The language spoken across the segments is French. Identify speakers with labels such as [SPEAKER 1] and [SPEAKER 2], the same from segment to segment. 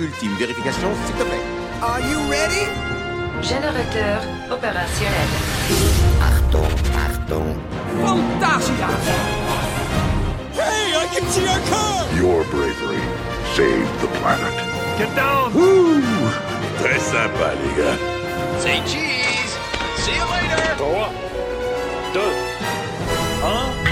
[SPEAKER 1] ultime vérification, s'il te plaît.
[SPEAKER 2] Are you ready?
[SPEAKER 3] Générateur opérationnel.
[SPEAKER 4] Achtung, Achtung.
[SPEAKER 2] Fantasia! Hey, I can see our car!
[SPEAKER 5] Your bravery saved the planet.
[SPEAKER 6] Get down!
[SPEAKER 5] Très sympa, les gars.
[SPEAKER 7] Say cheese. See you later.
[SPEAKER 6] 3, 2, 1.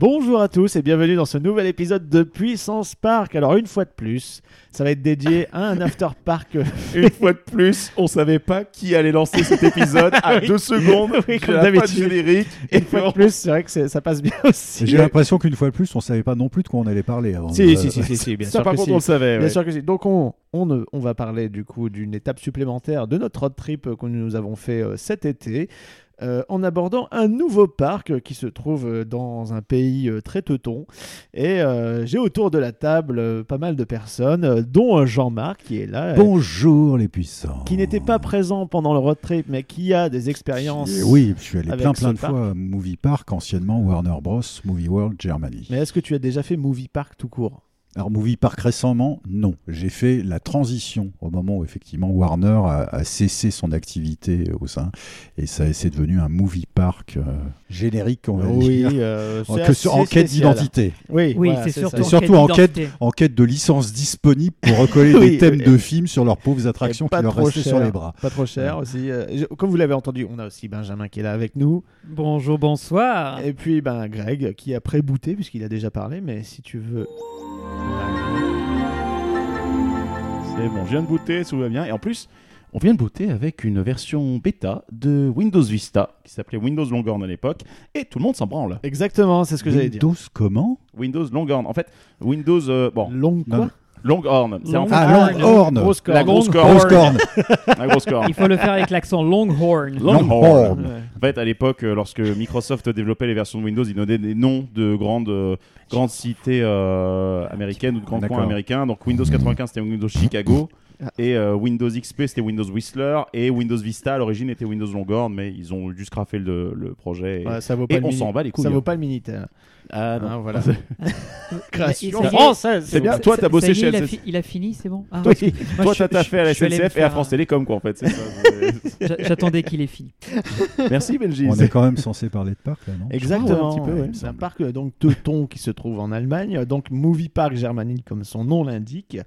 [SPEAKER 8] Bonjour à tous et bienvenue dans ce nouvel épisode de Puissance Park. Alors une fois de plus, ça va être dédié à un after park. euh,
[SPEAKER 9] Une fois de plus, on savait pas qui allait lancer cet épisode à
[SPEAKER 8] Oui.
[SPEAKER 9] deux secondes.
[SPEAKER 8] Oui, comme
[SPEAKER 9] Il y a pas de
[SPEAKER 8] d'habitude.
[SPEAKER 9] générique.
[SPEAKER 8] Une fois de plus, c'est vrai que c'est- ça passe bien aussi.
[SPEAKER 10] J'ai l'impression qu'une fois de plus, on savait pas non plus de quoi on allait parler avant.
[SPEAKER 8] Si,
[SPEAKER 10] Euh,
[SPEAKER 8] si, si, si, si, bien
[SPEAKER 9] Ça,
[SPEAKER 8] sûr
[SPEAKER 9] par
[SPEAKER 8] que
[SPEAKER 9] contre,
[SPEAKER 8] si.
[SPEAKER 9] on le savait.
[SPEAKER 8] Bien
[SPEAKER 9] ouais.
[SPEAKER 8] sûr que si. Donc on, on, ne- on va parler du coup d'une étape supplémentaire de notre road trip euh, que nous avons fait euh, cet été. euh, en abordant un nouveau parc euh, qui se trouve euh, dans un pays euh, très teuton. Et euh, j'ai autour de la table euh, pas mal de personnes, euh, dont euh, Jean-Marc qui est là, euh,
[SPEAKER 10] Bonjour les puissants.
[SPEAKER 8] qui n'était pas présent pendant le road trip, mais qui a des expériences.
[SPEAKER 9] Eh
[SPEAKER 10] Et Oui, je suis allé
[SPEAKER 8] avec
[SPEAKER 10] plein
[SPEAKER 8] ce
[SPEAKER 10] plein de
[SPEAKER 8] parc.
[SPEAKER 10] fois à Movie Park, anciennement Warner Bros. Movie World Germany.
[SPEAKER 8] Mais est-ce que tu as déjà fait Movie Park tout court
[SPEAKER 10] Alors Movie Park récemment, non. J'ai fait la transition au moment où effectivement Warner a, a cessé son activité au sein et ça c'est devenu un Movie Park euh, générique, on va dire.
[SPEAKER 8] euh,
[SPEAKER 10] En,
[SPEAKER 8] c'est
[SPEAKER 10] que sur-
[SPEAKER 8] assez
[SPEAKER 10] en quête
[SPEAKER 8] spécial.
[SPEAKER 10] d'identité.
[SPEAKER 8] Oui,
[SPEAKER 11] Oui,
[SPEAKER 8] voilà,
[SPEAKER 11] c'est
[SPEAKER 8] ça.
[SPEAKER 11] surtout,
[SPEAKER 10] Et surtout en quête-
[SPEAKER 11] d'identité.
[SPEAKER 10] En quête de licences disponibles pour recoller
[SPEAKER 8] Oui,
[SPEAKER 10] des thèmes
[SPEAKER 8] et-
[SPEAKER 10] de films sur leurs pauvres attractions
[SPEAKER 8] pas
[SPEAKER 10] qui leur
[SPEAKER 8] trop
[SPEAKER 10] restaient
[SPEAKER 8] cher.
[SPEAKER 10] sur les bras.
[SPEAKER 8] Pas trop cher aussi. Euh, je- Comme vous l'avez entendu, on a aussi Benjamin qui est là avec nous.
[SPEAKER 11] Bonjour, bonsoir.
[SPEAKER 8] Et puis ben, Greg qui a pré-booté puisqu'il a déjà parlé, mais si tu veux.
[SPEAKER 9] C'est bon, je viens de booter, tout va bien. Et en plus, on vient de booter avec une version bêta de Windows Vista, qui s'appelait Windows Longhorn à l'époque, et tout le monde s'en branle.
[SPEAKER 8] Exactement, c'est ce que j'allais dire.
[SPEAKER 10] Windows comment
[SPEAKER 9] Windows Longhorn. En fait, Windows. euh, bon,
[SPEAKER 8] Long
[SPEAKER 10] Non,
[SPEAKER 8] quoi
[SPEAKER 9] Longhorn. C'est en fait
[SPEAKER 10] Ah, Longhorn
[SPEAKER 8] Grosse
[SPEAKER 9] la
[SPEAKER 8] corne.
[SPEAKER 9] grosse corne.
[SPEAKER 10] Grosse corne
[SPEAKER 9] La grosse corne.
[SPEAKER 11] Il faut le faire avec l'accent Longhorn.
[SPEAKER 9] Longhorn.
[SPEAKER 10] Longhorn.
[SPEAKER 8] Ouais.
[SPEAKER 9] En fait, à l'époque, euh, lorsque Microsoft développait les versions de Windows, ils donnaient des noms de grandes, euh, grandes cités euh, américaines ou de grands
[SPEAKER 10] D'accord.
[SPEAKER 9] coins américains. Donc Windows 95, c'était Windows Chicago.
[SPEAKER 8] Ah.
[SPEAKER 9] Et euh, Windows XP, c'était Windows Whistler. Et Windows Vista, à l'origine, était Windows Longhorn, mais ils ont juste craffé le, le projet. Et,
[SPEAKER 8] Ouais, ça vaut pas
[SPEAKER 9] et
[SPEAKER 8] le
[SPEAKER 9] on
[SPEAKER 8] mini-
[SPEAKER 9] s'en bat les couilles.
[SPEAKER 8] Ça
[SPEAKER 9] hein.
[SPEAKER 8] vaut pas le Minitel.
[SPEAKER 9] Ah, non.
[SPEAKER 8] Hein, voilà.
[SPEAKER 11] Il- il-
[SPEAKER 8] française,
[SPEAKER 9] C'est bien. Toi,
[SPEAKER 11] Ça-
[SPEAKER 9] t'as
[SPEAKER 11] ça
[SPEAKER 9] bossé
[SPEAKER 11] y est,
[SPEAKER 9] chez
[SPEAKER 11] il, a
[SPEAKER 9] SNCF.
[SPEAKER 11] fi- il a fini, c'est bon Ah,
[SPEAKER 9] Toi,
[SPEAKER 11] parce que- moi,
[SPEAKER 9] Toi,
[SPEAKER 11] je-
[SPEAKER 9] t'as t'as fait à la
[SPEAKER 11] je suis allé me
[SPEAKER 9] SNCF et à
[SPEAKER 11] faire
[SPEAKER 9] France
[SPEAKER 11] un-
[SPEAKER 9] Télécom, quoi, en fait. c'est ça.
[SPEAKER 11] j'a- J'attendais qu'il ait fini.
[SPEAKER 9] Merci, Benji.
[SPEAKER 10] On est quand même censé parler de parc là, non
[SPEAKER 8] Exactement.
[SPEAKER 9] Je crois, ouais, un petit peu,
[SPEAKER 8] ouais.
[SPEAKER 9] ouais, il me
[SPEAKER 8] C'est un
[SPEAKER 9] semble.
[SPEAKER 8] parc euh, donc teuton qui se trouve en Allemagne, donc Movie Park Germany comme son nom l'indique,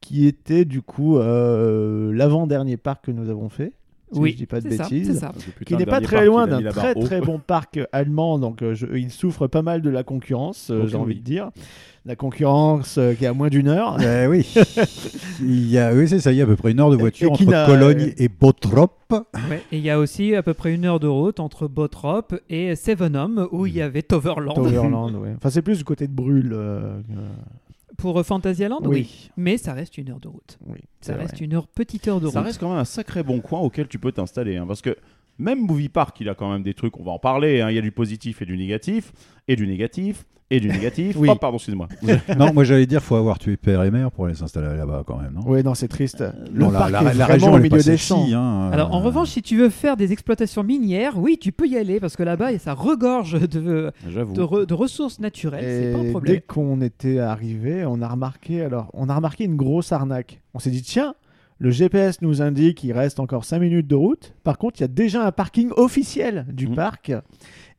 [SPEAKER 8] qui était du coup euh, l'avant-dernier parc que nous avons fait. Si
[SPEAKER 11] Oui,
[SPEAKER 8] je dis pas de
[SPEAKER 11] c'est ça,
[SPEAKER 8] bêtises.
[SPEAKER 11] c'est ça.
[SPEAKER 8] qui n'est pas très loin d'un très très bon parc allemand. Donc, euh, je- il souffre pas mal de la concurrence, euh,
[SPEAKER 9] Donc,
[SPEAKER 8] j'ai
[SPEAKER 9] oui.
[SPEAKER 8] envie de dire. La concurrence euh, qui est à moins d'une heure.
[SPEAKER 10] Eh oui. Il y a, oui, c'est ça, il y a à peu près une heure de voiture
[SPEAKER 8] Et qui n'a-
[SPEAKER 10] entre Cologne et Bottrop.
[SPEAKER 11] Ouais, Et il y a aussi à peu près une heure de route entre Bottrop et Sevenum où il y avait Toverland.
[SPEAKER 8] Toverland, ouais. Enfin, c'est plus du côté de Brûle. euh, euh,
[SPEAKER 11] Pour euh, Fantasyland, oui. Mais ça reste une heure de route.
[SPEAKER 8] oui, c'est
[SPEAKER 11] Ça
[SPEAKER 8] vrai.
[SPEAKER 11] reste une heure, petite heure de route.
[SPEAKER 9] Ça reste quand même un sacré bon coin auquel tu peux t'installer. hein, parce que même Movie Park, il a quand même des trucs, on va en parler. hein, il y a du positif et du négatif, et du négatif, et du négatif.
[SPEAKER 8] Oui.
[SPEAKER 9] Oh, pardon, excuse-moi.
[SPEAKER 10] non, moi j'allais dire, faut avoir tué père et mère pour aller s'installer là-bas quand même, non
[SPEAKER 8] Ouais, non, c'est triste. Le
[SPEAKER 10] Euh, Non,
[SPEAKER 8] parc est vraiment
[SPEAKER 10] région,
[SPEAKER 8] au
[SPEAKER 10] elle est
[SPEAKER 8] milieu
[SPEAKER 10] pas
[SPEAKER 8] des
[SPEAKER 10] sexy,
[SPEAKER 8] champs.
[SPEAKER 10] hein.
[SPEAKER 11] Alors
[SPEAKER 9] Ah.
[SPEAKER 11] en
[SPEAKER 10] Euh,
[SPEAKER 11] revanche, si tu veux faire des exploitations minières, oui, tu peux y aller parce que là-bas, ça regorge de,
[SPEAKER 9] J'avoue.
[SPEAKER 11] de, re- de ressources naturelles. C'est pas un
[SPEAKER 8] Et
[SPEAKER 11] problème.
[SPEAKER 8] dès qu'on était arrivé, on a remarqué alors, on a remarqué une grosse arnaque. On s'est dit tiens, le GPS nous indique qu'il reste encore 5 minutes de route. Par contre, il y a déjà un parking officiel du
[SPEAKER 9] Mhm.
[SPEAKER 8] parc.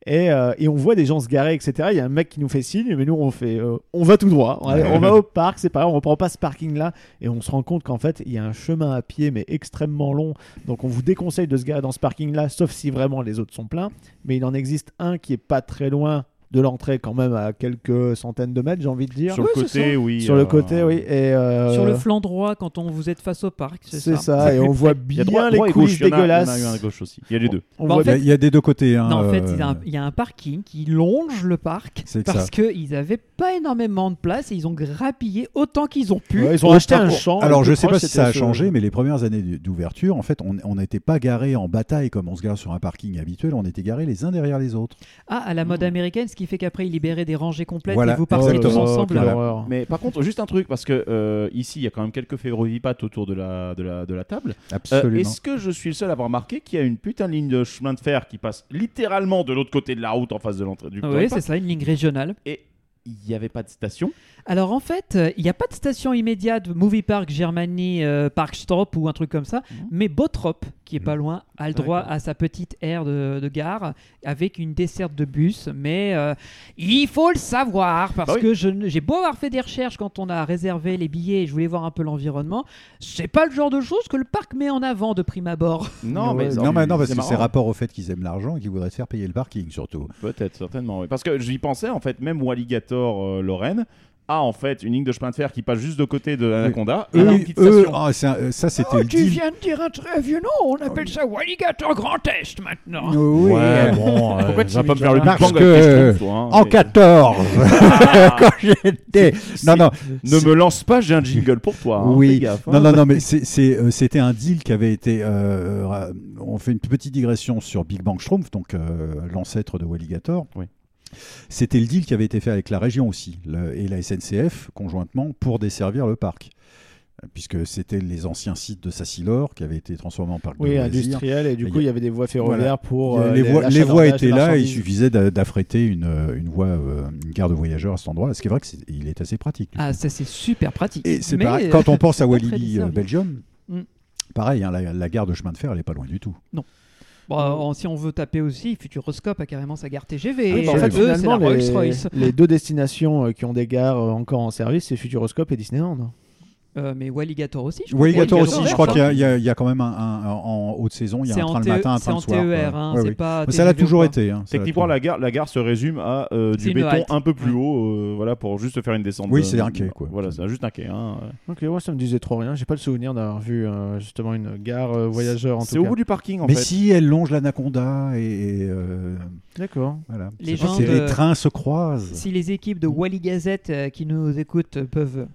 [SPEAKER 8] Et, euh, et on voit des gens se garer, etc. Il y a un mec qui nous fait signe, mais nous on fait, euh, on va tout droit, on,
[SPEAKER 9] Ouais.
[SPEAKER 8] on va au parc, c'est pas, grave, on prend pas ce parking là, et on se rend compte qu'en fait il y a un chemin à pied mais extrêmement long, donc on vous déconseille de se garer dans ce parking là, sauf si vraiment les autres sont pleins mais il en existe un qui est pas très loin de l'entrée, quand même à quelques centaines de mètres, j'ai envie de dire.
[SPEAKER 9] Sur le
[SPEAKER 11] Oui, c'est
[SPEAKER 9] côté, oui.
[SPEAKER 8] Sur le
[SPEAKER 9] euh,
[SPEAKER 8] côté, oui. Et euh,
[SPEAKER 11] Sur le flanc droit, quand on vous êtes face au parc, c'est
[SPEAKER 8] c'est
[SPEAKER 11] ça.
[SPEAKER 8] ça, et on voit
[SPEAKER 9] Il y
[SPEAKER 8] bien
[SPEAKER 9] a droit,
[SPEAKER 8] les
[SPEAKER 9] droit et
[SPEAKER 8] coulisses
[SPEAKER 9] gauche. Il y en a-
[SPEAKER 8] dégueulasses.
[SPEAKER 9] Il y en a un à gauche aussi. Il y a les deux.
[SPEAKER 8] On
[SPEAKER 11] Bah, en
[SPEAKER 8] voit
[SPEAKER 10] il y a-
[SPEAKER 11] fait-
[SPEAKER 10] il y a des deux côtés. hein,
[SPEAKER 11] Non, en fait,
[SPEAKER 10] euh,
[SPEAKER 11] il y, a un, il y a un parking qui longe le parc
[SPEAKER 10] C'est ça.
[SPEAKER 11] parce qu'ils n'avaient pas énormément de place et ils ont grappillé autant qu'ils ont pu.
[SPEAKER 8] Ouais, ils ont acheté un champ.
[SPEAKER 10] Alors,
[SPEAKER 8] le
[SPEAKER 10] je
[SPEAKER 8] plus
[SPEAKER 10] sais pas
[SPEAKER 8] proche,
[SPEAKER 10] si
[SPEAKER 8] c'était
[SPEAKER 10] ça a
[SPEAKER 8] ce-
[SPEAKER 10] changé, mais les premières années d'ou- d'ouverture, en fait, on on n'était pas garé en bataille comme on se gare sur un parking habituel, on était garés les uns derrière les autres.
[SPEAKER 11] Ah, à la mode américaine, ce qui fait qu'après, ils libéraient des rangées complètes
[SPEAKER 10] Voilà,
[SPEAKER 11] et vous
[SPEAKER 8] Oh,
[SPEAKER 11] partiez tous
[SPEAKER 10] exactement.
[SPEAKER 11] ensemble.
[SPEAKER 8] quelle
[SPEAKER 10] Voilà.
[SPEAKER 8] horreur.
[SPEAKER 9] Mais par contre, juste un truc, parce que euh, ici, il y a quand même quelques février-pattes autour de la, de, la, de la table. Euh,
[SPEAKER 10] Absolument.
[SPEAKER 9] Est-ce que je suis le seul à avoir remarqué qu'il y a une putain de ligne de chemin de fer qui passe littéralement de l'autre côté de la route en face de l'entrée du
[SPEAKER 11] Ah
[SPEAKER 9] du
[SPEAKER 11] Oui,
[SPEAKER 9] parc
[SPEAKER 11] c'est ça, une ligne régionale.
[SPEAKER 9] Et il il n'y avait pas de station.
[SPEAKER 11] Alors en fait, euh, il n'y a pas de station immédiate Movie Park Germany euh, Parkstrop ou un truc comme ça, mais Bottrop, qui est pas loin, a le droit à sa petite aire de, de gare avec une desserte de bus. Mais euh, il faut le savoir parce
[SPEAKER 9] Bah oui.
[SPEAKER 11] que je ne- j'ai beau avoir fait des recherches quand on a réservé les billets, et je voulais voir un peu l'environnement, c'est pas le genre de choses que le parc met en avant de prime abord.
[SPEAKER 9] Non,
[SPEAKER 10] Ouais,
[SPEAKER 9] mais,
[SPEAKER 10] non, mais non, parce
[SPEAKER 9] c'est
[SPEAKER 10] que c'est
[SPEAKER 9] marrant.
[SPEAKER 10] rapport au fait qu'ils aiment l'argent et qu'ils voudraient se faire payer le parking surtout.
[SPEAKER 9] Peut-être, certainement. oui. Parce que j'y pensais, en fait, même Walligator euh, Lorraine a en fait une ligne de chemin de fer qui passe juste de côté de l'Anaconda et
[SPEAKER 10] Eux,
[SPEAKER 9] une petite
[SPEAKER 10] eux,
[SPEAKER 9] station. Oh,
[SPEAKER 10] ah, c'est un- euh, ça c'était le deal.
[SPEAKER 11] Oh, de dire un très vieux nom, on appelle ça Walligator Grand Est maintenant.
[SPEAKER 10] Oui,
[SPEAKER 9] Ouais,
[SPEAKER 10] bon, euh,
[SPEAKER 9] Pourquoi tu vas
[SPEAKER 11] Jimmy
[SPEAKER 9] pas me faire le
[SPEAKER 11] Jarre
[SPEAKER 10] Parce
[SPEAKER 9] bang
[SPEAKER 10] que,
[SPEAKER 9] avec toi, hein,
[SPEAKER 10] euh, en
[SPEAKER 9] mais- Ah,
[SPEAKER 10] 14 quand j'étais non non
[SPEAKER 9] Ne me lance pas, j'ai un jingle pour toi. hein, fais
[SPEAKER 10] oui
[SPEAKER 9] gaffe, hein.
[SPEAKER 10] non non non mais c'est- c'est, euh, c'était un deal qui avait été euh, ra- on fait une petite digression sur Big Bang Schtroumpf donc euh, l'ancêtre de Walligator
[SPEAKER 9] Oui.
[SPEAKER 10] c'était le deal qui avait été fait avec la région aussi le- et la SNCF conjointement pour desservir le parc Euh, puisque c'était les anciens sites de Sassilor qui avaient été transformés en parc de
[SPEAKER 8] Oui,
[SPEAKER 10] loisirs.
[SPEAKER 8] industriel, et du
[SPEAKER 10] Mais
[SPEAKER 8] coup,
[SPEAKER 10] il
[SPEAKER 8] il
[SPEAKER 10] y
[SPEAKER 8] y avait des voies
[SPEAKER 10] Voilà.
[SPEAKER 8] ferroviaires pour. euh,
[SPEAKER 10] les, voies,
[SPEAKER 8] l'achat
[SPEAKER 10] les voies
[SPEAKER 8] d'emballage de
[SPEAKER 10] étaient là, il
[SPEAKER 8] marchandises.
[SPEAKER 10] suffisait d'a- d'affréter une, euh, une voie, euh, une gare de voyageurs à cet endroit, ce qui est vrai qu'il est assez pratique. du coup.
[SPEAKER 11] Ah, ça c'est super pratique.
[SPEAKER 10] Et c'est
[SPEAKER 11] Mais,
[SPEAKER 10] pareil,
[SPEAKER 11] euh,
[SPEAKER 10] quand on pense à
[SPEAKER 11] pas très
[SPEAKER 10] Walibi euh,
[SPEAKER 11] desservi.
[SPEAKER 10] Belgium,
[SPEAKER 11] Mm.
[SPEAKER 10] pareil, hein, la, la gare de chemin de fer, elle est pas loin du tout.
[SPEAKER 11] Bon, Bah, en- si on veut taper aussi, Futuroscope a carrément sa gare TGV.
[SPEAKER 8] Mm. Oui,
[SPEAKER 11] Et
[SPEAKER 8] bah,
[SPEAKER 11] euh,
[SPEAKER 8] en
[SPEAKER 11] eux,
[SPEAKER 8] fait,
[SPEAKER 11] c'est
[SPEAKER 8] finalement,
[SPEAKER 11] la
[SPEAKER 8] les,
[SPEAKER 11] Rolls-Royce.
[SPEAKER 8] les deux destinations euh, qui ont des gares euh, encore en service, c'est Futuroscope et Disneyland. hein.
[SPEAKER 11] Euh, mais Walligator aussi, je crois.
[SPEAKER 10] Walligator aussi,
[SPEAKER 9] Walligator,
[SPEAKER 10] je crois
[SPEAKER 9] ouais.
[SPEAKER 10] qu'il y a- il y, a- il y a quand même un, un- un- en haute saison, il y a
[SPEAKER 11] C'est
[SPEAKER 10] un train
[SPEAKER 11] en
[SPEAKER 10] le
[SPEAKER 11] TE
[SPEAKER 10] matin, un
[SPEAKER 11] c'est
[SPEAKER 10] train
[SPEAKER 11] en
[SPEAKER 10] le soir. quoi.
[SPEAKER 11] TER, hein,
[SPEAKER 10] Ouais,
[SPEAKER 11] c'est
[SPEAKER 10] oui.
[SPEAKER 11] pas.
[SPEAKER 10] Mais ça l'a
[SPEAKER 11] TGV ou
[SPEAKER 10] toujours
[SPEAKER 11] quoi.
[SPEAKER 10] été. hein, ça l'a
[SPEAKER 9] Techniquement,
[SPEAKER 10] toujours-
[SPEAKER 9] la gare, la gare se résume à euh,
[SPEAKER 11] C'est
[SPEAKER 9] du
[SPEAKER 11] une
[SPEAKER 9] béton
[SPEAKER 11] halte.
[SPEAKER 9] un peu plus haut, euh, voilà, pour juste faire une descente.
[SPEAKER 10] Oui,
[SPEAKER 9] de-
[SPEAKER 10] c'est un quai, quoi.
[SPEAKER 9] Voilà, c'est juste un quai. hein.
[SPEAKER 8] Ok, ouais, ça me disait trop rien. J'ai pas le souvenir d'avoir vu euh, justement une gare euh, voyageur en
[SPEAKER 9] C'est
[SPEAKER 8] tout
[SPEAKER 9] au
[SPEAKER 8] cas.
[SPEAKER 9] bout du parking, en
[SPEAKER 10] Mais
[SPEAKER 9] fait.
[SPEAKER 10] si, elle longe l'anaconda et, et, euh,
[SPEAKER 8] D'accord.
[SPEAKER 10] voilà.
[SPEAKER 11] Les
[SPEAKER 10] C'est-
[SPEAKER 11] gens
[SPEAKER 10] c'est-
[SPEAKER 11] de-
[SPEAKER 10] les trains se croisent.
[SPEAKER 11] Si les équipes de Wally Gazette euh, qui nous écoutent euh, peuvent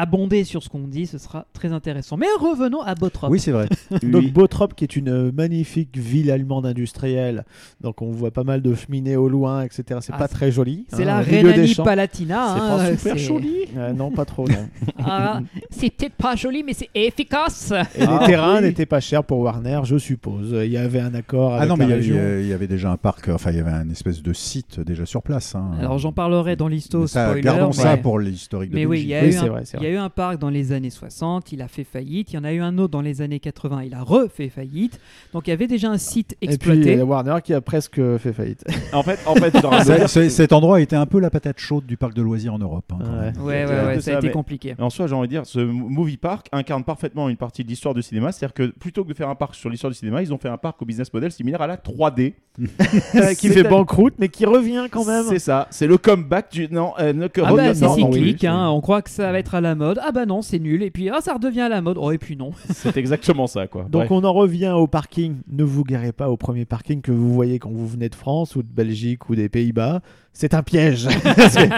[SPEAKER 11] abonder sur ce qu'on dit, ce sera très intéressant. Mais revenons à Botrop.
[SPEAKER 10] Oui, c'est vrai.
[SPEAKER 8] Donc
[SPEAKER 9] Oui.
[SPEAKER 8] Bottrop, qui est une euh, magnifique ville allemande industrielle, donc on voit pas mal de cheminées au loin, etc. C'est
[SPEAKER 11] Ah,
[SPEAKER 8] pas très joli.
[SPEAKER 11] c'est
[SPEAKER 8] hein,
[SPEAKER 11] la
[SPEAKER 8] au milieu des champs.
[SPEAKER 11] Rhénanie-Palatina.
[SPEAKER 8] C'est
[SPEAKER 11] hein,
[SPEAKER 8] pas
[SPEAKER 11] euh,
[SPEAKER 8] super
[SPEAKER 11] c'est-
[SPEAKER 8] joli. Euh, non, pas trop. non.
[SPEAKER 11] Ah, c'est peut-être pas joli, mais c'est efficace.
[SPEAKER 8] Et
[SPEAKER 9] Ah,
[SPEAKER 8] les terrains
[SPEAKER 9] oui.
[SPEAKER 8] n'étaient pas chers pour Warner, je suppose. Il y avait un accord avec
[SPEAKER 10] Ah non, mais
[SPEAKER 8] la
[SPEAKER 10] il y, avait,
[SPEAKER 8] région.
[SPEAKER 10] euh, il y avait déjà un parc, euh, enfin, il y avait un espèce de site déjà sur place. hein.
[SPEAKER 11] Alors j'en parlerai dans l'histo.
[SPEAKER 10] Mais ça,
[SPEAKER 11] spoiler,
[SPEAKER 10] Gardons ça
[SPEAKER 11] mais-
[SPEAKER 10] pour l'historique de
[SPEAKER 11] Mais oui, il
[SPEAKER 10] Belgique.
[SPEAKER 11] y a
[SPEAKER 8] Oui,
[SPEAKER 11] eu
[SPEAKER 8] c'est
[SPEAKER 11] un-
[SPEAKER 8] vrai, c'est
[SPEAKER 11] il y a eu un parc dans les années 60, il a fait faillite. Il y en a eu un autre dans les années 80, il a refait faillite. Donc il y avait déjà un site
[SPEAKER 8] Et puis euh, il
[SPEAKER 11] exploité.
[SPEAKER 8] y a Warner qui a presque fait faillite.
[SPEAKER 9] En fait, en fait, dans la-
[SPEAKER 10] Ça- c'est- cet endroit était un peu la patate chaude du parc de loisirs en Europe. hein, quand
[SPEAKER 8] Ouais.
[SPEAKER 10] même.
[SPEAKER 11] ouais, ouais,
[SPEAKER 9] c'est un
[SPEAKER 11] ouais,
[SPEAKER 9] peu
[SPEAKER 11] ça a
[SPEAKER 9] ça,
[SPEAKER 11] été
[SPEAKER 9] mais-
[SPEAKER 11] compliqué.
[SPEAKER 9] Mais En soi, j'ai envie de dire, ce movie park incarne parfaitement une partie de l'histoire du cinéma. C'est-à-dire que plutôt que de faire un parc sur l'histoire du cinéma, ils ont fait un parc au business model similaire à la 3D.
[SPEAKER 8] qui fait banqueroute, mais qui revient quand même.
[SPEAKER 9] C'est ça. C'est le comeback du. Non, euh, le
[SPEAKER 11] Ah bah,
[SPEAKER 9] non,
[SPEAKER 11] c'est
[SPEAKER 9] non, oui,
[SPEAKER 11] cyclique,
[SPEAKER 9] c'est-
[SPEAKER 11] hein, on croit que ça va être à la mode. Ah bah non, c'est nul. Et puis ah, ça redevient à la mode. Oh, et puis non.
[SPEAKER 9] C'est exactement ça, quoi.
[SPEAKER 8] Donc
[SPEAKER 9] Bref.
[SPEAKER 8] on en revient au parking. Ne vous garez pas au premier parking que vous voyez quand vous venez de France ou de Belgique ou des Pays-Bas. C'est un piège. C'est-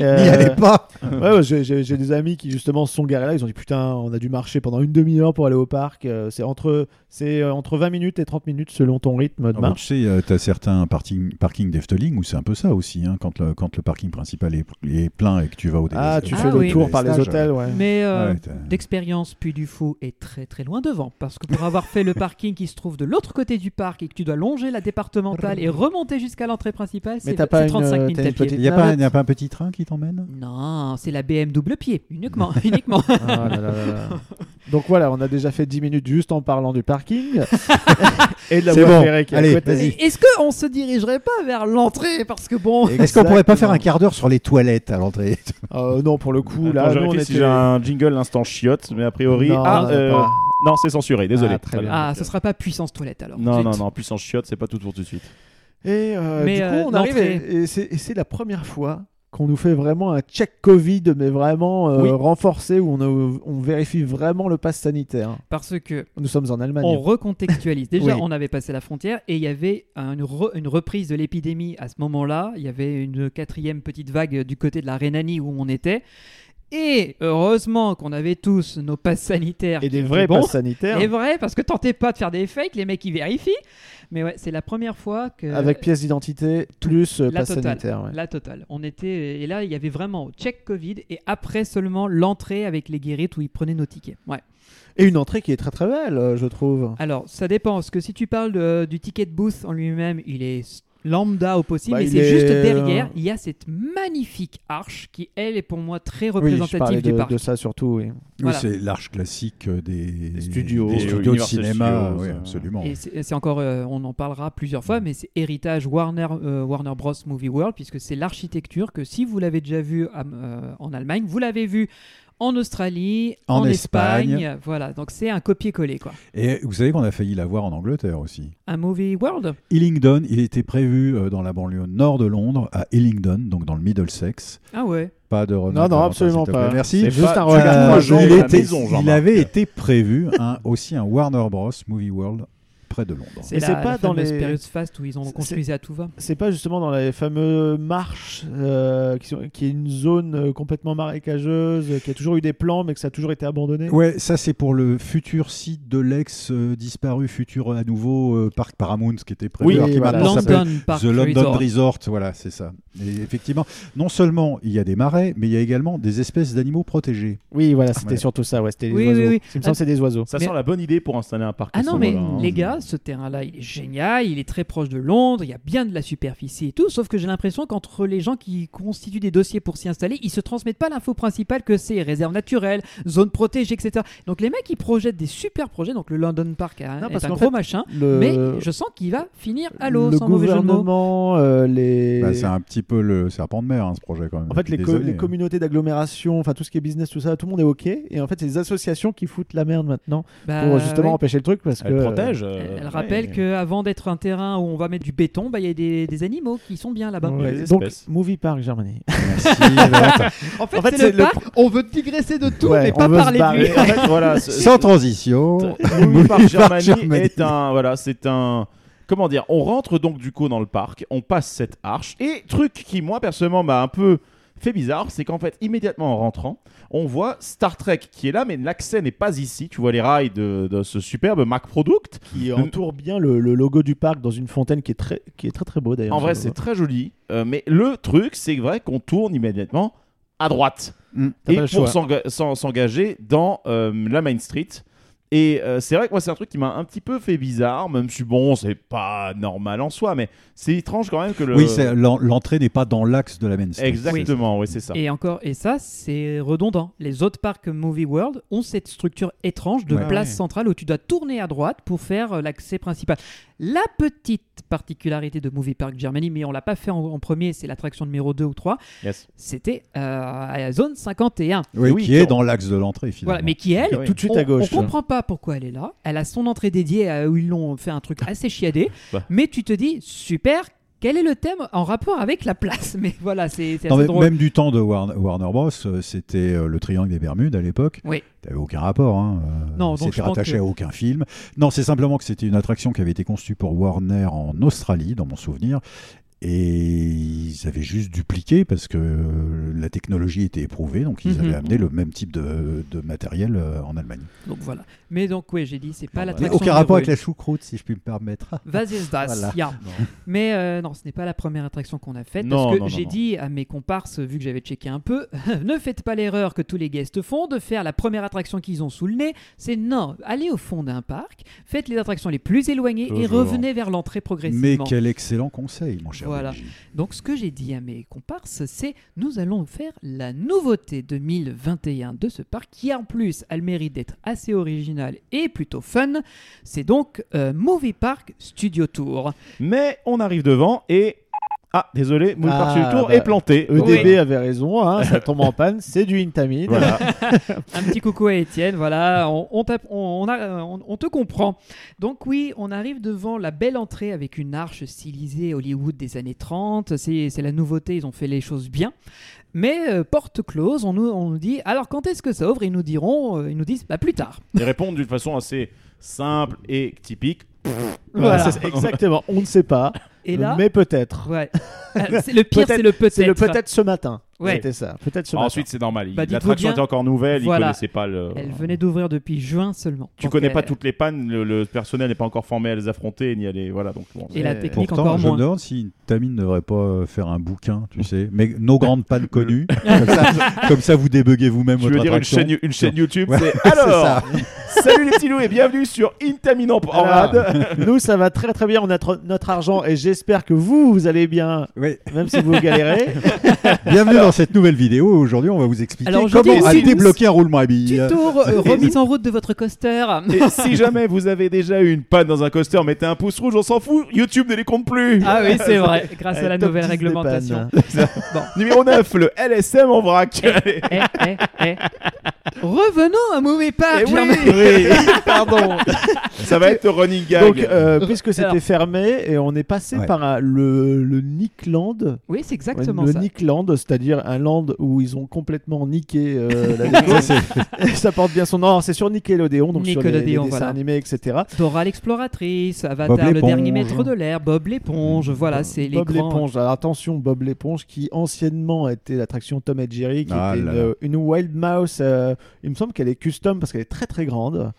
[SPEAKER 8] euh,
[SPEAKER 10] N'y allez pas
[SPEAKER 8] ouais, ouais, j'ai- J'ai j'ai des amis qui justement se sont garés là. Ils ont dit putain, on a dû marcher pendant une demi-heure pour aller au parc. Euh, C'est entre, c'est euh, entre 20 minutes et 30 minutes selon ton rythme de
[SPEAKER 10] Ah bah,
[SPEAKER 8] marche.
[SPEAKER 10] tu sais, euh, t'as certains parking, parking d'Efteling où c'est un peu ça aussi, hein, quand, le, quand le parking principal est, est plein et que bah, tu vas au
[SPEAKER 8] Ah, tu
[SPEAKER 11] Ah
[SPEAKER 8] fais
[SPEAKER 11] oui.
[SPEAKER 8] le tour par les
[SPEAKER 10] stages,
[SPEAKER 8] hôtels,
[SPEAKER 10] ouais.
[SPEAKER 8] ouais.
[SPEAKER 11] Mais euh,
[SPEAKER 10] Ouais, t'as-
[SPEAKER 11] d'expérience, Puy du Fou est très très loin devant. Parce que pour avoir fait le parking qui se trouve de l'autre côté du parc et que tu dois longer la départementale et remonter jusqu'à l'entrée principale,
[SPEAKER 8] Mais
[SPEAKER 11] c'est
[SPEAKER 8] t'as
[SPEAKER 11] c'est
[SPEAKER 8] pas
[SPEAKER 11] 35
[SPEAKER 8] une,
[SPEAKER 11] minutes
[SPEAKER 8] t'as
[SPEAKER 11] à
[SPEAKER 8] une
[SPEAKER 11] pied.
[SPEAKER 8] petite
[SPEAKER 10] Il n'y a, pas un-
[SPEAKER 8] navette
[SPEAKER 10] y a pas un petit train qui t'emmène
[SPEAKER 11] Non, c'est la BM double pied, uniquement. uniquement.
[SPEAKER 8] Ah là là là là. Donc voilà, on a déjà fait 10 minutes juste en parlant du parking et de la
[SPEAKER 10] C'est
[SPEAKER 8] voie
[SPEAKER 10] bon.
[SPEAKER 8] ferrée qui est à
[SPEAKER 10] Allez,
[SPEAKER 8] côté.
[SPEAKER 10] vas-y.
[SPEAKER 11] Est-ce qu'on se dirigerait pas vers l'entrée Parce que bon.
[SPEAKER 10] Est-ce qu'on pourrait pas faire un
[SPEAKER 8] Exactement.
[SPEAKER 10] quart d'heure sur les toilettes à l'entrée
[SPEAKER 8] Euh, non, pour le coup, là,
[SPEAKER 9] Attends, je
[SPEAKER 8] nous, on
[SPEAKER 9] vérifie
[SPEAKER 8] était...
[SPEAKER 9] si j'ai un jingle l'instant chiotte, mais a priori.
[SPEAKER 8] Non,
[SPEAKER 9] ah,
[SPEAKER 8] non,
[SPEAKER 9] euh,
[SPEAKER 8] pas.
[SPEAKER 9] non, c'est censuré, désolé.
[SPEAKER 8] Ah, très bien.
[SPEAKER 11] Ah, ce sera pas puissance toilette alors.
[SPEAKER 9] Non,
[SPEAKER 11] Zut.
[SPEAKER 9] non, non, puissance chiotte, c'est pas tout pour tout de suite.
[SPEAKER 8] Et euh,
[SPEAKER 11] Mais,
[SPEAKER 8] du coup,
[SPEAKER 11] euh,
[SPEAKER 8] on arrive et,
[SPEAKER 11] l'entrée.
[SPEAKER 8] et c'est, et c'est la première fois qu'on nous fait vraiment un check Covid, mais vraiment euh,
[SPEAKER 9] Oui.
[SPEAKER 8] renforcé, où on, a- on vérifie vraiment le pass sanitaire.
[SPEAKER 11] Parce que
[SPEAKER 8] Nous sommes en Allemagne.
[SPEAKER 11] on recontextualise. Déjà,
[SPEAKER 8] Oui.
[SPEAKER 11] on avait passé la frontière et il y avait une, re- une reprise de l'épidémie à ce moment-là. Il y avait une quatrième petite vague du côté de la Rhénanie où on était. Et heureusement qu'on avait tous nos passes sanitaires.
[SPEAKER 8] Et des
[SPEAKER 11] qui
[SPEAKER 8] vrais
[SPEAKER 11] étaient bons.
[SPEAKER 8] passes sanitaires,
[SPEAKER 11] Et vrai, parce que tentez pas de faire des fakes, les mecs ils vérifient. Mais ouais, c'est la première fois que.
[SPEAKER 8] avec pièce d'identité, plus euh,
[SPEAKER 11] la
[SPEAKER 8] passe
[SPEAKER 11] totale.
[SPEAKER 8] sanitaire. ouais.
[SPEAKER 11] La totale. On était et là il y avait vraiment check Covid et après seulement l'entrée avec les guérites où ils prenaient nos tickets. Ouais.
[SPEAKER 8] Et une entrée qui est très très belle, euh, je trouve.
[SPEAKER 11] Alors ça dépend parce que si tu parles de- du ticket de booth en lui-même, il est lambda au possible.
[SPEAKER 8] Bah,
[SPEAKER 11] et
[SPEAKER 8] il
[SPEAKER 11] c'est juste
[SPEAKER 8] est,
[SPEAKER 11] derrière,
[SPEAKER 8] euh,
[SPEAKER 11] il y a cette magnifique arche qui, elle, est pour moi très
[SPEAKER 8] Oui, je
[SPEAKER 11] représentative
[SPEAKER 8] parlais
[SPEAKER 11] du
[SPEAKER 8] de,
[SPEAKER 11] parc.
[SPEAKER 8] de ça surtout. Oui.
[SPEAKER 10] Oui,
[SPEAKER 11] Voilà.
[SPEAKER 10] c'est l'arche classique euh, des, des
[SPEAKER 8] studios.
[SPEAKER 10] des
[SPEAKER 8] Des
[SPEAKER 10] studios de
[SPEAKER 9] Universal
[SPEAKER 10] cinéma.
[SPEAKER 9] Studios,
[SPEAKER 10] oui,
[SPEAKER 9] euh.
[SPEAKER 10] absolument.
[SPEAKER 11] Et c'est c'est encore, euh, on en parlera plusieurs
[SPEAKER 8] Mm.
[SPEAKER 11] fois, mais c'est héritage Warner, euh, Warner Bros. Movie World, puisque c'est l'architecture que si vous l'avez déjà vu à- euh, en Allemagne, vous l'avez vu en Australie,
[SPEAKER 10] En
[SPEAKER 11] en,
[SPEAKER 10] Espagne.
[SPEAKER 11] Espagne. Voilà, donc c'est un copier-coller, quoi.
[SPEAKER 10] Et vous savez qu'on a failli l'avoir en Angleterre aussi.
[SPEAKER 11] Un Movie World
[SPEAKER 10] Hillingdon, il était prévu euh, dans la banlieue nord de Londres, à Hillingdon, donc dans le Middlesex.
[SPEAKER 11] Ah ouais.
[SPEAKER 10] Pas de remarques
[SPEAKER 8] Non, non,
[SPEAKER 10] avant,
[SPEAKER 8] absolument
[SPEAKER 10] Oh, s'il te plaît.
[SPEAKER 8] pas.
[SPEAKER 10] Merci.
[SPEAKER 8] C'est juste
[SPEAKER 9] pas-
[SPEAKER 8] un
[SPEAKER 9] tu
[SPEAKER 8] regard
[SPEAKER 9] l'as
[SPEAKER 10] Euh,
[SPEAKER 9] croisé
[SPEAKER 8] croisé.
[SPEAKER 10] il,
[SPEAKER 9] à la
[SPEAKER 10] était-
[SPEAKER 9] maison,
[SPEAKER 10] il
[SPEAKER 9] Jean-Marc.
[SPEAKER 10] avait été prévu un- aussi un Warner Bros. Movie World près de Londres.
[SPEAKER 11] C'est
[SPEAKER 8] Et
[SPEAKER 11] la,
[SPEAKER 8] c'est
[SPEAKER 11] la
[SPEAKER 8] pas dans
[SPEAKER 11] fameuse
[SPEAKER 8] les-
[SPEAKER 11] période Fast où ils ont
[SPEAKER 8] C'est-
[SPEAKER 11] construisé à tout va.
[SPEAKER 8] C'est pas justement dans les fameux marches euh, qui, sont- qui est une zone euh, complètement marécageuse, euh, qui a toujours eu des plans, mais que ça a toujours été abandonné.
[SPEAKER 10] Ouais, ça c'est pour le futur site de l'ex euh, disparu, futur à nouveau euh, parc Paramount qui était prévu,
[SPEAKER 8] Oui,
[SPEAKER 10] alors qui
[SPEAKER 8] voilà.
[SPEAKER 10] maintenant s'appelle
[SPEAKER 11] London Park
[SPEAKER 10] The London
[SPEAKER 11] Resort.
[SPEAKER 10] Resort. voilà, c'est ça. Et effectivement, non seulement il y a des marais, mais il y a également des espèces d'animaux protégés.
[SPEAKER 8] Oui, voilà, c'était
[SPEAKER 10] Ah, Ouais.
[SPEAKER 8] surtout ça. Ouais, c'était les
[SPEAKER 11] Oui,
[SPEAKER 8] oiseaux.
[SPEAKER 11] oui, oui.
[SPEAKER 8] Il me semble que c'est des oiseaux.
[SPEAKER 9] Ça
[SPEAKER 11] Mais-
[SPEAKER 9] sent la bonne idée pour installer un parc.
[SPEAKER 11] Ah
[SPEAKER 9] à
[SPEAKER 11] non,
[SPEAKER 9] ce
[SPEAKER 11] mais
[SPEAKER 9] moment-là, hein.
[SPEAKER 11] les gars, ce terrain-là, il est génial, il est très proche de Londres, il y a bien de la superficie et tout, sauf que j'ai l'impression qu'entre les gens qui constituent des dossiers pour s'y installer, ils se transmettent pas l'info principale que c'est réserve naturelle, zone protégée, etc. Donc les mecs, ils projettent des super projets, donc le London Park hein,
[SPEAKER 8] Non, parce
[SPEAKER 11] est un
[SPEAKER 8] qu'en
[SPEAKER 11] gros
[SPEAKER 8] fait,
[SPEAKER 11] machin,
[SPEAKER 8] Le...
[SPEAKER 11] mais je sens qu'il va finir à l'eau,
[SPEAKER 8] le
[SPEAKER 11] sans mauvais jeu de mots.
[SPEAKER 8] gouvernement, euh, les.
[SPEAKER 10] Bah, c'est un petit peu le serpent de mer, hein, ce projet quand même.
[SPEAKER 8] En fait,
[SPEAKER 10] depuis
[SPEAKER 8] les,
[SPEAKER 10] des
[SPEAKER 8] co-
[SPEAKER 10] années,
[SPEAKER 8] les
[SPEAKER 10] hein.
[SPEAKER 8] communautés d'agglomération, enfin tout ce qui est business, tout ça, tout le monde est OK. Et en fait, c'est les associations qui foutent la merde maintenant
[SPEAKER 11] Bah,
[SPEAKER 8] pour justement
[SPEAKER 11] ouais.
[SPEAKER 8] empêcher le truc parce
[SPEAKER 9] Elle
[SPEAKER 8] que.
[SPEAKER 9] protège. euh,
[SPEAKER 11] Elle, elle
[SPEAKER 9] ouais.
[SPEAKER 11] rappelle qu'avant d'être un terrain où on va mettre du béton, bah, il y a des, des animaux qui sont bien là-bas.
[SPEAKER 8] euh, Ouais,
[SPEAKER 9] Les
[SPEAKER 8] Donc,
[SPEAKER 9] espèces.
[SPEAKER 8] Movie Park Germany.
[SPEAKER 10] hein, Merci, Valentin.
[SPEAKER 11] En fait,
[SPEAKER 8] En fait,
[SPEAKER 11] c'est
[SPEAKER 8] c'est
[SPEAKER 11] le,
[SPEAKER 8] le
[SPEAKER 11] parc, on veut digresser de tout,
[SPEAKER 8] Ouais,
[SPEAKER 11] mais
[SPEAKER 8] on
[SPEAKER 11] pas
[SPEAKER 8] veut se
[SPEAKER 11] parler de lui.
[SPEAKER 9] Mais en fait, voilà, ce-
[SPEAKER 10] Sans transition.
[SPEAKER 9] Movie Park
[SPEAKER 10] Park
[SPEAKER 9] Oh, Germany
[SPEAKER 10] Germany.
[SPEAKER 9] est un voilà, c'est un comment dire, on rentre donc du coup dans le parc, on passe cette arche et truc qui moi personnellement m'a un peu fait bizarre, c'est qu'en fait immédiatement en rentrant, on voit Star Trek qui est là mais l'accès n'est pas ici, tu vois les rails de, de ce superbe Mac Product.
[SPEAKER 8] qui entoure bien le, le logo du parc dans une fontaine qui est très, qui est très très beau d'ailleurs.
[SPEAKER 9] En vrai, c'est très joli, euh, mais le truc c'est vrai qu'on tourne immédiatement à droite.
[SPEAKER 10] Mm.
[SPEAKER 8] T'as
[SPEAKER 9] et
[SPEAKER 8] pas le
[SPEAKER 9] pour
[SPEAKER 8] choix.
[SPEAKER 9] s'enga- s'en- s'engager dans euh, la Main Street. Et euh, c'est vrai que moi, c'est un truc qui m'a un petit peu fait bizarre, même si bon, c'est pas normal en soi, mais c'est étrange quand même que le.
[SPEAKER 10] Oui, c'est- l'en- l'entrée n'est pas dans l'axe de la main street.
[SPEAKER 9] Exactement, oui, c'est ça.
[SPEAKER 11] Et encore, et ça, c'est redondant. Les autres parcs Movie World ont cette structure étrange de
[SPEAKER 10] Ouais.
[SPEAKER 11] place
[SPEAKER 9] Ouais.
[SPEAKER 11] centrale où tu dois tourner à droite pour faire euh, l'accès principal. La petite particularité de Movie Park Germany, mais on l'a pas fait en, en premier, c'est l'attraction numéro 2 ou 3,
[SPEAKER 9] Yes.
[SPEAKER 11] c'était euh, à la zone 51.
[SPEAKER 10] Oui,
[SPEAKER 9] Oui,
[SPEAKER 10] qui est
[SPEAKER 9] dans-
[SPEAKER 10] dans l'axe de l'entrée finalement.
[SPEAKER 11] Voilà, mais qui elle,
[SPEAKER 8] Tout de suite
[SPEAKER 11] on,
[SPEAKER 8] à gauche.
[SPEAKER 11] on comprend pas pourquoi elle est là. Elle a son entrée dédiée à, où ils l'ont fait un truc assez chiadé,
[SPEAKER 9] Bah.
[SPEAKER 11] mais tu te dis super. Quel est le thème en rapport avec la place Mais voilà, c'est c'est
[SPEAKER 10] Non,
[SPEAKER 11] assez
[SPEAKER 10] mais
[SPEAKER 11] drôle.
[SPEAKER 10] même du temps de Warner, Warner Bros, euh, c'était euh, le Triangle des Bermudes à l'époque.
[SPEAKER 11] Oui.
[SPEAKER 10] T'avais aucun rapport. Hein. euh,
[SPEAKER 11] Non, donc je
[SPEAKER 10] c'était
[SPEAKER 11] pense
[SPEAKER 10] rattaché
[SPEAKER 11] que-
[SPEAKER 10] à aucun film. Non, c'est simplement que c'était une attraction qui avait été conçue pour Warner en Australie, dans mon souvenir. Et ils avaient juste dupliqué parce que euh, la technologie était éprouvée, donc ils
[SPEAKER 11] Mhm.
[SPEAKER 10] avaient amené le même type de, de matériel euh, en Allemagne.
[SPEAKER 11] Donc voilà. Mais donc, oui, j'ai dit, c'est pas
[SPEAKER 10] Ah, Mais
[SPEAKER 11] l'attraction.
[SPEAKER 10] aucun rapport avec
[SPEAKER 11] numéro
[SPEAKER 10] la choucroute, si je puis me permettre.
[SPEAKER 11] une. Vas-y, c'est das,
[SPEAKER 10] Voilà.
[SPEAKER 11] ya. Mais euh, non, ce n'est pas la première attraction qu'on a faite.
[SPEAKER 9] Non,
[SPEAKER 11] parce
[SPEAKER 9] non,
[SPEAKER 11] que
[SPEAKER 9] non,
[SPEAKER 11] j'ai
[SPEAKER 9] non.
[SPEAKER 11] dit à mes comparses, vu que j'avais checké un peu, ne faites pas l'erreur que tous les guests font de faire la première attraction qu'ils ont sous le nez. C'est non, allez au fond d'un parc, faites les attractions les plus éloignées et
[SPEAKER 9] Toujours.
[SPEAKER 11] revenez vers l'entrée
[SPEAKER 10] Mais
[SPEAKER 11] progressivement.
[SPEAKER 10] quel excellent conseil, mon cher.
[SPEAKER 11] Voilà.
[SPEAKER 10] Luigi.
[SPEAKER 11] Donc ce que j'ai dit à mes comparses, c'est nous allons faire la nouveauté 2021 de ce parc qui en plus a le mérite d'être assez original et plutôt fun. C'est donc euh, Movie Park Studio Tour.
[SPEAKER 9] Mais on arrive devant et. Ah, désolé, Moon
[SPEAKER 8] Ah,
[SPEAKER 9] Park Studio Tour
[SPEAKER 8] bah,
[SPEAKER 9] est planté.
[SPEAKER 8] EDB avait raison, hein, ça tombe en panne, c'est du Intamine.
[SPEAKER 9] Voilà.
[SPEAKER 11] Un petit coucou à Étienne, voilà, on, on t'a- on- on a- on- on te comprend. Donc oui, on arrive devant la belle entrée avec une arche stylisée Hollywood des années 30, c'est c'est la nouveauté, ils ont fait les choses bien. Mais euh, porte close, on nous, on nous dit, alors quand est-ce que ça ouvre Ils nous diront, euh, ils nous disent, bah plus tard.
[SPEAKER 9] Ils répondent d'une façon assez simple et typique.
[SPEAKER 8] Voilà,
[SPEAKER 11] Voilà.
[SPEAKER 8] c'est- exactement, on ne sait pas,
[SPEAKER 11] Et là,
[SPEAKER 8] mais peut-être.
[SPEAKER 11] ouais. Ah, c'est- le pire, c'est le peut-être.
[SPEAKER 8] C'est le peut-être ce matin.
[SPEAKER 11] Ouais.
[SPEAKER 8] C'était ça, peut-être ce
[SPEAKER 9] Ensuite, c'est normal. il-
[SPEAKER 11] Bah, dites-vous
[SPEAKER 9] L'attraction
[SPEAKER 11] bien-
[SPEAKER 9] était encore nouvelle,
[SPEAKER 11] Voilà.
[SPEAKER 9] ils connaissaient pas le.
[SPEAKER 11] Elle venait d'ouvrir depuis juin seulement.
[SPEAKER 9] Tu
[SPEAKER 11] Donc, euh,
[SPEAKER 9] connais pas
[SPEAKER 11] elle-
[SPEAKER 9] toutes les pannes, le, le personnel n'est pas encore formé à les affronter ni à les. Voilà, donc bon.
[SPEAKER 11] Et la
[SPEAKER 8] Ouais.
[SPEAKER 11] technique
[SPEAKER 10] Pourtant,
[SPEAKER 11] encore
[SPEAKER 10] je me
[SPEAKER 11] moins.
[SPEAKER 10] demande si Tamine ne devrait pas euh, faire un bouquin, tu sais, mais nos grandes
[SPEAKER 8] Bah, euh,
[SPEAKER 10] pannes connues. comme, ça, comme ça, vous débuguez vous-même
[SPEAKER 9] Tu
[SPEAKER 10] votre
[SPEAKER 9] veux dire une
[SPEAKER 10] attraction.
[SPEAKER 9] chaîne, une chaîne YouTube
[SPEAKER 10] Ouais,
[SPEAKER 9] c'est
[SPEAKER 10] c'est
[SPEAKER 9] Alors,
[SPEAKER 10] ça.
[SPEAKER 9] Salut les petits loups et bienvenue sur Intaminant
[SPEAKER 8] Voilà. Nous, ça va très très bien. On a tr- notre argent et j'espère que vous, vous allez bien,
[SPEAKER 10] Oui.
[SPEAKER 8] même si vous galérez.
[SPEAKER 10] Bienvenue dans cette nouvelle vidéo. Aujourd'hui, on va vous expliquer
[SPEAKER 11] Alors, aujourd'hui,
[SPEAKER 10] comment à
[SPEAKER 11] c'est-
[SPEAKER 10] débloquer un roulement à billes.
[SPEAKER 11] Tuto euh, remise en route de votre coaster. Ah
[SPEAKER 9] Et si jamais vous avez déjà eu une panne dans un coaster, mettez un pouce rouge, on s'en fout, YouTube ne les compte plus.
[SPEAKER 11] Ah oui, c'est vrai, grâce à
[SPEAKER 8] Allez,
[SPEAKER 11] la
[SPEAKER 8] top
[SPEAKER 11] nouvelle
[SPEAKER 8] 10 des
[SPEAKER 11] réglementation.
[SPEAKER 8] pannes.
[SPEAKER 9] Numéro 9, le LSM en vrac. Allez.
[SPEAKER 11] Eh, eh, eh. Revenons à Movie
[SPEAKER 9] Eh
[SPEAKER 11] Park.
[SPEAKER 9] oui,
[SPEAKER 11] Germain.
[SPEAKER 9] oui.
[SPEAKER 8] Pardon.
[SPEAKER 9] ça va être running gag.
[SPEAKER 8] Donc, euh, puisque c'était
[SPEAKER 11] Alors.
[SPEAKER 8] fermé et on est passé
[SPEAKER 10] Ouais.
[SPEAKER 8] par un- le, le Nickland.
[SPEAKER 11] Oui, c'est exactement
[SPEAKER 8] Le
[SPEAKER 11] ça.
[SPEAKER 8] Nickland, c'est-à-dire un land où ils ont complètement niqué euh, la déco.
[SPEAKER 10] Ça, c'est-
[SPEAKER 8] ça porte bien son nom. C'est sur Nickelodeon, donc sur les- les,
[SPEAKER 11] Nickelodeon,
[SPEAKER 8] dessins
[SPEAKER 11] voilà.
[SPEAKER 8] animés, etc.
[SPEAKER 11] Dora l'exploratrice,
[SPEAKER 10] Bob
[SPEAKER 11] Avatar, le
[SPEAKER 10] l'éponge.
[SPEAKER 11] dernier maître de l'air, Bob l'éponge, voilà, c'est les
[SPEAKER 8] Bob
[SPEAKER 11] grands.
[SPEAKER 8] l'éponge. Alors attention, Bob l'éponge qui anciennement était l'attraction Tom et Jerry, qui
[SPEAKER 10] Ah
[SPEAKER 8] était
[SPEAKER 10] là
[SPEAKER 8] une, une wild mouse. euh, il me semble qu'elle est custom parce qu'elle est très très grande.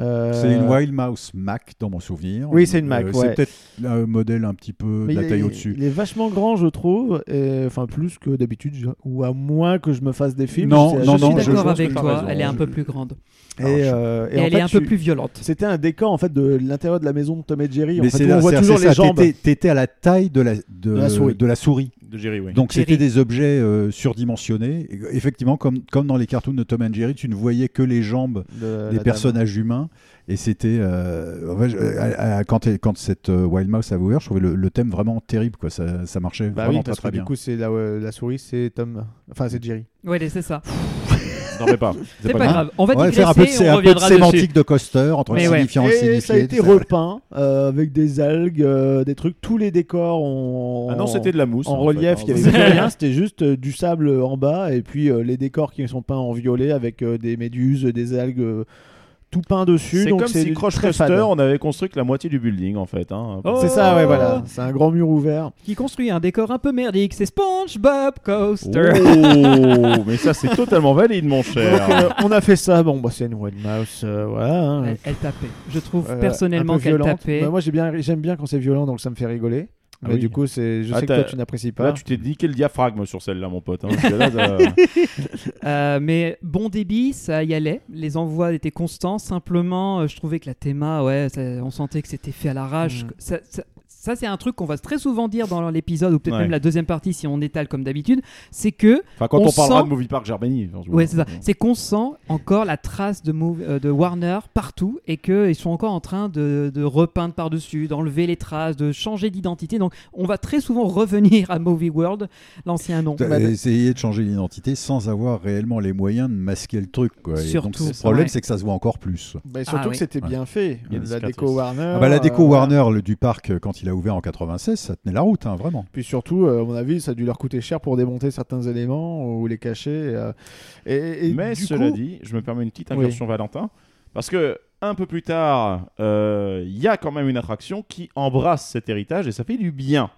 [SPEAKER 8] Euh,
[SPEAKER 10] C'est une Wild Mouse Mac dans mon souvenir. euh,
[SPEAKER 8] Oui, c'est une Mac, ouais.
[SPEAKER 10] C'est peut-être un modèle un petit peu
[SPEAKER 8] mais
[SPEAKER 10] de la
[SPEAKER 8] il
[SPEAKER 10] taille
[SPEAKER 8] est-
[SPEAKER 10] au-dessus.
[SPEAKER 8] Il est vachement grand, je trouve. et- Enfin, plus que d'habitude, je- ou à moins que je me fasse des films.
[SPEAKER 10] Non,
[SPEAKER 8] C'est-
[SPEAKER 10] non,
[SPEAKER 11] Je suis
[SPEAKER 10] non, je-
[SPEAKER 11] d'accord
[SPEAKER 10] pense
[SPEAKER 11] avec
[SPEAKER 10] que t'as
[SPEAKER 11] toi,
[SPEAKER 10] raison.
[SPEAKER 11] elle est un
[SPEAKER 10] Je-
[SPEAKER 11] peu plus grande.
[SPEAKER 8] Et, euh, et
[SPEAKER 11] Et
[SPEAKER 8] en
[SPEAKER 11] elle
[SPEAKER 8] fait,
[SPEAKER 11] est un peu
[SPEAKER 8] tu-
[SPEAKER 11] plus violente.
[SPEAKER 8] C'était un décor en fait de l'intérieur de la maison de Tom et Jerry. en
[SPEAKER 10] Mais
[SPEAKER 8] fait,
[SPEAKER 10] c'est
[SPEAKER 8] où on
[SPEAKER 10] là-
[SPEAKER 8] voit
[SPEAKER 10] c'est-
[SPEAKER 8] toujours
[SPEAKER 10] c'est
[SPEAKER 8] les
[SPEAKER 10] ça,
[SPEAKER 8] jambes.
[SPEAKER 10] t'étais- T'étais à la taille de la, de,
[SPEAKER 8] la souris.
[SPEAKER 10] de la souris.
[SPEAKER 9] De Jerry, oui.
[SPEAKER 10] Donc
[SPEAKER 11] Jerry.
[SPEAKER 10] c'était des objets euh, surdimensionnés. Et- Effectivement, comme, comme dans les cartoons de Tom and Jerry, tu ne voyais que les jambes
[SPEAKER 8] de
[SPEAKER 10] des
[SPEAKER 8] Euh, la dame.
[SPEAKER 10] personnages humains. Et c'était euh, en fait, je- à- à- quand, quand cette euh, Wild Mouse avait ouvert, je trouvais le, le thème vraiment terrible. Quoi. Ça, ça marchait
[SPEAKER 8] Bah
[SPEAKER 10] vraiment
[SPEAKER 8] oui,
[SPEAKER 10] très
[SPEAKER 8] parce
[SPEAKER 10] très
[SPEAKER 8] que
[SPEAKER 10] bien.
[SPEAKER 8] du coup, c'est la, euh, la souris, c'est Tom. Enfin, c'est Jerry.
[SPEAKER 11] Ouais, c'est ça.
[SPEAKER 9] N'en mets pas.
[SPEAKER 11] C'est pas,
[SPEAKER 10] grave.
[SPEAKER 11] grave. On va
[SPEAKER 10] on va
[SPEAKER 11] digresser,
[SPEAKER 10] faire un peu de,
[SPEAKER 11] on
[SPEAKER 10] un peu de
[SPEAKER 11] reviendra
[SPEAKER 10] sémantique
[SPEAKER 11] dessus.
[SPEAKER 10] de coaster entre
[SPEAKER 11] Mais
[SPEAKER 10] le
[SPEAKER 11] ouais.
[SPEAKER 10] signifiant et le
[SPEAKER 8] Et ça a
[SPEAKER 10] signifié.
[SPEAKER 8] été
[SPEAKER 10] tout ça.
[SPEAKER 8] repeint euh, avec des algues, euh, des trucs. Tous les décors ont.
[SPEAKER 9] Ah non, c'était de la mousse.
[SPEAKER 8] en
[SPEAKER 9] hein,
[SPEAKER 8] relief,
[SPEAKER 9] fait,
[SPEAKER 8] il
[SPEAKER 9] hein.
[SPEAKER 8] n'y avait plus rien, c'était juste euh, du sable euh, en bas et puis euh, les décors qui sont peints en violet avec euh, des méduses, des algues, euh, tout peint dessus.
[SPEAKER 9] C'est
[SPEAKER 8] donc
[SPEAKER 9] comme si
[SPEAKER 8] du-
[SPEAKER 9] Crush
[SPEAKER 8] très fade.
[SPEAKER 9] Coaster, on avait construit que la moitié du building en fait. hein.
[SPEAKER 11] Oh.
[SPEAKER 8] C'est ça, ouais, voilà. C'est un grand mur ouvert.
[SPEAKER 11] Qui construit un décor un peu merdique, c'est SpongeBob Coaster.
[SPEAKER 9] Oh, mais ça c'est totalement valide, mon
[SPEAKER 8] Donc, euh,
[SPEAKER 9] cher.
[SPEAKER 8] on a fait ça, bon, bah, c'est une Wild Mouse, euh, voilà. hein.
[SPEAKER 11] Elle, elle tapait. Je trouve
[SPEAKER 8] Euh, un
[SPEAKER 11] personnellement
[SPEAKER 8] peu
[SPEAKER 11] qu'elle
[SPEAKER 8] violente.
[SPEAKER 11] tapait.
[SPEAKER 8] Bah, moi, j'ai bien, ri- j'aime bien quand c'est violent, donc ça me fait rigoler.
[SPEAKER 9] Ah
[SPEAKER 8] mais
[SPEAKER 9] oui.
[SPEAKER 8] du coup, c'est, je
[SPEAKER 9] Ah,
[SPEAKER 8] sais que
[SPEAKER 9] t'as-
[SPEAKER 8] toi, tu n'apprécies pas.
[SPEAKER 9] Là, tu t'es niqué le diaphragme sur celle-là, mon pote. hein, parce que là, ça-
[SPEAKER 11] Euh, mais bon débit, ça y allait. Les envois étaient constants. Simplement, euh, je trouvais que la théma, ouais, ça- on sentait que c'était fait à l'arrache.
[SPEAKER 8] Mm.
[SPEAKER 11] Ça, ça- ça, c'est un truc qu'on va très souvent dire dans l'épisode, ou peut-être
[SPEAKER 9] Ouais.
[SPEAKER 11] même la deuxième partie si on étale comme d'habitude. C'est que,
[SPEAKER 9] Enfin, quand on,
[SPEAKER 11] On
[SPEAKER 9] parlera
[SPEAKER 11] sent-
[SPEAKER 9] de Movie Park Germany. genre, je
[SPEAKER 11] ouais,
[SPEAKER 9] vois.
[SPEAKER 11] c'est ça. C'est qu'on sent encore la trace de, mov- euh, de Warner partout et qu'ils sont encore en train de, de repeindre par-dessus, d'enlever les traces, de changer d'identité. Donc, on va très souvent revenir à Movie World, l'ancien nom.
[SPEAKER 10] T'as essayé de changer l'identité sans avoir réellement les moyens de masquer le truc. Quoi. Et donc,
[SPEAKER 11] Surtout,
[SPEAKER 10] le problème,
[SPEAKER 11] ouais.
[SPEAKER 10] c'est que ça se voit encore plus.
[SPEAKER 8] Bah, surtout
[SPEAKER 11] Ah,
[SPEAKER 8] que
[SPEAKER 11] oui.
[SPEAKER 8] c'était
[SPEAKER 10] Ouais.
[SPEAKER 8] bien fait.
[SPEAKER 9] Il y a des
[SPEAKER 8] la
[SPEAKER 9] cicatrices.
[SPEAKER 8] déco Warner.
[SPEAKER 10] Ah bah, la déco
[SPEAKER 8] euh, voilà.
[SPEAKER 10] Warner le- du parc, euh, quand il a ouvert en 96, ça tenait la route, hein, vraiment.
[SPEAKER 8] Puis surtout, euh, à mon avis, ça a dû leur coûter cher pour démonter certains éléments ou les cacher. euh, et, et
[SPEAKER 9] Mais
[SPEAKER 8] du
[SPEAKER 9] cela
[SPEAKER 8] coup,
[SPEAKER 9] dit, je me permets une petite incursion Valentin, parce que un peu plus tard, euh, il y a quand même une attraction qui embrasse cet héritage et ça fait du bien.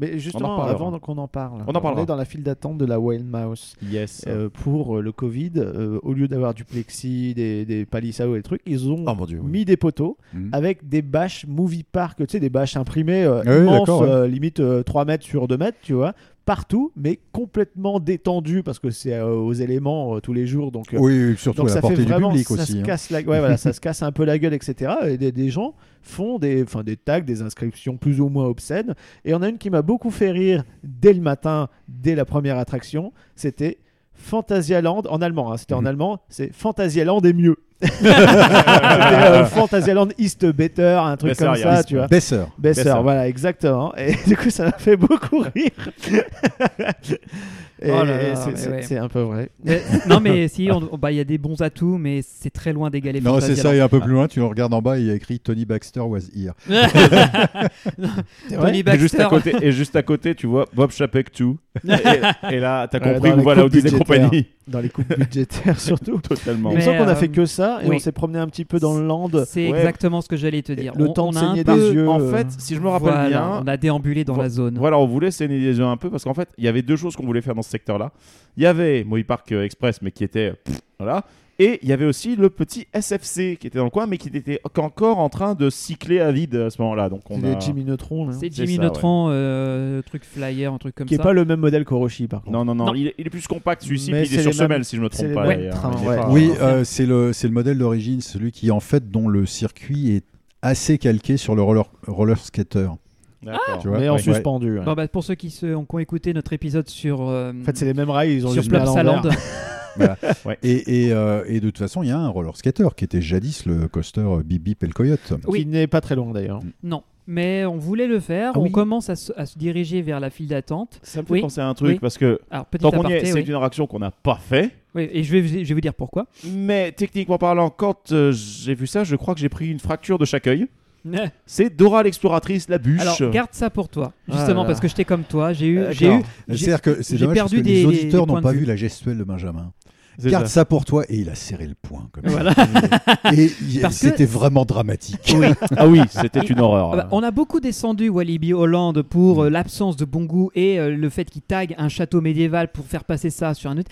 [SPEAKER 8] mais
[SPEAKER 9] On en
[SPEAKER 8] justement,
[SPEAKER 9] parlera.
[SPEAKER 8] avant donc, on en parle.
[SPEAKER 9] On en parlera.
[SPEAKER 8] est dans la file d'attente de la Wild Mouse.
[SPEAKER 9] Yes.
[SPEAKER 8] Euh, pour euh, le Covid, euh, au lieu d'avoir du plexi, des, des palissades et des trucs, ils ont
[SPEAKER 1] Oh mon dieu. oui.
[SPEAKER 8] mis des poteaux
[SPEAKER 10] Mhm.
[SPEAKER 8] avec des bâches movie park, tu sais, des bâches imprimées euh,
[SPEAKER 10] Ah oui,
[SPEAKER 8] immenses,
[SPEAKER 10] d'accord, ouais.
[SPEAKER 8] euh, limite euh, 3 mètres sur 2 mètres, tu vois, partout, mais complètement détendues parce que c'est euh, aux éléments euh, tous les jours, donc, euh,
[SPEAKER 10] Oui, surtout
[SPEAKER 8] donc
[SPEAKER 10] à la
[SPEAKER 8] ça fait
[SPEAKER 10] portée du
[SPEAKER 8] vraiment,
[SPEAKER 10] public
[SPEAKER 8] ça se
[SPEAKER 10] aussi. hein.
[SPEAKER 8] casse la, ouais, voilà, ça se casse un peu la gueule, etc. Et des, des gens font des, enfin, des tags, des inscriptions plus ou moins obscènes. Et on a une qui m'a beaucoup fait rire dès le matin, dès la première attraction, c'était Phantasialand en allemand, hein, c'était en
[SPEAKER 10] Mhm.
[SPEAKER 8] allemand, c'est Phantasialand est mieux. C'était, euh, Phantasialand East Better, un truc
[SPEAKER 9] Besser,
[SPEAKER 8] comme
[SPEAKER 9] il y a
[SPEAKER 8] ça,
[SPEAKER 9] East,
[SPEAKER 8] tu vois.
[SPEAKER 10] Besser.
[SPEAKER 8] Besser,
[SPEAKER 9] Besser.
[SPEAKER 8] voilà, exactement. Et du coup, ça m'a fait beaucoup rire. Et
[SPEAKER 11] Oh là là,
[SPEAKER 8] c'est-
[SPEAKER 11] mais
[SPEAKER 8] c'est
[SPEAKER 11] ouais.
[SPEAKER 8] c'est un peu vrai.
[SPEAKER 11] Euh, non mais si, on- bah, il y a des bons atouts, mais c'est très loin d'égaler.
[SPEAKER 10] Non, c'est
[SPEAKER 11] Fantasia
[SPEAKER 10] ça, et un peu plus loin, tu le regardes en bas, il y a écrit Tony Baxter was here.
[SPEAKER 11] Tony
[SPEAKER 9] Et juste,
[SPEAKER 11] Baxter.
[SPEAKER 9] à côté, et juste à côté, tu vois Bob Chapek 2. Et, et là, t'as
[SPEAKER 8] Ouais,
[SPEAKER 9] compris
[SPEAKER 8] dans
[SPEAKER 9] où
[SPEAKER 8] les
[SPEAKER 9] va la
[SPEAKER 8] coupes
[SPEAKER 9] Disney
[SPEAKER 8] budgétaires.
[SPEAKER 9] compagnie.
[SPEAKER 8] Dans les coupes budgétaires, surtout.
[SPEAKER 9] Totalement.
[SPEAKER 8] Il me
[SPEAKER 11] Mais,
[SPEAKER 8] semble qu'on a
[SPEAKER 11] euh,
[SPEAKER 8] fait que ça et
[SPEAKER 11] oui.
[SPEAKER 8] on s'est promené un petit peu dans le land.
[SPEAKER 11] C'est
[SPEAKER 9] Ouais.
[SPEAKER 11] exactement ce que j'allais te dire.
[SPEAKER 8] Le
[SPEAKER 11] on,
[SPEAKER 8] temps
[SPEAKER 11] on
[SPEAKER 8] de
[SPEAKER 11] a un
[SPEAKER 8] saigner
[SPEAKER 11] peu-
[SPEAKER 8] des yeux.
[SPEAKER 9] En
[SPEAKER 8] euh,
[SPEAKER 9] fait, si je me rappelle
[SPEAKER 11] voilà,
[SPEAKER 9] bien,
[SPEAKER 11] on a déambulé dans
[SPEAKER 9] Vo-
[SPEAKER 11] la zone.
[SPEAKER 9] Voilà, on voulait saigner les yeux un peu parce qu'en fait, il y avait deux choses qu'on voulait faire dans ce secteur-là. Il y avait Mohi Park euh, Express, mais qui était pff, Voilà. Et il y avait aussi le petit SFC qui était dans le coin, mais qui était encore en train de cycler à vide à ce moment-là. Donc on
[SPEAKER 8] C'est
[SPEAKER 9] a-
[SPEAKER 8] des Jimmy Neutron, là.
[SPEAKER 11] C'est
[SPEAKER 9] C'est
[SPEAKER 11] Jimmy
[SPEAKER 9] ça,
[SPEAKER 11] Neutron, euh, truc flyer, un truc comme
[SPEAKER 8] Qui est
[SPEAKER 11] ça.
[SPEAKER 8] pas le même modèle qu'Orochi, par contre.
[SPEAKER 9] Non, non, non,
[SPEAKER 11] Non.
[SPEAKER 9] Il, est, il est plus compact celui-ci,
[SPEAKER 8] Mais
[SPEAKER 9] puis il
[SPEAKER 8] c'est
[SPEAKER 9] est sur
[SPEAKER 8] les mêmes-
[SPEAKER 9] semelle si je me
[SPEAKER 8] c'est
[SPEAKER 9] trompe
[SPEAKER 8] les
[SPEAKER 9] pas.
[SPEAKER 8] mêmes
[SPEAKER 9] d'ailleurs.
[SPEAKER 8] trains,
[SPEAKER 9] Il est
[SPEAKER 8] ouais.
[SPEAKER 1] Ah.
[SPEAKER 9] pas-
[SPEAKER 10] Oui, euh, c'est le, c'est le modèle d'origine, celui qui, en fait, dont le circuit est assez calqué sur le roller, roller skater.
[SPEAKER 9] D'accord.
[SPEAKER 10] Tu vois
[SPEAKER 8] mais en
[SPEAKER 10] Ouais.
[SPEAKER 8] suspendu. ouais.
[SPEAKER 11] Bon, bah, pour ceux qui, se, qui ont écouté notre épisode sur, euh,
[SPEAKER 8] En fait, c'est les mêmes rails, ils ont
[SPEAKER 11] sur
[SPEAKER 8] juste mis à l'envers.
[SPEAKER 11] Plopsaland,
[SPEAKER 10] Et, et, euh, et de toute façon, il y a un roller skater qui était jadis le coaster euh, Bip Bip et le Coyote.
[SPEAKER 11] Oui.
[SPEAKER 8] Qui n'est pas très loin d'ailleurs.
[SPEAKER 11] non. Mais on voulait le faire,
[SPEAKER 8] Ah
[SPEAKER 11] on
[SPEAKER 8] oui.
[SPEAKER 11] commence à se, à se diriger vers la file d'attente.
[SPEAKER 9] Ça me fait
[SPEAKER 11] Oui.
[SPEAKER 9] penser à un truc,
[SPEAKER 11] Oui.
[SPEAKER 9] parce que
[SPEAKER 11] Alors, petit
[SPEAKER 9] tant qu'on y est,
[SPEAKER 11] aparté,
[SPEAKER 9] c'est
[SPEAKER 11] oui.
[SPEAKER 9] une réaction qu'on n'a pas fait.
[SPEAKER 11] Oui, et je vais, vous- je vais vous dire pourquoi.
[SPEAKER 9] Mais techniquement parlant, quand euh, j'ai vu ça, je crois que j'ai pris une fracture de chaque œil.
[SPEAKER 11] Ouais.
[SPEAKER 9] C'est Dora l'exploratrice, la bûche.
[SPEAKER 11] Alors, garde ça pour toi, justement,
[SPEAKER 9] Ah.
[SPEAKER 11] parce que j'étais comme toi. J'ai eu,
[SPEAKER 8] Euh,
[SPEAKER 9] D'accord.
[SPEAKER 11] j'ai eu, j'ai-
[SPEAKER 10] C'est-à-dire que c'est
[SPEAKER 11] j'ai
[SPEAKER 10] dommage
[SPEAKER 11] perdu
[SPEAKER 10] parce que
[SPEAKER 11] des-
[SPEAKER 10] les
[SPEAKER 11] des-
[SPEAKER 10] auditeurs
[SPEAKER 11] des
[SPEAKER 10] n'ont
[SPEAKER 11] points
[SPEAKER 10] pas
[SPEAKER 11] de
[SPEAKER 10] vu
[SPEAKER 11] vue.
[SPEAKER 10] la gestuelle de Benjamin.
[SPEAKER 9] C'est
[SPEAKER 10] Garde
[SPEAKER 9] ça.
[SPEAKER 10] ça pour toi et il a serré le poing. Comme ça.
[SPEAKER 11] Voilà.
[SPEAKER 10] Et il-
[SPEAKER 11] Parce que-
[SPEAKER 10] c'était vraiment dramatique.
[SPEAKER 9] Ah oui, c'était une horreur.
[SPEAKER 11] Ah bah, on a beaucoup descendu Walibi Hollande
[SPEAKER 9] Mm.
[SPEAKER 11] pour euh, l'absence de bon goût et euh, le fait qu'il tague un château médiéval pour faire passer ça sur un autre.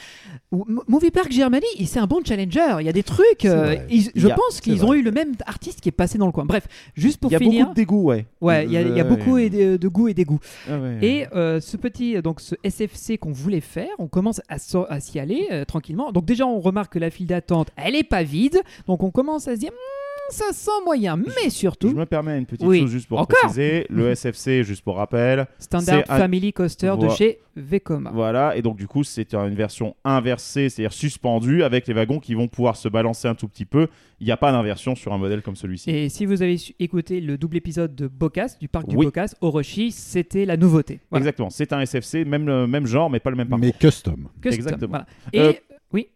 [SPEAKER 11] Ou- M- Movie Park Germany, il- c'est un bon challenger. Il y a des trucs. euh,
[SPEAKER 10] vrai.
[SPEAKER 11] ils-
[SPEAKER 9] Il
[SPEAKER 11] je
[SPEAKER 9] y a-
[SPEAKER 11] pense
[SPEAKER 9] c'est
[SPEAKER 11] qu'ils
[SPEAKER 9] vrai.
[SPEAKER 11] ont eu le même artiste qui est passé dans le coin. Bref, juste pour
[SPEAKER 9] il y a
[SPEAKER 11] finir.
[SPEAKER 9] beaucoup de dégoût, ouais.
[SPEAKER 11] Ouais, il y a, il y a
[SPEAKER 9] Ouais.
[SPEAKER 11] beaucoup et de, de goût et d'égout.
[SPEAKER 9] Ah ouais.
[SPEAKER 11] Et euh, ce petit, donc ce SFC qu'on voulait faire, on commence à, so- à s'y aller euh, tranquillement. Donc déjà, on remarque que la file d'attente, elle est pas vide. Donc on commence à se dire, Hmm, ça sent moyen. Mais
[SPEAKER 9] Je
[SPEAKER 11] surtout,
[SPEAKER 9] me permets une petite
[SPEAKER 11] Oui.
[SPEAKER 9] chose juste pour
[SPEAKER 11] Encore
[SPEAKER 9] préciser. Le SFC, juste pour rappel.
[SPEAKER 11] Standard
[SPEAKER 9] C'est un-
[SPEAKER 11] Family Coaster de
[SPEAKER 9] Voilà.
[SPEAKER 11] chez Vekoma.
[SPEAKER 9] Voilà, et donc du coup, c'est une version inversée, c'est-à-dire suspendue, avec les wagons qui vont pouvoir se balancer un tout petit peu. Il n'y a pas d'inversion sur un modèle comme celui-ci.
[SPEAKER 11] Et si vous avez su- écouté le double épisode de Bocas, du parc du
[SPEAKER 9] Oui.
[SPEAKER 11] Bocas, Orochi, c'était la nouveauté. Voilà.
[SPEAKER 9] Exactement, c'est un SFC, même, euh, même genre, mais pas le même parcours.
[SPEAKER 10] mais custom.
[SPEAKER 11] Que-
[SPEAKER 9] exactement.
[SPEAKER 11] voilà.
[SPEAKER 9] Euh,
[SPEAKER 11] Et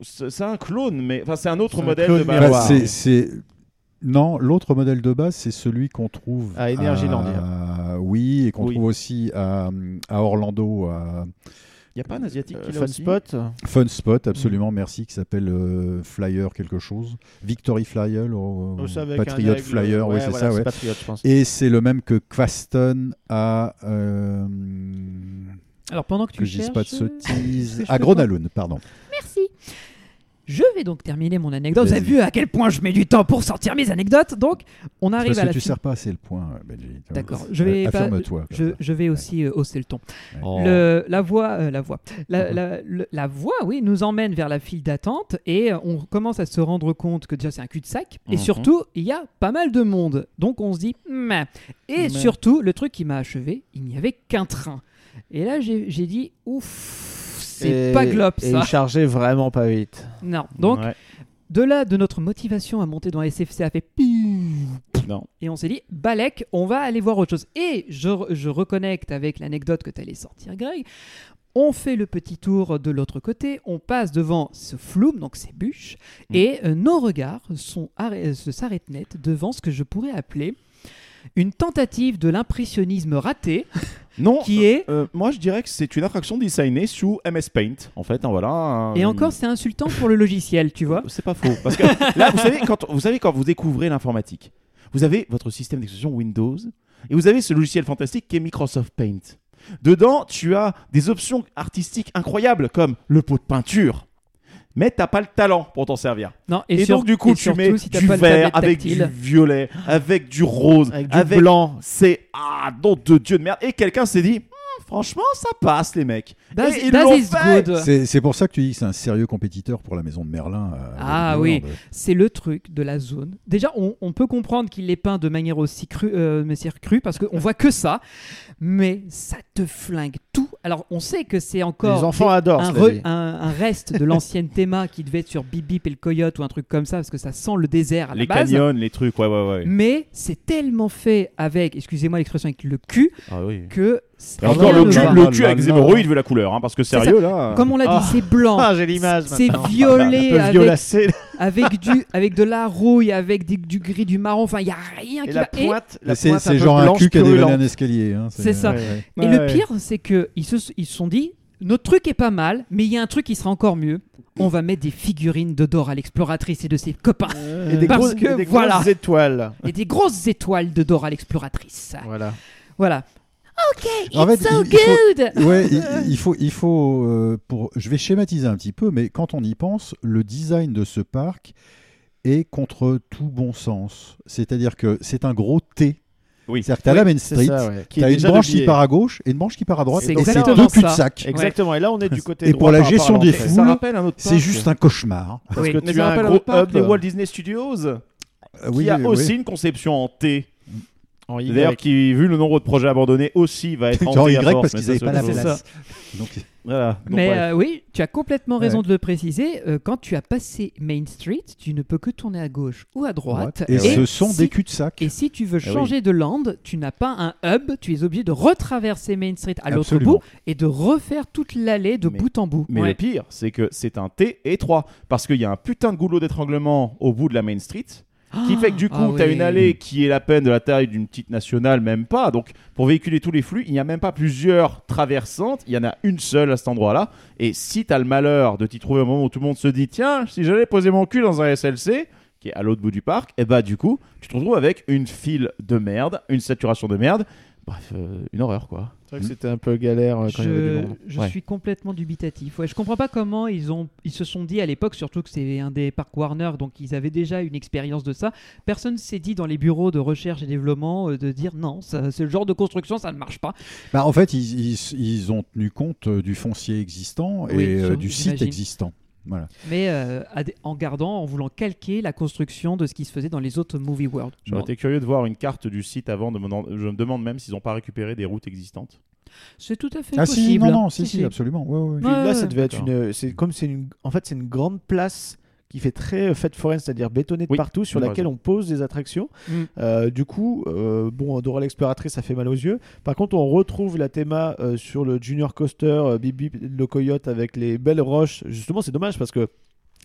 [SPEAKER 9] C'est c'est un clone, mais enfin, c'est un autre
[SPEAKER 8] C'est un
[SPEAKER 9] modèle
[SPEAKER 8] clone
[SPEAKER 9] de
[SPEAKER 10] Bah,
[SPEAKER 9] base.
[SPEAKER 8] miroir.
[SPEAKER 10] c'est- c'est- Non, l'autre modèle de base, c'est celui qu'on trouve
[SPEAKER 8] À Energyland,
[SPEAKER 10] à- Oui, et qu'on
[SPEAKER 9] Oui.
[SPEAKER 10] trouve aussi à, à Orlando, à
[SPEAKER 9] Il n'y a pas un asiatique qui l'a
[SPEAKER 8] Fun
[SPEAKER 9] aussi
[SPEAKER 8] spot.
[SPEAKER 10] Fun Spot, absolument, merci, qui s'appelle euh, Flyer quelque chose. Victory Flyer, ou,
[SPEAKER 8] Oh, c'est avec un
[SPEAKER 10] Patriot
[SPEAKER 8] aigle.
[SPEAKER 10] Flyer, oui,
[SPEAKER 8] Ouais,
[SPEAKER 10] c'est
[SPEAKER 8] voilà,
[SPEAKER 10] ça, ouais.
[SPEAKER 8] Patriot, je pense.
[SPEAKER 10] Et c'est le même que Quaston à. euh,
[SPEAKER 11] alors pendant que tu
[SPEAKER 10] que je dise
[SPEAKER 11] cherches,
[SPEAKER 10] pas de
[SPEAKER 11] je
[SPEAKER 10] sottises.
[SPEAKER 11] sais
[SPEAKER 10] À
[SPEAKER 11] pas.
[SPEAKER 10] Gronalun, pardon.
[SPEAKER 11] Merci. Je vais donc terminer mon anecdote. Vous
[SPEAKER 10] Vas-y.
[SPEAKER 11] avez vu à quel point je mets du temps pour sortir mes anecdotes. Donc, on
[SPEAKER 10] Parce
[SPEAKER 11] arrive à
[SPEAKER 10] que
[SPEAKER 11] la
[SPEAKER 10] tu
[SPEAKER 11] file-
[SPEAKER 10] sers pas assez le point, euh, Benji.
[SPEAKER 11] D'accord. Je vais pas-
[SPEAKER 10] euh, Affirme-toi. comme
[SPEAKER 11] Je,
[SPEAKER 10] ça.
[SPEAKER 11] je vais aussi euh, hausser le ton.
[SPEAKER 8] Oh.
[SPEAKER 11] Le- la voix, euh, la voix, la, la- le- la voix, oui, nous emmène vers la file d'attente et euh, on commence à se rendre compte que déjà c'est un cul-de-sac et
[SPEAKER 9] Mhm.
[SPEAKER 11] surtout il y a pas mal de monde. Donc on se dit, Meh. et
[SPEAKER 9] Meh.
[SPEAKER 11] surtout le truc qui m'a achevé, il n'y avait qu'un train. Et là j'ai j'ai dit, ouf, c'est
[SPEAKER 8] Et-
[SPEAKER 11] pas globe
[SPEAKER 8] Et
[SPEAKER 11] ça.
[SPEAKER 8] il chargeait vraiment pas vite.
[SPEAKER 11] Non. Donc
[SPEAKER 9] Ouais.
[SPEAKER 11] de là de notre motivation à monter dans SFC a fait piou,
[SPEAKER 9] Non.
[SPEAKER 11] et on s'est dit, Balek, on va aller voir autre chose. Et je, je reconnecte avec l'anecdote que tu allais sortir, Greg. On fait le petit tour de l'autre côté, on passe devant ce floume, donc ces bûches,
[SPEAKER 9] Mm.
[SPEAKER 11] et euh, nos regards sont arrê- euh, se s'arrêtent net devant ce que je pourrais appeler une tentative de l'impressionnisme raté,
[SPEAKER 9] Non.
[SPEAKER 11] qui est.
[SPEAKER 9] euh, moi, je dirais que c'est une attraction designée sous MS Paint, en fait. hein, voilà. un-
[SPEAKER 11] Et encore, c'est insultant pour le logiciel, tu vois.
[SPEAKER 9] C'est pas faux. Parce que là, vous savez, quand, vous savez, quand vous découvrez l'informatique, vous avez votre système d'expression Windows et vous avez ce logiciel fantastique qui est Microsoft Paint. Dedans, tu as des options artistiques incroyables comme le pot de peinture. Mais t'as pas le talent pour t'en servir.
[SPEAKER 11] Non,
[SPEAKER 9] Et,
[SPEAKER 11] sur-
[SPEAKER 9] donc du coup,
[SPEAKER 11] et
[SPEAKER 9] tu
[SPEAKER 11] surtout,
[SPEAKER 9] mets
[SPEAKER 11] si t'as
[SPEAKER 9] du
[SPEAKER 11] pas le
[SPEAKER 9] vert
[SPEAKER 11] tablette
[SPEAKER 9] avec
[SPEAKER 11] tactile.
[SPEAKER 9] du violet, avec du rose,
[SPEAKER 8] Avec du blanc.
[SPEAKER 9] C'est ah nom de dieu de merde. Et quelqu'un s'est dit, Hmm, franchement, ça passe les mecs.
[SPEAKER 11] That's-
[SPEAKER 9] et ils
[SPEAKER 11] that
[SPEAKER 9] l'ont
[SPEAKER 11] is
[SPEAKER 9] fait.
[SPEAKER 11] good.
[SPEAKER 10] C'est c'est pour ça que tu dis que c'est un sérieux compétiteur pour la maison de Merlin. euh,
[SPEAKER 11] Ah
[SPEAKER 10] Hollywood.
[SPEAKER 11] oui. c'est le truc de la zone. Déjà, on, on peut comprendre qu'il les peint de manière aussi crue, euh, messière crue, parce qu'on voit que ça, mais ça te flingue tout. Alors, on sait que c'est encore
[SPEAKER 8] Les enfants
[SPEAKER 11] des-
[SPEAKER 8] adorent.
[SPEAKER 11] un,
[SPEAKER 8] cela
[SPEAKER 11] re-
[SPEAKER 8] dit.
[SPEAKER 11] un- un reste de l'ancienne théma qui devait être sur Bip Bip et le Coyote ou un truc comme ça, parce que ça sent le désert à
[SPEAKER 9] Les
[SPEAKER 11] la base.
[SPEAKER 9] canyons, les trucs, ouais, ouais, ouais.
[SPEAKER 11] Mais c'est tellement fait avec, excusez-moi l'expression, avec le cul,
[SPEAKER 9] Ah oui.
[SPEAKER 11] que
[SPEAKER 9] Et
[SPEAKER 11] ça
[SPEAKER 9] encore
[SPEAKER 11] rien
[SPEAKER 9] le
[SPEAKER 11] ne
[SPEAKER 9] cul,
[SPEAKER 11] va.
[SPEAKER 9] le cul avec des hémorroïdes vu la couleur, hein, parce que
[SPEAKER 11] C'est ça.
[SPEAKER 9] sérieux là.
[SPEAKER 11] Comme on l'a dit,
[SPEAKER 8] Ah.
[SPEAKER 11] c'est blanc.
[SPEAKER 8] Ah, j'ai l'image
[SPEAKER 11] C'est
[SPEAKER 8] maintenant.
[SPEAKER 9] Ah,
[SPEAKER 11] violet
[SPEAKER 9] bah,
[SPEAKER 8] Un peu
[SPEAKER 11] avec
[SPEAKER 8] violacé.
[SPEAKER 11] avec du avec de la rouille, avec des- du gris, du marron. Enfin, il y a rien
[SPEAKER 8] Et
[SPEAKER 11] Ah, qui
[SPEAKER 8] la
[SPEAKER 11] va. Et-
[SPEAKER 8] pointe, la
[SPEAKER 10] Mais C'est
[SPEAKER 8] pointe
[SPEAKER 10] c'est
[SPEAKER 8] un peu
[SPEAKER 10] genre un
[SPEAKER 8] blanche
[SPEAKER 10] cul qui a dévalé
[SPEAKER 8] purulente.
[SPEAKER 10] un escalier. hein,
[SPEAKER 11] C'est ça. Et,
[SPEAKER 8] Ouais,
[SPEAKER 11] le
[SPEAKER 8] ouais.
[SPEAKER 11] pire, c'est que ils se ils se sont dit, notre truc est pas mal, mais il y a un truc qui sera encore mieux. On va mettre des figurines de Dora l'exploratrice et de ses copains
[SPEAKER 8] Et des,
[SPEAKER 11] Parce
[SPEAKER 8] grosses,
[SPEAKER 11] que
[SPEAKER 8] et des
[SPEAKER 11] voilà. Bah.
[SPEAKER 8] grosses étoiles.
[SPEAKER 11] et des grosses étoiles de Dora l'exploratrice.
[SPEAKER 8] Voilà.
[SPEAKER 11] Voilà.
[SPEAKER 12] Ok, it's
[SPEAKER 10] En fait,
[SPEAKER 12] so
[SPEAKER 10] il- il faut-
[SPEAKER 12] good.
[SPEAKER 10] euh, ouais, il, il faut, il faut euh, pour, je vais schématiser un petit peu, mais quand on y pense, le design de ce parc est contre tout bon sens. C'est-à-dire que c'est un gros T. C'est-à-dire que t'as
[SPEAKER 8] Oui,
[SPEAKER 10] la Main
[SPEAKER 8] c'est
[SPEAKER 10] Street,
[SPEAKER 8] ça, ouais. Qui est
[SPEAKER 10] t'as une
[SPEAKER 8] déjà
[SPEAKER 10] branche
[SPEAKER 8] dépliée.
[SPEAKER 10] qui part à gauche et une branche qui part à droite.
[SPEAKER 8] C'est
[SPEAKER 10] et c'est
[SPEAKER 8] exactement
[SPEAKER 10] deux
[SPEAKER 8] ça.
[SPEAKER 10] cul-de-sac.
[SPEAKER 8] Exactement, et là, on est du côté
[SPEAKER 10] Et
[SPEAKER 8] droit
[SPEAKER 10] pour la
[SPEAKER 8] par rapport à
[SPEAKER 10] gestion des
[SPEAKER 8] l'entrée. Ça
[SPEAKER 10] foules,
[SPEAKER 8] rappelle un autre
[SPEAKER 10] c'est
[SPEAKER 8] parc.
[SPEAKER 10] juste un cauchemar.
[SPEAKER 8] Parce que
[SPEAKER 9] Mais
[SPEAKER 8] tu
[SPEAKER 9] ça
[SPEAKER 8] as un
[SPEAKER 9] rappelle
[SPEAKER 8] gros
[SPEAKER 9] autre parc,
[SPEAKER 8] hub.
[SPEAKER 9] les Walt Disney Studios,
[SPEAKER 10] oui,
[SPEAKER 9] qui a
[SPEAKER 10] Euh, oui.
[SPEAKER 9] aussi une conception en T.
[SPEAKER 8] Y.
[SPEAKER 9] D'ailleurs, qui, vu le nombre de projets abandonnés, aussi va être en
[SPEAKER 10] Genre
[SPEAKER 9] T
[SPEAKER 10] Y,
[SPEAKER 9] à force,
[SPEAKER 10] parce
[SPEAKER 9] mais
[SPEAKER 10] qu'ils
[SPEAKER 9] ça,
[SPEAKER 10] avaient
[SPEAKER 9] c'est
[SPEAKER 10] pas la
[SPEAKER 9] autre chose.
[SPEAKER 10] place.
[SPEAKER 9] C'est ça.
[SPEAKER 10] Donc-
[SPEAKER 9] Voilà. Donc,
[SPEAKER 11] Mais
[SPEAKER 9] bref.
[SPEAKER 11] euh, oui, tu as complètement raison
[SPEAKER 10] Ouais.
[SPEAKER 11] de le préciser. euh, quand tu as passé Main Street, tu ne peux que tourner à gauche ou à droite.
[SPEAKER 10] Et ce sont
[SPEAKER 11] si-
[SPEAKER 10] des cul-de-sac.
[SPEAKER 11] Et si tu veux
[SPEAKER 9] Ah
[SPEAKER 10] Eh oui.
[SPEAKER 11] changer de land, tu n'as pas un hub, tu es obligé de retraverser Main Street à l'autre
[SPEAKER 9] Absolument.
[SPEAKER 11] bout et de refaire toute l'allée de bout en bout.
[SPEAKER 9] Mais
[SPEAKER 11] Ouais.
[SPEAKER 9] le pire, c'est que c'est un T étroit. Parce qu'il y a un putain de goulot d'étranglement au bout de la Main Street. Qui fait que du coup,
[SPEAKER 11] Ah
[SPEAKER 9] t'as
[SPEAKER 11] oui.
[SPEAKER 9] une allée qui est la peine de la taille d'une petite nationale, même pas. Donc, pour véhiculer tous les flux, il n'y a même pas plusieurs traversantes. Il y en a une seule à cet endroit-là. Et si t'as le malheur de t'y trouver au moment où tout le monde se dit Tiens, si j'allais poser mon cul dans un SLC, qui est à l'autre bout du parc, et bah, du coup, tu te retrouves avec une file de merde, une saturation de merde. Bref, euh, une horreur, quoi.
[SPEAKER 8] C'est vrai que c'était un peu galère euh, quand il y avait du
[SPEAKER 11] Je,
[SPEAKER 8] monde.
[SPEAKER 11] je
[SPEAKER 9] Ouais.
[SPEAKER 11] suis complètement dubitatif. Ouais, je comprends pas comment ils ont, ils se sont dit à l'époque, surtout que c'est un des parcs Warner, donc ils avaient déjà une expérience de ça. Personne s'est dit dans les bureaux de recherche et développement euh, de dire non, ça- ce genre de construction, ça ne marche pas.
[SPEAKER 10] Bah, en fait, ils, ils- ils ont tenu compte euh, du foncier existant et
[SPEAKER 11] Oui,
[SPEAKER 10] euh,
[SPEAKER 11] sûrement,
[SPEAKER 10] du site
[SPEAKER 11] j'imagine.
[SPEAKER 10] existant. Voilà.
[SPEAKER 11] Mais euh, à des- en gardant, en voulant calquer la construction de ce qui se faisait dans les autres movie world.
[SPEAKER 9] J'aurais
[SPEAKER 11] Bon.
[SPEAKER 9] été curieux de voir une carte du site avant. De me demander- je me demande même s'ils n'ont pas récupéré des routes existantes.
[SPEAKER 11] C'est tout à fait
[SPEAKER 10] Ah si,
[SPEAKER 11] possible.
[SPEAKER 10] non, non, si, si, absolument. Ouais, ouais, ouais.
[SPEAKER 8] Puis là, ça devait être
[SPEAKER 9] D'accord.
[SPEAKER 8] une. C'est comme c'est une. En fait, c'est une grande place qui fait très euh, fête foraine, c'est-à-dire bétonnée de
[SPEAKER 9] Oui,
[SPEAKER 8] partout, sur
[SPEAKER 9] t'as
[SPEAKER 8] laquelle
[SPEAKER 9] raison.
[SPEAKER 8] on pose des attractions.
[SPEAKER 11] Mm.
[SPEAKER 8] Euh, du coup, euh, bon, Dora l'exploratrice, ça fait mal aux yeux. Par contre, on retrouve la théma euh, sur le Junior Coaster, euh, Bip Bip, le coyote avec les belles roches. Justement, c'est dommage parce que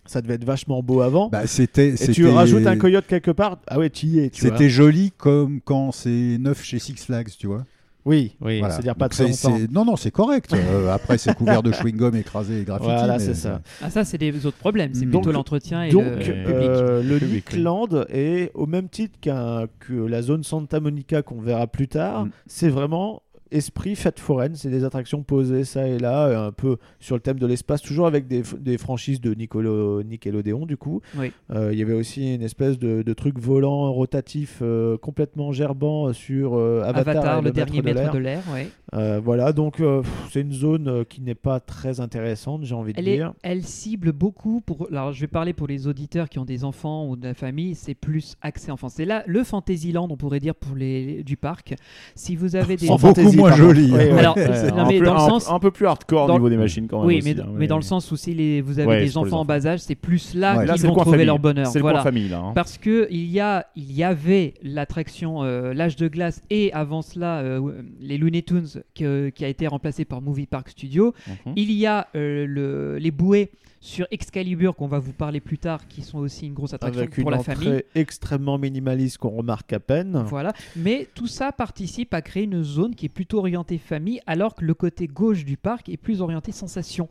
[SPEAKER 8] ça devait être vachement beau avant.
[SPEAKER 10] Bah, c'était,
[SPEAKER 8] et tu
[SPEAKER 10] c'était-
[SPEAKER 8] rajoutes un coyote quelque part, ah ouais, tu y es. tu vois.
[SPEAKER 10] C'était joli comme quand c'est neuf chez Six Flags, tu vois.
[SPEAKER 8] Oui, oui,
[SPEAKER 10] Voilà.
[SPEAKER 8] c'est-à-dire pas
[SPEAKER 10] Donc
[SPEAKER 8] très
[SPEAKER 10] c'est-
[SPEAKER 8] longtemps.
[SPEAKER 10] c'est- Non, non, c'est correct. Euh, après, c'est couvert de chewing-gum écrasé et graffiti.
[SPEAKER 8] Voilà,
[SPEAKER 10] mais-
[SPEAKER 8] c'est ça.
[SPEAKER 11] Ah ça, c'est des autres problèmes. C'est
[SPEAKER 10] Mm.
[SPEAKER 11] plutôt
[SPEAKER 10] Donc-
[SPEAKER 11] l'entretien et
[SPEAKER 8] Donc,
[SPEAKER 11] le public.
[SPEAKER 8] euh, le
[SPEAKER 9] Public, oui.
[SPEAKER 8] Lakeland est au même titre qu'un- que la zone Santa Monica qu'on verra plus tard.
[SPEAKER 10] Mm.
[SPEAKER 8] C'est vraiment esprit fête foraine. C'est des attractions posées ça et là, euh, un peu sur le thème de l'espace, toujours avec des, f- des franchises de Nicolo, Nickelodeon du coup.
[SPEAKER 11] Oui.
[SPEAKER 8] Euh, Il y avait aussi une espèce de, de truc volant, rotatif, euh, complètement gerbant sur euh, Avatar,
[SPEAKER 11] Avatar,
[SPEAKER 8] et
[SPEAKER 11] le, dernier
[SPEAKER 8] de
[SPEAKER 11] maître
[SPEAKER 8] l'air.
[SPEAKER 11] de l'air. ouais.
[SPEAKER 8] Euh, voilà, donc euh, pff, c'est une zone euh, qui n'est pas très intéressante, j'ai envie
[SPEAKER 11] Elle,
[SPEAKER 8] de
[SPEAKER 11] est,
[SPEAKER 8] dire.
[SPEAKER 11] elle cible beaucoup pour. Alors, je vais parler pour les auditeurs qui ont des enfants ou de la famille. C'est plus axé enfant. C'est là le Fantasyland, on pourrait dire pour les du parc. Si vous avez des
[SPEAKER 10] Sans beaucoup
[SPEAKER 8] fantaisie,
[SPEAKER 10] moins
[SPEAKER 8] pardon.
[SPEAKER 10] joli.
[SPEAKER 8] Oui, oui.
[SPEAKER 11] Alors, euh,
[SPEAKER 9] Ouais,
[SPEAKER 11] c'est-
[SPEAKER 9] un,
[SPEAKER 11] non, mais
[SPEAKER 9] peu,
[SPEAKER 11] dans le
[SPEAKER 9] un-
[SPEAKER 11] sens-
[SPEAKER 9] un peu plus hardcore au
[SPEAKER 11] dans-
[SPEAKER 9] niveau des machines quand même.
[SPEAKER 11] oui,
[SPEAKER 9] aussi,
[SPEAKER 11] mais,
[SPEAKER 9] hein,
[SPEAKER 11] mais dans le sens où si les, vous avez
[SPEAKER 9] Ouais, c'est
[SPEAKER 11] des
[SPEAKER 9] pour les
[SPEAKER 11] enfants en
[SPEAKER 9] enfants.
[SPEAKER 11] bas âge, c'est plus là
[SPEAKER 10] Ouais.
[SPEAKER 9] Là,
[SPEAKER 11] qu'ils
[SPEAKER 9] c'est le
[SPEAKER 11] vont
[SPEAKER 9] coin
[SPEAKER 11] trouver
[SPEAKER 9] famille.
[SPEAKER 11] leur bonheur.
[SPEAKER 9] C'est le
[SPEAKER 11] Voilà. Bah,
[SPEAKER 9] coin famille, là. hein.
[SPEAKER 11] Parce que il y a, il y avait l'attraction euh, l'âge de glace et avant cela euh, les Looney Tunes que- qui a été remplacé par Movie Park Studio.
[SPEAKER 9] Mhm.
[SPEAKER 11] Il y a euh, le- les bouées sur Excalibur qu'on va vous parler plus tard, qui sont aussi une grosse attraction
[SPEAKER 8] avec une
[SPEAKER 11] pour la
[SPEAKER 8] entrée
[SPEAKER 11] famille.
[SPEAKER 8] extrêmement minimaliste qu'on remarque à peine.
[SPEAKER 11] Voilà. Mais tout ça participe à créer une zone qui est plutôt orientée famille, alors que le côté gauche du parc est plus orienté sensation.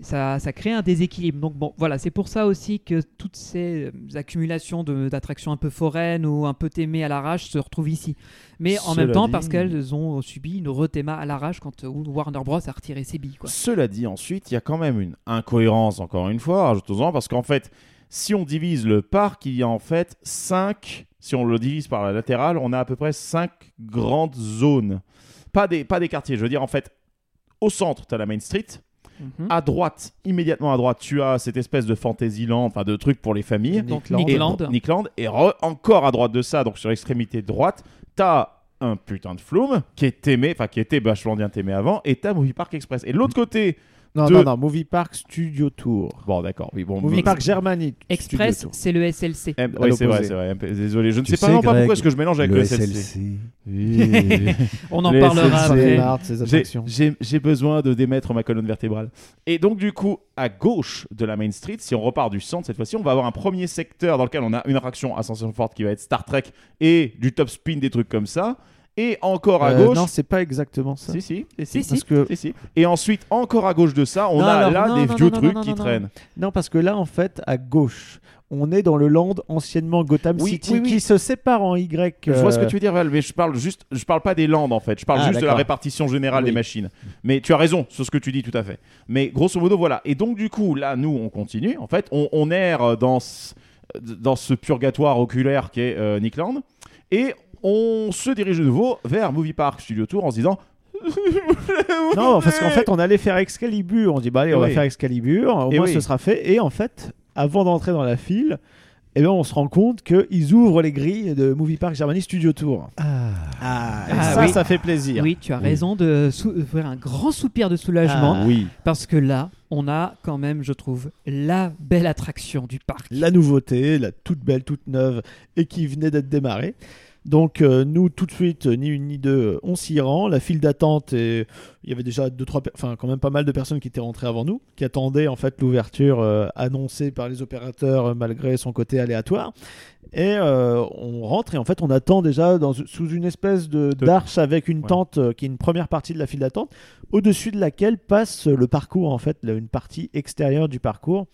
[SPEAKER 11] Ça, ça crée un déséquilibre. Donc bon, voilà, c'est pour ça aussi que toutes ces euh, accumulations de- d'attractions un peu foraines ou un peu témées à l'arrache se retrouvent ici. Mais en
[SPEAKER 9] Cela
[SPEAKER 11] même temps,
[SPEAKER 9] dit-
[SPEAKER 11] parce qu'elles ont subi une rethéma à l'arrache quand euh, Warner Bros a retiré ses billes. Quoi.
[SPEAKER 9] Cela dit, ensuite, il y a quand même une incohérence, encore une fois, rajoutons-en, parce qu'en fait, si on divise le parc, il y a en fait 5, si on le divise par la latérale, on a à peu près 5 grandes zones. Pas des, pas des quartiers, je veux dire, en fait, au centre, tu as la Main Street.
[SPEAKER 11] Mhm.
[SPEAKER 9] À droite, immédiatement à droite, tu as cette espèce de Fantasyland, enfin de truc pour les familles.
[SPEAKER 11] Donc
[SPEAKER 8] Nickland.
[SPEAKER 11] Nickland.
[SPEAKER 9] Et, Nickland. Et re- encore à droite de ça, donc sur l'extrémité droite, t'as un putain de flume qui est aimé, enfin qui était vachement bien aimé avant, et t'as Movie Park Express. Et de l'autre côté,
[SPEAKER 8] Non,
[SPEAKER 9] De-
[SPEAKER 8] non, non, Movie Park Studio Tour.
[SPEAKER 9] bon d'accord, oui bon.
[SPEAKER 8] Movie
[SPEAKER 9] me-
[SPEAKER 8] Park Germany
[SPEAKER 11] Express,
[SPEAKER 8] Studio Tour.
[SPEAKER 11] c'est le SLC.
[SPEAKER 9] M- oui, c'est
[SPEAKER 8] l'opposé.
[SPEAKER 9] vrai, c'est vrai. MP- Désolé, je ne
[SPEAKER 10] Tu
[SPEAKER 9] sais
[SPEAKER 10] sais,
[SPEAKER 9] pas vraiment pas
[SPEAKER 10] Greg,
[SPEAKER 9] pourquoi est-ce que je mélange avec le, SLC.
[SPEAKER 10] SLC.
[SPEAKER 11] On en
[SPEAKER 9] Les
[SPEAKER 11] parlera
[SPEAKER 9] SLC.
[SPEAKER 11] après.
[SPEAKER 8] C'est marre de ces
[SPEAKER 9] J'ai-
[SPEAKER 8] attractions.
[SPEAKER 9] J'ai j'ai besoin de démettre ma colonne vertébrale. Et donc, du coup, à gauche de la Main Street, si on repart du centre cette fois-ci, on va avoir un premier secteur dans lequel on a une attraction à sensation forte qui va être Star Trek et du top spin, des trucs comme ça. Et encore à
[SPEAKER 8] Euh,
[SPEAKER 9] gauche.
[SPEAKER 8] non, c'est pas exactement ça.
[SPEAKER 9] si, si,
[SPEAKER 11] Si,
[SPEAKER 9] si, si,
[SPEAKER 11] si.
[SPEAKER 8] Parce que,
[SPEAKER 9] si, si. Et ensuite, encore à gauche de ça, on
[SPEAKER 8] Non,
[SPEAKER 9] a
[SPEAKER 8] alors,
[SPEAKER 9] là
[SPEAKER 8] non,
[SPEAKER 9] des
[SPEAKER 8] non,
[SPEAKER 9] vieux
[SPEAKER 8] non, non,
[SPEAKER 9] trucs
[SPEAKER 8] non,
[SPEAKER 9] qui
[SPEAKER 8] non, non.
[SPEAKER 9] traînent.
[SPEAKER 8] non, parce que là, en fait, à gauche, on est dans le land anciennement Gotham
[SPEAKER 9] Oui,
[SPEAKER 8] City
[SPEAKER 9] oui, oui.
[SPEAKER 8] qui se sépare en Y.
[SPEAKER 9] Je vois ce
[SPEAKER 8] euh,
[SPEAKER 9] que tu veux dire, Val, mais je parle juste, je parle pas des landes en fait, je parle
[SPEAKER 8] Ah,
[SPEAKER 9] juste de la
[SPEAKER 8] d'accord.
[SPEAKER 9] répartition générale
[SPEAKER 8] Oui.
[SPEAKER 9] des machines. Mais tu as raison sur ce que tu dis, tout à fait. Mais grosso modo, voilà. Et donc, du coup, là, nous, on continue, en fait, on, on erre dans ce, dans ce purgatoire oculaire qu'est euh, Nick Land, et on se dirige de nouveau vers Movie Park Studio Tour en se disant
[SPEAKER 8] Non, parce qu'en fait, on allait faire Excalibur. On dit, bah allez, on va
[SPEAKER 9] Oui.
[SPEAKER 8] faire Excalibur. Au
[SPEAKER 9] Et
[SPEAKER 8] moins,
[SPEAKER 9] oui.
[SPEAKER 8] ce sera fait. Et en fait, avant d'entrer dans la file, eh ben, on se rend compte qu'ils ouvrent les grilles de Movie Park Germany Studio Tour. Ah, et
[SPEAKER 11] Ah,
[SPEAKER 8] ça,
[SPEAKER 11] oui.
[SPEAKER 8] ça fait plaisir.
[SPEAKER 11] Oui, tu as raison de faire un grand soupir de soulagement
[SPEAKER 8] Ah,
[SPEAKER 9] oui,
[SPEAKER 11] parce que là, on a quand même, je trouve, la belle attraction du parc.
[SPEAKER 8] La nouveauté, la toute belle, toute neuve, et qui venait d'être démarrée. Donc euh, nous, tout de suite, euh, ni une ni deux, euh, on s'y rend. La file d'attente, est- il y avait déjà deux, trois, per- enfin quand même pas mal de personnes qui étaient rentrées avant nous, qui attendaient en fait l'ouverture euh, annoncée par les opérateurs euh, malgré son côté aléatoire. Et euh, on rentre et en fait on attend déjà dans, sous une espèce de d'arche avec une
[SPEAKER 9] Ouais.
[SPEAKER 8] tente euh, qui est une première partie de la file d'attente, au-dessus de laquelle passe euh, le parcours en fait, le- une partie extérieure du parcours.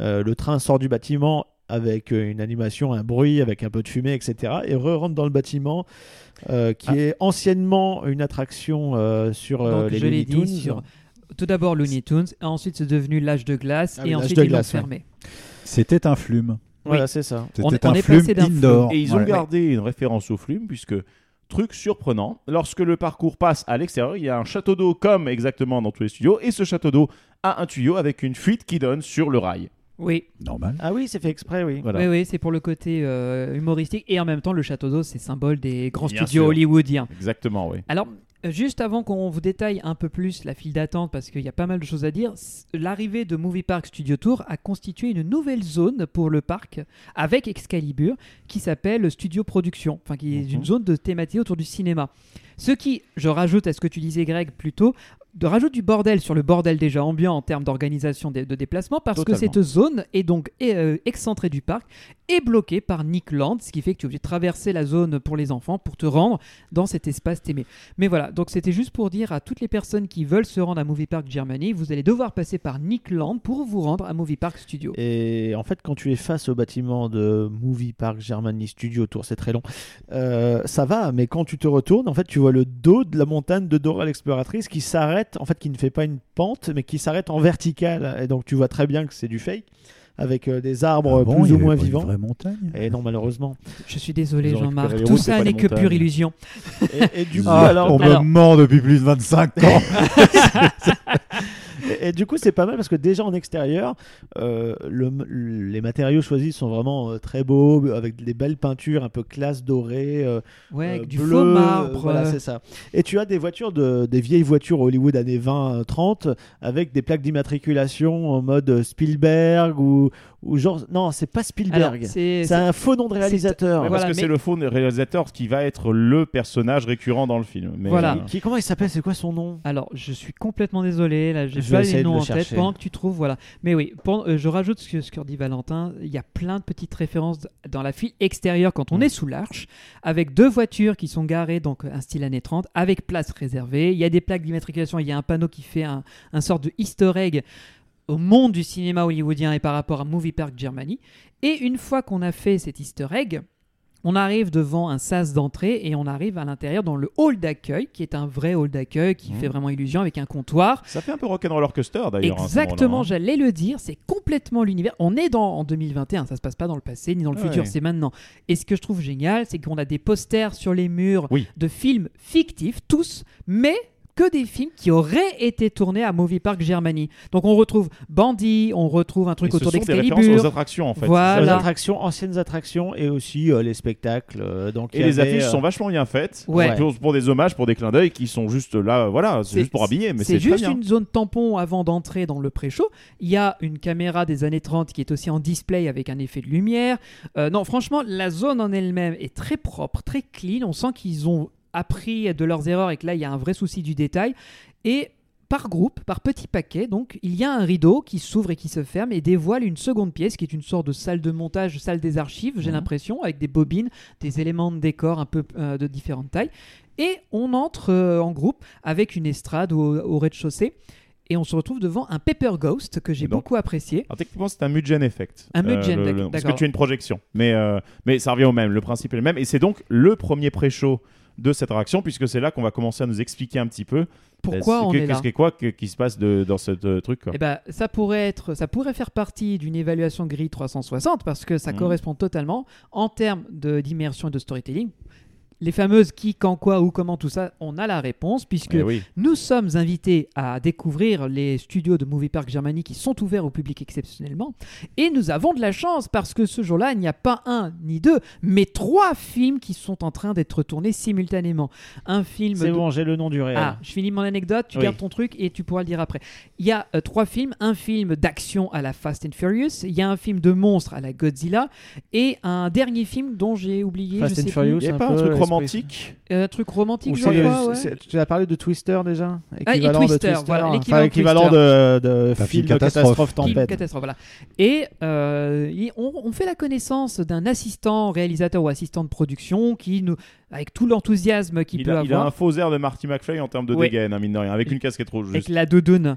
[SPEAKER 8] Euh, le train sort du bâtiment avec euh, une animation, un bruit, avec un peu de fumée, etc. Et re-rentre dans le bâtiment euh, qui est anciennement une attraction euh, sur euh,
[SPEAKER 11] Donc,
[SPEAKER 8] les
[SPEAKER 11] je l'ai
[SPEAKER 8] Looney Tunes.
[SPEAKER 11] dit sur tout d'abord Looney Tunes, et ensuite c'est devenu l'âge de glace,
[SPEAKER 8] Ah oui,
[SPEAKER 11] et
[SPEAKER 8] l'âge
[SPEAKER 11] ensuite
[SPEAKER 8] de
[SPEAKER 11] ils l'ont
[SPEAKER 8] glace, ouais.
[SPEAKER 11] fermé.
[SPEAKER 10] C'était un flume.
[SPEAKER 8] Voilà, c'est ça.
[SPEAKER 11] On-
[SPEAKER 10] C'était
[SPEAKER 11] on
[SPEAKER 10] un
[SPEAKER 11] est
[SPEAKER 10] flume
[SPEAKER 11] passé d'un flume.
[SPEAKER 10] indoor.
[SPEAKER 9] Et ils ont
[SPEAKER 10] Ouais.
[SPEAKER 9] gardé une référence au flume, puisque, truc surprenant, lorsque le parcours passe à l'extérieur, il y a un château d'eau, comme exactement dans tous les studios, et ce château d'eau a un tuyau avec une fuite qui donne sur le rail.
[SPEAKER 11] Oui,
[SPEAKER 10] Normal.
[SPEAKER 8] Ah oui, c'est fait exprès, oui.
[SPEAKER 9] Voilà.
[SPEAKER 11] oui, oui, c'est pour le côté euh, humoristique, et en même temps le château d'eau, c'est symbole des grands
[SPEAKER 9] Bien
[SPEAKER 11] studios
[SPEAKER 9] sûr.
[SPEAKER 11] hollywoodiens.
[SPEAKER 9] Exactement, oui.
[SPEAKER 11] Alors, euh, juste avant qu'on vous détaille un peu plus la file d'attente, parce qu'il y a pas mal de choses à dire, s- l'arrivée de Movie Park Studio Tour a constitué une nouvelle zone pour le parc avec Excalibur qui s'appelle Studio Production, enfin qui est une zone de thématique autour du cinéma. Ce qui, je rajoute à ce que tu disais Greg plus tôt, de rajoute du bordel sur le bordel déjà ambiant en termes d'organisation de, de déplacement parce
[SPEAKER 9] Totalement.
[SPEAKER 11] que cette zone est donc euh, excentrée du parc et bloquée par Nick Land, ce qui fait que tu es obligé de traverser la zone pour les enfants pour te rendre dans cet espace t'aimé. Mais voilà, donc c'était juste pour dire à toutes les personnes qui veulent se rendre à Movie Park Germany, vous allez devoir passer par Nick Land pour vous rendre à Movie Park Studio.
[SPEAKER 8] Et en fait, quand tu es face au bâtiment de Movie Park Germany Studio Tour, c'est très long, euh, ça va, mais quand tu te retournes, en fait, tu vois le dos de la montagne de Dora l'exploratrice qui s'arrête, en fait, qui ne fait pas une pente, mais qui s'arrête en verticale. Et donc, tu vois très bien que c'est du fake, avec euh, des arbres
[SPEAKER 10] Ah bon,
[SPEAKER 8] plus
[SPEAKER 10] il y
[SPEAKER 8] ou
[SPEAKER 10] avait
[SPEAKER 8] moins
[SPEAKER 10] pas une
[SPEAKER 8] vivants.
[SPEAKER 10] vraie montagne.
[SPEAKER 8] Et non, malheureusement.
[SPEAKER 11] Je suis désolé
[SPEAKER 9] Ils ont récupéré
[SPEAKER 11] Jean-Marc,
[SPEAKER 9] les
[SPEAKER 11] tout
[SPEAKER 9] routes,
[SPEAKER 11] ça
[SPEAKER 9] c'est pas
[SPEAKER 11] n'est
[SPEAKER 9] les
[SPEAKER 11] que pure
[SPEAKER 9] montagnes.
[SPEAKER 11] illusion.
[SPEAKER 8] Et, et du coup,
[SPEAKER 10] Ah,
[SPEAKER 8] alors,
[SPEAKER 10] on
[SPEAKER 11] alors-
[SPEAKER 10] me ment depuis plus de 25 ans.
[SPEAKER 8] Et, et du coup, c'est pas mal parce que déjà en extérieur, euh, le- le- les matériaux choisis sont vraiment euh, très beaux, avec des belles peintures un peu classe dorée, euh,
[SPEAKER 11] Ouais, avec
[SPEAKER 8] euh,
[SPEAKER 11] du
[SPEAKER 8] bleu,
[SPEAKER 11] faux
[SPEAKER 8] euh,
[SPEAKER 11] marbre.
[SPEAKER 8] Voilà,
[SPEAKER 11] euh,
[SPEAKER 8] c'est ça. Et tu as des voitures, de, des vieilles voitures Hollywood années 20-30 avec des plaques d'immatriculation en mode Spielberg ou, ou genre. Non, c'est pas
[SPEAKER 11] alors,
[SPEAKER 8] Spielberg.
[SPEAKER 11] c'est-
[SPEAKER 8] C'est un faux nom de réalisateur.
[SPEAKER 9] Ouais,
[SPEAKER 11] Voilà,
[SPEAKER 9] parce que
[SPEAKER 11] mais-
[SPEAKER 9] c'est le faux réalisateur qui va être le personnage récurrent dans le film. Mais,
[SPEAKER 11] Voilà.
[SPEAKER 9] euh,
[SPEAKER 8] Qui, comment il s'appelle C'est quoi son nom
[SPEAKER 11] Alors, je suis complètement désolé, là, j'ai
[SPEAKER 8] Je
[SPEAKER 11] pas
[SPEAKER 8] vais
[SPEAKER 11] les
[SPEAKER 8] essayer de
[SPEAKER 11] noms
[SPEAKER 8] le
[SPEAKER 11] en
[SPEAKER 8] chercher.
[SPEAKER 11] tête. Pendant que tu trouves, voilà. Mais oui, pour- euh, je rajoute ce que, ce que dit Valentin. Il y a plein de petites références dans la file extérieure quand on est sous l'arche, avec deux voitures qui sont garées, donc euh, un style années 30, avec place réservée. Il y a des plaques d'immatriculation, il y a un panneau qui fait un, un sort de easter egg au monde du cinéma hollywoodien et par rapport à Movie Park Germany. Et une fois qu'on a fait cet easter egg, on arrive devant un sas d'entrée et on arrive à l'intérieur dans le hall d'accueil, qui est un vrai hall d'accueil qui
[SPEAKER 9] Mhm.
[SPEAKER 11] fait vraiment illusion avec un comptoir.
[SPEAKER 9] Ça fait un peu rock'n'roll orchester d'ailleurs. hein, à ce
[SPEAKER 11] Exactement,
[SPEAKER 9] moment-là,
[SPEAKER 11] j'allais le dire, c'est complètement l'univers. On est dans en 2021, ça se passe pas dans le passé ni dans le
[SPEAKER 9] Ah Ouais.
[SPEAKER 11] futur, c'est maintenant. Et ce que je trouve génial, c'est qu'on a des posters sur les murs
[SPEAKER 9] Oui.
[SPEAKER 11] de films fictifs, tous, mais que des films qui auraient été tournés à Movie Park Germany. Donc on retrouve Bandit, on retrouve un
[SPEAKER 9] hein. Et
[SPEAKER 11] truc
[SPEAKER 9] ce
[SPEAKER 11] autour
[SPEAKER 9] sont des références aux
[SPEAKER 11] d'Excalibur.
[SPEAKER 9] attractions en fait.
[SPEAKER 11] Voilà.
[SPEAKER 8] Les attractions, anciennes attractions et aussi euh, les spectacles. euh, donc il
[SPEAKER 9] Et
[SPEAKER 8] y
[SPEAKER 9] les
[SPEAKER 8] avait,
[SPEAKER 9] affiches
[SPEAKER 8] euh,
[SPEAKER 9] sont vachement bien faites.
[SPEAKER 11] Ouais.
[SPEAKER 8] Ouais.
[SPEAKER 9] Pour, pour des hommages, pour des clins d'œil qui sont juste là, euh, voilà, c'est
[SPEAKER 11] C'est-
[SPEAKER 9] juste pour habiller, mais c'est
[SPEAKER 11] C'est juste
[SPEAKER 9] très bien.
[SPEAKER 11] une zone tampon avant d'entrer dans le pré-show. Il y a une caméra des années 30 qui est aussi en display avec un effet de lumière. Euh, non, franchement, la zone en elle-même est très propre, très clean. On sent qu'ils ont appris de leurs erreurs et que là, il y a un vrai souci du détail. Et par groupe, par petit paquet, donc, il y a un rideau qui s'ouvre et qui se ferme et dévoile une seconde pièce qui est une sorte de salle de montage, salle des archives,
[SPEAKER 9] Mhm.
[SPEAKER 11] j'ai l'impression, avec des bobines, des éléments de décor un peu euh, de différentes tailles. Et on entre euh, en groupe avec une estrade au, au rez-de-chaussée. Et on se retrouve devant un Paper Ghost que j'ai
[SPEAKER 9] Donc-
[SPEAKER 11] beaucoup apprécié.
[SPEAKER 9] Alors techniquement, c'est un Mudgen Effect. Euh,
[SPEAKER 11] Un Mudgeon,
[SPEAKER 9] le- le-
[SPEAKER 11] d'accord.
[SPEAKER 9] Parce que tu as une projection. Mais, euh, mais ça revient au même, le principe est le même. Et c'est donc le premier pré-show de cette réaction, puisque c'est là qu'on va commencer à nous expliquer un petit peu
[SPEAKER 11] Pourquoi
[SPEAKER 9] euh, ce
[SPEAKER 11] on
[SPEAKER 9] que-
[SPEAKER 11] est là
[SPEAKER 9] Qu'est-ce qui est quoi, que- qui se passe de- dans ce euh, truc. quoi.
[SPEAKER 11] Eh ben, ça pourrait être, ça pourrait faire partie d'une évaluation grille 360 parce que ça
[SPEAKER 9] Mhm.
[SPEAKER 11] correspond totalement en termes de- d'immersion et de storytelling. Les fameuses qui, quand, quoi, où, comment, tout ça, on a la réponse puisque
[SPEAKER 9] Eh oui.
[SPEAKER 11] nous sommes invités à découvrir les studios de Movie Park Germany qui sont ouverts au public exceptionnellement et nous avons de la chance parce que ce jour-là, il n'y a pas un ni deux, mais trois films qui sont en train d'être tournés simultanément. Un film
[SPEAKER 12] C'est
[SPEAKER 11] de-
[SPEAKER 12] bon, j'ai le nom du réel.
[SPEAKER 11] ah, je finis mon anecdote, tu
[SPEAKER 12] Oui.
[SPEAKER 11] gardes ton truc et tu pourras le dire après. Il y a euh, trois films, un film d'action à la Fast and Furious, il y a un film de monstre à la Godzilla et un dernier film dont j'ai oublié,
[SPEAKER 12] Fast
[SPEAKER 11] je
[SPEAKER 12] and
[SPEAKER 11] sais
[SPEAKER 12] Furious,
[SPEAKER 9] Il n'y a
[SPEAKER 12] un
[SPEAKER 9] pas un
[SPEAKER 12] peu
[SPEAKER 9] truc
[SPEAKER 12] l'esprit.
[SPEAKER 11] plus.
[SPEAKER 9] romantique
[SPEAKER 11] Euh, un truc romantique,
[SPEAKER 12] Ou
[SPEAKER 11] je
[SPEAKER 12] c'est-
[SPEAKER 11] crois, ouais.
[SPEAKER 8] c'est- Tu as parlé de Twister déjà
[SPEAKER 11] Ah, et
[SPEAKER 8] Équivalent de hein.
[SPEAKER 11] Twister, voilà,
[SPEAKER 8] enfin,
[SPEAKER 11] l'équivalent de
[SPEAKER 8] équivalent de, de
[SPEAKER 10] Enfin,
[SPEAKER 8] film
[SPEAKER 10] film
[SPEAKER 8] catastrophe,
[SPEAKER 10] catastrophe.
[SPEAKER 11] Film
[SPEAKER 8] tempête.
[SPEAKER 11] catastrophe, voilà. Et euh, il- on, on fait la connaissance d'un assistant réalisateur ou assistant de production qui nous, avec tout l'enthousiasme qu'il
[SPEAKER 9] il,
[SPEAKER 11] peut
[SPEAKER 9] a, il a
[SPEAKER 11] avoir,
[SPEAKER 9] un faux air de Marty McFly en termes de
[SPEAKER 11] Ouais.
[SPEAKER 9] dégaine, hein, mine de rien, avec une casquette rouge.
[SPEAKER 11] avec
[SPEAKER 9] Juste.
[SPEAKER 11] la doudoune.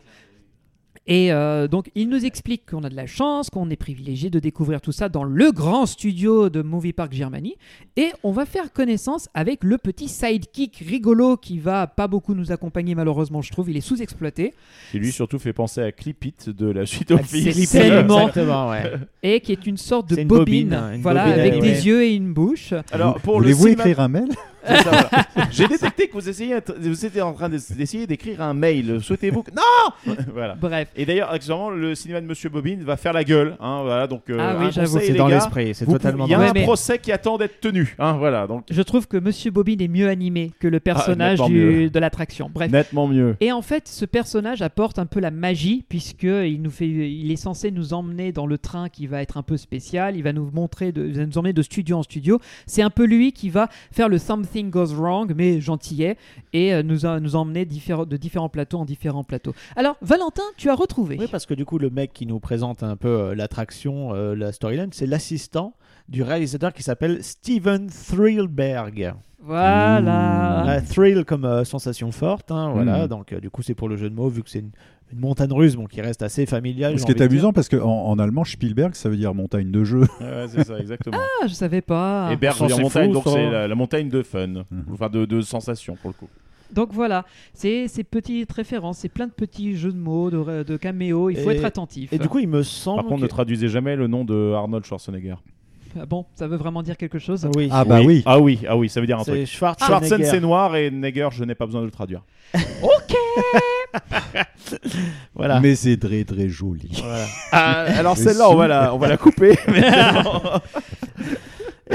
[SPEAKER 11] Et euh, donc, il nous explique qu'on a de la chance, qu'on est privilégié de découvrir tout ça dans le grand studio de Movie Park Germany. Et on va faire connaissance avec le petit sidekick rigolo qui va pas beaucoup nous accompagner, malheureusement, je trouve. Il est sous-exploité.
[SPEAKER 9] Qui lui surtout fait penser à Clip It de la suite au film.
[SPEAKER 11] Ah, c'est tellement-
[SPEAKER 8] Exactement, ouais.
[SPEAKER 11] Et qui est une sorte de
[SPEAKER 8] C'est une
[SPEAKER 11] bobine,
[SPEAKER 8] bobine, une
[SPEAKER 11] voilà,
[SPEAKER 8] bobine,
[SPEAKER 11] avec
[SPEAKER 8] ouais.
[SPEAKER 11] des yeux et une bouche.
[SPEAKER 9] Alors,
[SPEAKER 10] Vous-
[SPEAKER 9] pour le
[SPEAKER 10] Voulez-vous
[SPEAKER 9] cinéma-
[SPEAKER 10] écrire un mail
[SPEAKER 9] C'est ça, voilà. J'ai détecté que vous, essayez, vous étiez en train d'ess- d'essayer d'écrire un mail. Souhaitez-vous que... Non Voilà.
[SPEAKER 11] Bref.
[SPEAKER 9] Et d'ailleurs, accessoirement, le cinéma de Monsieur Bobine va faire la gueule. hein, voilà, donc, euh,
[SPEAKER 11] Ah oui,
[SPEAKER 9] un
[SPEAKER 11] j'avoue,
[SPEAKER 9] conseil,
[SPEAKER 8] C'est
[SPEAKER 9] les
[SPEAKER 8] dans
[SPEAKER 9] gars,
[SPEAKER 8] l'esprit, c'est
[SPEAKER 9] vous
[SPEAKER 8] totalement
[SPEAKER 9] pouvez- Il y
[SPEAKER 8] dans
[SPEAKER 9] a un
[SPEAKER 11] l'esprit.
[SPEAKER 9] procès qui attend d'être tenu. hein, voilà, donc
[SPEAKER 11] Je trouve que Monsieur Bobine est mieux animé que le personnage
[SPEAKER 9] nettement
[SPEAKER 11] du-
[SPEAKER 9] mieux.
[SPEAKER 11] de l'attraction. Bref.
[SPEAKER 9] nettement mieux.
[SPEAKER 11] Et en fait, ce personnage apporte un peu la magie puisque il nous fait, il est censé nous emmener dans le train qui va être un peu spécial. Il va nous montrer, de, il va nous emmener de studio en studio. C'est un peu lui qui va faire le something goes wrong, mais gentillet, et euh, nous a- nous emmener différents- de différents plateaux en différents plateaux. Alors, Valentin, tu as retrouvé.
[SPEAKER 8] Oui, parce que du coup, le mec qui nous présente un peu euh, l'attraction, euh, la storyline, c'est l'assistant du réalisateur qui s'appelle Steven Thrillberg.
[SPEAKER 11] Voilà.
[SPEAKER 8] Euh, thrill comme euh, sensation forte, hein, voilà.
[SPEAKER 10] Mm.
[SPEAKER 8] Donc, euh, du coup, c'est pour le jeu de mots, vu que c'est une, une montagne russe, bon, qui reste assez familiale.
[SPEAKER 10] Ce
[SPEAKER 8] Ah, j'ai
[SPEAKER 10] qui est
[SPEAKER 8] envie de dire.
[SPEAKER 10] amusant, parce qu'en en, en allemand, Spielberg, ça veut dire montagne de jeu.
[SPEAKER 9] Ouais, c'est ça, exactement.
[SPEAKER 11] Ah, je savais pas.
[SPEAKER 9] Et Berg,
[SPEAKER 8] ça,
[SPEAKER 9] veut dire
[SPEAKER 8] c'est
[SPEAKER 9] montagne,
[SPEAKER 8] fou,
[SPEAKER 9] donc
[SPEAKER 8] ça.
[SPEAKER 9] c'est la, la montagne de fun,
[SPEAKER 10] Mhm.
[SPEAKER 9] enfin de, de sensations pour le coup.
[SPEAKER 11] Donc voilà, c'est ces petites références, c'est plein de petits jeux de mots, de, de caméos. Il faut
[SPEAKER 8] Et-
[SPEAKER 11] être attentif.
[SPEAKER 8] Et du coup, il me semble.
[SPEAKER 9] Par contre, ne
[SPEAKER 8] que-
[SPEAKER 9] traduisez jamais le nom de Arnold Schwarzenegger.
[SPEAKER 11] Ah bon, ça veut vraiment dire quelque chose.
[SPEAKER 8] oui.
[SPEAKER 10] Ah bah oui.
[SPEAKER 9] Ah oui, ah oui, ça veut dire un
[SPEAKER 8] c'est
[SPEAKER 9] truc.
[SPEAKER 8] Schwarzenegger.
[SPEAKER 9] Schwarzen, c'est noir et Neger, je n'ai pas besoin de le traduire.
[SPEAKER 8] Voilà.
[SPEAKER 10] Mais c'est très très joli.
[SPEAKER 9] Ah, alors
[SPEAKER 10] Mais
[SPEAKER 9] celle-là, on
[SPEAKER 10] si.
[SPEAKER 9] va la, on va la couper.
[SPEAKER 8] Et-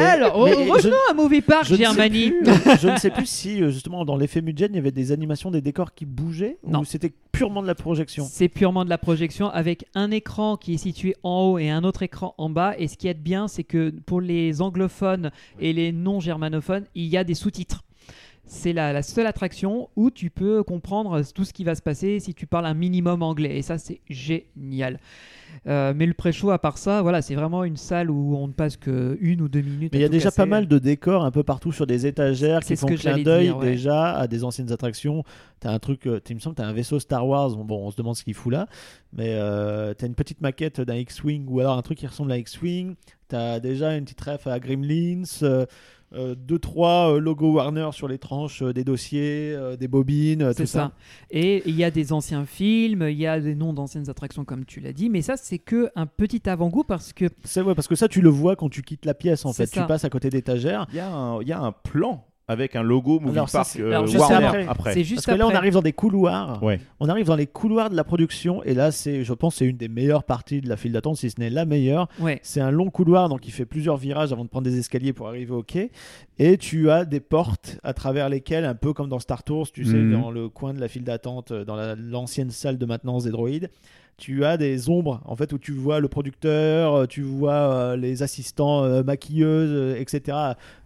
[SPEAKER 11] Ah, Alors, oh,
[SPEAKER 8] mais
[SPEAKER 11] re-
[SPEAKER 8] je-
[SPEAKER 11] revenons à Movie Park
[SPEAKER 8] je ne sais
[SPEAKER 11] Germany.
[SPEAKER 8] plus, je ne sais plus si euh, justement dans l'effet Mudgen il y avait des animations des décors qui bougeaient
[SPEAKER 11] Non.
[SPEAKER 8] ou c'était purement de la projection.
[SPEAKER 11] C'est purement de la projection avec un écran qui est situé en haut et un autre écran en bas. Et ce qui est bien, c'est que pour les anglophones et les non germanophones, il y a des sous-titres. C'est la, la seule attraction où tu peux comprendre tout ce qui va se passer si tu parles un minimum anglais. Et ça, c'est génial. Euh, mais le pré-show, à part ça, voilà, c'est vraiment une salle où on ne passe que une ou deux minutes.
[SPEAKER 8] Mais
[SPEAKER 11] à
[SPEAKER 8] il y a
[SPEAKER 11] tout
[SPEAKER 8] déjà
[SPEAKER 11] casser.
[SPEAKER 8] pas mal de décors un peu partout sur des étagères
[SPEAKER 11] C'est
[SPEAKER 8] qui
[SPEAKER 11] ce
[SPEAKER 8] font
[SPEAKER 11] que
[SPEAKER 8] clin
[SPEAKER 11] j'allais
[SPEAKER 8] d'œil
[SPEAKER 11] dire, ouais.
[SPEAKER 8] déjà à des anciennes attractions. T'as un truc, euh, t'as- il me semble, t'as un vaisseau Star Wars. Bon, on se demande ce qu'il fout là, mais euh, t'as une petite maquette d'un X-wing ou alors un truc qui ressemble à X-wing. T'as déjà une petite ref à Gremlins. euh, euh, deux trois euh, logos Warner sur les tranches euh, des dossiers, euh, des bobines, euh,
[SPEAKER 11] C'est
[SPEAKER 8] tout ça.
[SPEAKER 11] ça. Et il y a des anciens films, il y a des noms d'anciennes attractions comme tu l'as dit, mais ça c'est que un petit avant-goût parce que
[SPEAKER 8] C'est ouais, parce que ça tu le vois quand tu quittes la pièce en
[SPEAKER 11] C'est
[SPEAKER 8] fait,
[SPEAKER 11] ça.
[SPEAKER 8] tu passes à côté d'étagères.
[SPEAKER 9] Il y, a un- il y a un plan avec un logo Movie
[SPEAKER 8] Alors ça,
[SPEAKER 9] Park
[SPEAKER 8] c'est-
[SPEAKER 9] euh,
[SPEAKER 11] alors ça, c'est
[SPEAKER 9] Warner
[SPEAKER 8] après.
[SPEAKER 9] après.
[SPEAKER 11] c'est
[SPEAKER 8] Parce
[SPEAKER 11] juste
[SPEAKER 8] que là on
[SPEAKER 11] après.
[SPEAKER 8] arrive dans des couloirs.
[SPEAKER 9] Ouais.
[SPEAKER 8] On arrive dans les couloirs de la production et là c'est je pense c'est une des meilleures parties de la file d'attente si ce n'est la meilleure.
[SPEAKER 11] Ouais.
[SPEAKER 8] C'est un long couloir donc il fait plusieurs virages avant de prendre des escaliers pour arriver au quai et tu as des portes à travers lesquelles un peu comme dans Star Tours, tu sais
[SPEAKER 9] Mhm.
[SPEAKER 8] dans le coin de la file d'attente euh, dans la- l'ancienne salle de maintenance des droïdes. Tu as des ombres en fait où tu vois le producteur, euh, tu vois euh, les assistants euh, maquilleuses, euh, etc.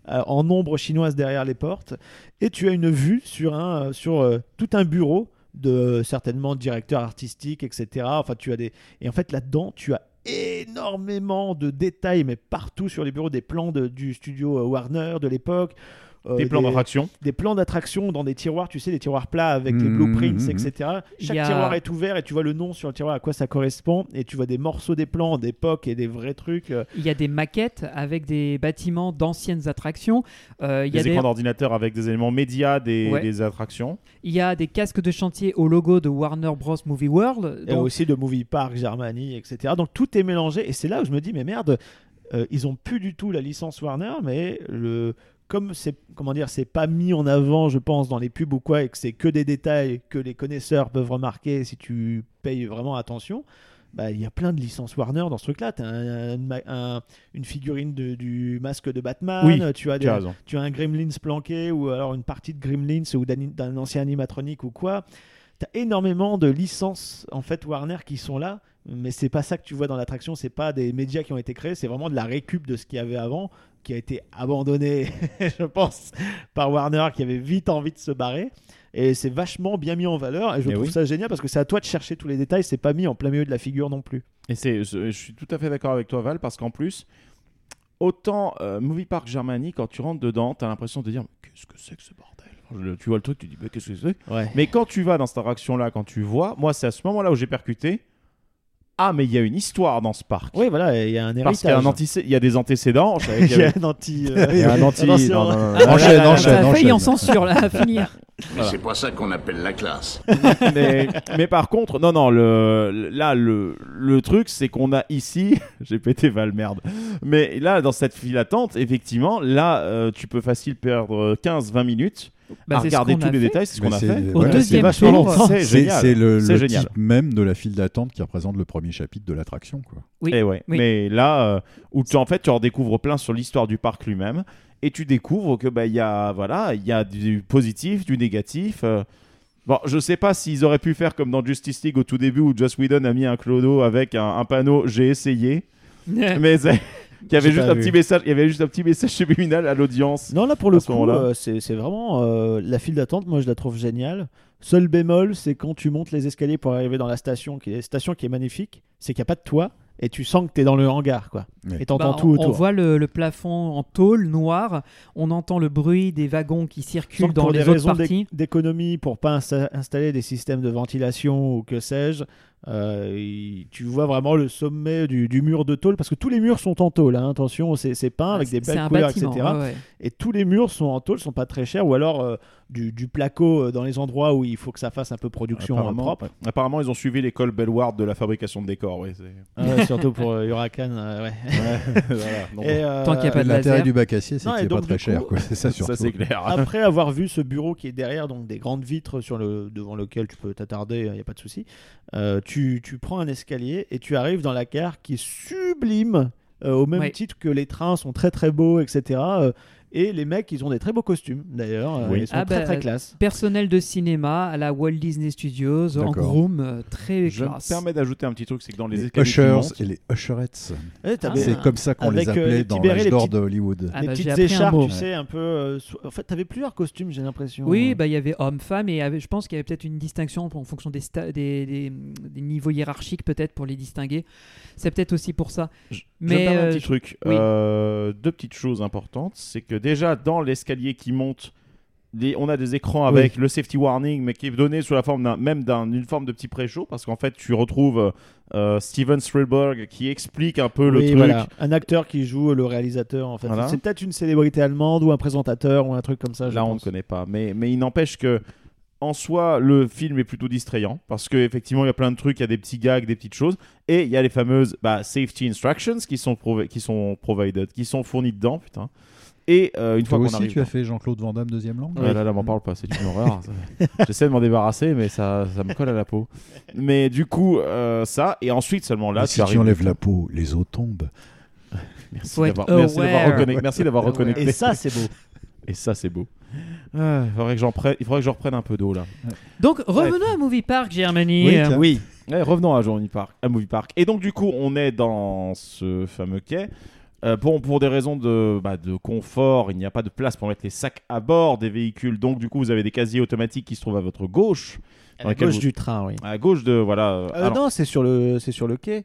[SPEAKER 8] euh, en ombre chinoise derrière les portes et tu as une vue sur un euh, sur euh, tout un bureau de euh, certainement directeurs artistiques, etc. Enfin, tu as des et en fait là-dedans, tu as énormément de détails, mais partout sur les bureaux des plans de- du studio euh, Warner de l'époque. euh,
[SPEAKER 9] Des plans d'attraction.
[SPEAKER 8] des plans d'attraction dans des tiroirs, tu sais, des tiroirs plats avec les
[SPEAKER 10] Mhm,
[SPEAKER 8] blueprints,
[SPEAKER 10] mhm.
[SPEAKER 8] etc.
[SPEAKER 11] Il
[SPEAKER 8] Chaque
[SPEAKER 11] y a-
[SPEAKER 8] tiroir est ouvert et tu vois le nom sur le tiroir à quoi ça correspond et tu vois des morceaux des plans d'époque et des vrais trucs. euh,
[SPEAKER 11] Il y a des maquettes avec des bâtiments d'anciennes attractions. Euh, il, y
[SPEAKER 9] Des
[SPEAKER 11] a des,
[SPEAKER 9] écrans d'ordinateur avec des éléments médias, des,
[SPEAKER 11] Ouais.
[SPEAKER 9] des attractions.
[SPEAKER 11] il y a des casques de chantier au logo de Warner Bros. Movie World.
[SPEAKER 8] et
[SPEAKER 11] Donc,
[SPEAKER 8] aussi de Movie Park, Germany, etc. Donc tout est mélangé et c'est là où je me dis, mais merde, euh, ils ont plus du tout la licence Warner, mais le. Comme c'est comment dire, c'est pas mis en avant, je pense, dans les pubs ou quoi, et que c'est que des détails que les connaisseurs peuvent remarquer si tu payes vraiment attention, bah, il y a plein de licences Warner dans ce truc-là. T'as un- un ma- un- une figurine de- du masque de Batman,
[SPEAKER 9] Oui,
[SPEAKER 8] tu as
[SPEAKER 9] Tu as
[SPEAKER 8] des,
[SPEAKER 9] raison.
[SPEAKER 8] tu as un Gremlins planqué ou alors une partie de Gremlins ou d'ani- d'un ancien animatronique ou quoi. T'as énormément de licences en fait Warner qui sont là, mais c'est pas ça que tu vois dans l'attraction. C'est pas des médias qui ont été créés, c'est vraiment de la récup de ce qu'il y avait avant, qui a été abandonné, je pense, par Warner qui avait vite envie de se barrer. Et c'est vachement bien mis en valeur. Et je
[SPEAKER 9] Mais
[SPEAKER 8] trouve
[SPEAKER 9] oui.
[SPEAKER 8] ça génial parce que c'est à toi de chercher tous les détails. C'est pas mis en plein milieu de la figure non plus.
[SPEAKER 9] Et c'est, je je suis tout à fait d'accord avec toi, Val, parce qu'en plus, autant euh, Movie Park Germany, quand tu rentres dedans, t'as l'impression de dire Mais qu'est-ce que c'est que ce bordel Je- Tu vois le truc, tu dis Mais qu'est-ce que c'est
[SPEAKER 8] Ouais.
[SPEAKER 9] Mais quand tu vas dans cette attraction-là, quand tu vois, moi, c'est à ce moment-là où j'ai percuté Ah, mais il y a une histoire dans ce parc.
[SPEAKER 8] Oui, voilà, il y a un
[SPEAKER 9] parce qu'il y a,
[SPEAKER 8] héritage.
[SPEAKER 9] un anticé- il y a des antécédents. je savais qu'il y
[SPEAKER 8] Il y
[SPEAKER 9] avait-
[SPEAKER 8] a un anti. euh,
[SPEAKER 10] Il y a un anti.
[SPEAKER 8] Attention.
[SPEAKER 10] Ah, non, non, non, non.
[SPEAKER 11] Ah,
[SPEAKER 10] Enchaîne,
[SPEAKER 11] ça
[SPEAKER 10] enchaîne,
[SPEAKER 11] a failli
[SPEAKER 10] enchaîne.
[SPEAKER 11] en censure là, à finir.
[SPEAKER 7] Mais c'est pas ça qu'on appelle la classe.
[SPEAKER 9] mais, mais par contre, non, non, le, le- là, le, le truc, c'est qu'on a ici. J'ai pété Val, merde. Mais là, dans cette file d'attente, effectivement, là, euh, tu peux facile perdre 15-20 minutes
[SPEAKER 11] Bah,
[SPEAKER 9] à
[SPEAKER 11] c'est ce
[SPEAKER 9] regarder
[SPEAKER 11] qu'on
[SPEAKER 9] tous
[SPEAKER 11] a
[SPEAKER 9] les
[SPEAKER 11] fait.
[SPEAKER 9] détails. C'est ce qu'on a
[SPEAKER 10] Mais
[SPEAKER 9] fait.
[SPEAKER 10] c'est-
[SPEAKER 11] Au
[SPEAKER 10] voilà,
[SPEAKER 11] deuxième
[SPEAKER 10] c'est-
[SPEAKER 9] vachement
[SPEAKER 11] tour,
[SPEAKER 9] long. C'est
[SPEAKER 10] C'est
[SPEAKER 9] génial.
[SPEAKER 10] c'est le,
[SPEAKER 9] C'est
[SPEAKER 10] le
[SPEAKER 9] génial.
[SPEAKER 10] type même de la file d'attente qui représente le premier chapitre de l'attraction. quoi.
[SPEAKER 11] Oui,
[SPEAKER 9] Eh ouais.
[SPEAKER 11] oui.
[SPEAKER 9] Mais là, euh, où tu, en fait, tu en découvres plein sur l'histoire du parc lui-même, et tu découvres que bah il y a voilà, il y a du positif, du négatif. euh. Bon, je sais pas s'ils auraient pu faire comme dans Justice League au tout début où Joss Whedon a mis un clodo avec un, un panneau "J'ai essayé", mais c'est- qu'il y avait
[SPEAKER 8] J'ai
[SPEAKER 9] juste
[SPEAKER 8] pas
[SPEAKER 9] un
[SPEAKER 8] vu.
[SPEAKER 9] petit message, il y avait juste un petit message subliminal à l'audience.
[SPEAKER 8] Non, là pour le
[SPEAKER 9] à ce
[SPEAKER 8] coup,
[SPEAKER 9] moment-là.
[SPEAKER 8] euh, c'est c'est vraiment euh, la file d'attente. Moi, je la trouve géniale. Seul bémol, c'est quand tu montes les escaliers pour arriver dans la station, qui est station qui est magnifique, c'est qu'il n'y a pas de toit et tu sens que tu es dans le hangar, quoi.
[SPEAKER 10] Ouais.
[SPEAKER 8] Et t'entends
[SPEAKER 11] Bah,
[SPEAKER 8] tout
[SPEAKER 11] on-
[SPEAKER 8] autour.
[SPEAKER 11] On voit le, le plafond en tôle noire, on entend le bruit des wagons qui
[SPEAKER 8] Je sens
[SPEAKER 11] circulent
[SPEAKER 8] que
[SPEAKER 11] dans
[SPEAKER 8] pour
[SPEAKER 11] les
[SPEAKER 8] des
[SPEAKER 11] autres
[SPEAKER 8] raisons d'é-
[SPEAKER 11] parties.
[SPEAKER 8] d'économie, pour pas insta- installer des systèmes de ventilation ou que sais-je, euh, il- tu vois vraiment le sommet du, du mur de tôle parce que tous les murs sont en tôle. hein, attention, c'est c'est peint avec des
[SPEAKER 11] Bah, Ah, C'est- c'est
[SPEAKER 8] belles couleurs,
[SPEAKER 11] un bâtiment,
[SPEAKER 8] etc.
[SPEAKER 11] ouais, ouais.
[SPEAKER 8] Et tous les murs sont en tôle, sont pas très chers, ou alors euh, du, du placo euh, dans les endroits où il faut que ça fasse un peu production euh,
[SPEAKER 9] Apparemment,
[SPEAKER 8] propre.
[SPEAKER 9] apparemment, ils ont suivi l'école Bellward de la fabrication de décors. ouais, c'est-
[SPEAKER 8] Ah ouais, surtout pour euh, Huracan. euh, ouais.
[SPEAKER 9] voilà, donc,
[SPEAKER 8] Et, euh,
[SPEAKER 11] Tant qu'il n'y a pas de
[SPEAKER 10] L'intérêt
[SPEAKER 11] laser.
[SPEAKER 10] du bac acier, c'est
[SPEAKER 8] Non, et
[SPEAKER 10] qu'il n'est
[SPEAKER 8] donc,
[SPEAKER 10] pas très
[SPEAKER 8] du
[SPEAKER 10] cher.
[SPEAKER 8] coup,
[SPEAKER 10] quoi. C'est ça surtout.
[SPEAKER 9] ça c'est clair.
[SPEAKER 8] Après avoir vu ce bureau qui est derrière, donc des grandes vitres sur le, devant lequel tu peux t'attarder, il n'y a pas de souci, euh, tu, tu prends un escalier et tu arrives dans la gare qui est sublime, euh, au même
[SPEAKER 11] Ouais.
[SPEAKER 8] titre que les trains sont très très beaux, etc. euh, et les mecs, ils ont des très beaux costumes d'ailleurs, euh,
[SPEAKER 9] Oui.
[SPEAKER 8] ils sont
[SPEAKER 11] Ah
[SPEAKER 8] très
[SPEAKER 11] bah,
[SPEAKER 8] très classe.
[SPEAKER 11] Personnel de cinéma à la Walt Disney Studios, en
[SPEAKER 10] D'accord.
[SPEAKER 11] groom, euh, très
[SPEAKER 9] Je me
[SPEAKER 11] classe.
[SPEAKER 9] permets d'ajouter un petit truc, c'est que dans les,
[SPEAKER 10] Les
[SPEAKER 9] escaliers qui
[SPEAKER 10] ushers
[SPEAKER 9] montent-
[SPEAKER 10] et les usherettes.
[SPEAKER 8] Et t'avais-
[SPEAKER 10] C'est comme ça qu'on
[SPEAKER 8] Ah. Avec,
[SPEAKER 10] les
[SPEAKER 8] euh,
[SPEAKER 10] appelait
[SPEAKER 8] les
[SPEAKER 10] dans
[SPEAKER 8] petits bérets,
[SPEAKER 10] l'âge
[SPEAKER 8] les
[SPEAKER 10] d'or
[SPEAKER 8] petites-
[SPEAKER 10] de Hollywood.
[SPEAKER 11] Ah
[SPEAKER 8] les
[SPEAKER 11] bah, j'ai
[SPEAKER 8] petites
[SPEAKER 11] appris un
[SPEAKER 8] écharpes,
[SPEAKER 11] mot.
[SPEAKER 8] tu sais, un peu. euh, so- En fait, t'avais plusieurs costumes, j'ai l'impression. Euh,
[SPEAKER 11] Oui, bah, il y avait homme-femme et il y avait- je pense qu'il y avait peut-être une distinction en fonction des, sta- des, des- des niveaux hiérarchiques, peut-être pour les distinguer. C'est peut-être aussi pour ça.
[SPEAKER 9] Je-
[SPEAKER 11] Mais,
[SPEAKER 9] je me permets un
[SPEAKER 11] euh,
[SPEAKER 9] petit truc.
[SPEAKER 11] oui.
[SPEAKER 9] Euh, deux petites choses importantes. C'est que déjà, dans l'escalier qui monte, les- on a des écrans avec le safety warning, mais qui est donné sous la forme d'un- même d'un- d'une forme de petit pré-show, parce qu'en fait, tu retrouves euh, Steven Spielberg qui explique un peu le
[SPEAKER 8] Oui,
[SPEAKER 9] truc.
[SPEAKER 8] voilà. Un acteur qui joue le réalisateur, en fait.
[SPEAKER 9] Voilà.
[SPEAKER 8] C'est peut-être une célébrité allemande ou un présentateur ou un truc comme ça. je
[SPEAKER 9] Là, on ne
[SPEAKER 8] pense.
[SPEAKER 9] connaît pas. Mais, mais il n'empêche que, en soi, le film est plutôt distrayant. Parce qu'effectivement, il y a plein de trucs, il y a des petits gags, des petites choses. Et il y a les fameuses bah, safety instructions qui sont, provi- qui sont provided, qui sont fournies dedans, putain. Et euh, une
[SPEAKER 10] Toi
[SPEAKER 9] fois qu'on
[SPEAKER 10] aussi,
[SPEAKER 9] arrive.
[SPEAKER 10] tu as fait Jean-Claude Van Damme deuxième langue
[SPEAKER 9] Ouais, là, là, m'en parle pas, c'est une horreur. J'essaie de m'en débarrasser, mais ça, ça me colle à la peau. Mais du coup, euh, ça, et ensuite seulement là,
[SPEAKER 10] Mais
[SPEAKER 9] tu
[SPEAKER 10] si tu hein.
[SPEAKER 9] arrives.
[SPEAKER 10] enlèves la peau, les os tombent.
[SPEAKER 9] Merci
[SPEAKER 11] Faut être
[SPEAKER 9] d'avoir merci d'avoir
[SPEAKER 11] aware.
[SPEAKER 9] reconnecté. Merci d'avoir
[SPEAKER 11] Ouais.
[SPEAKER 9] reconnecté.
[SPEAKER 8] Et ça, c'est beau.
[SPEAKER 9] Et ça, c'est beau. Ah, il faudrait que j'en prenne- il faudrait que je reprenne un peu d'eau là.
[SPEAKER 11] Donc, revenons à Movie Park, Germany.
[SPEAKER 10] Oui,
[SPEAKER 11] Euh,
[SPEAKER 10] tiens.
[SPEAKER 9] Oui. revenons à Journey Park, à Movie Park. Et donc du coup, on est dans ce fameux quai. Euh, pour, pour des raisons de, bah, de confort, il n'y a pas de place pour mettre les sacs à bord des véhicules. Donc du coup, vous avez des casiers automatiques qui se trouvent à votre gauche,
[SPEAKER 8] À
[SPEAKER 9] laquelle
[SPEAKER 8] gauche
[SPEAKER 9] vous-
[SPEAKER 8] du train, oui.
[SPEAKER 9] à gauche de voilà. euh,
[SPEAKER 8] Euh,
[SPEAKER 9] alors,
[SPEAKER 8] non, c'est sur le, c'est sur le quai.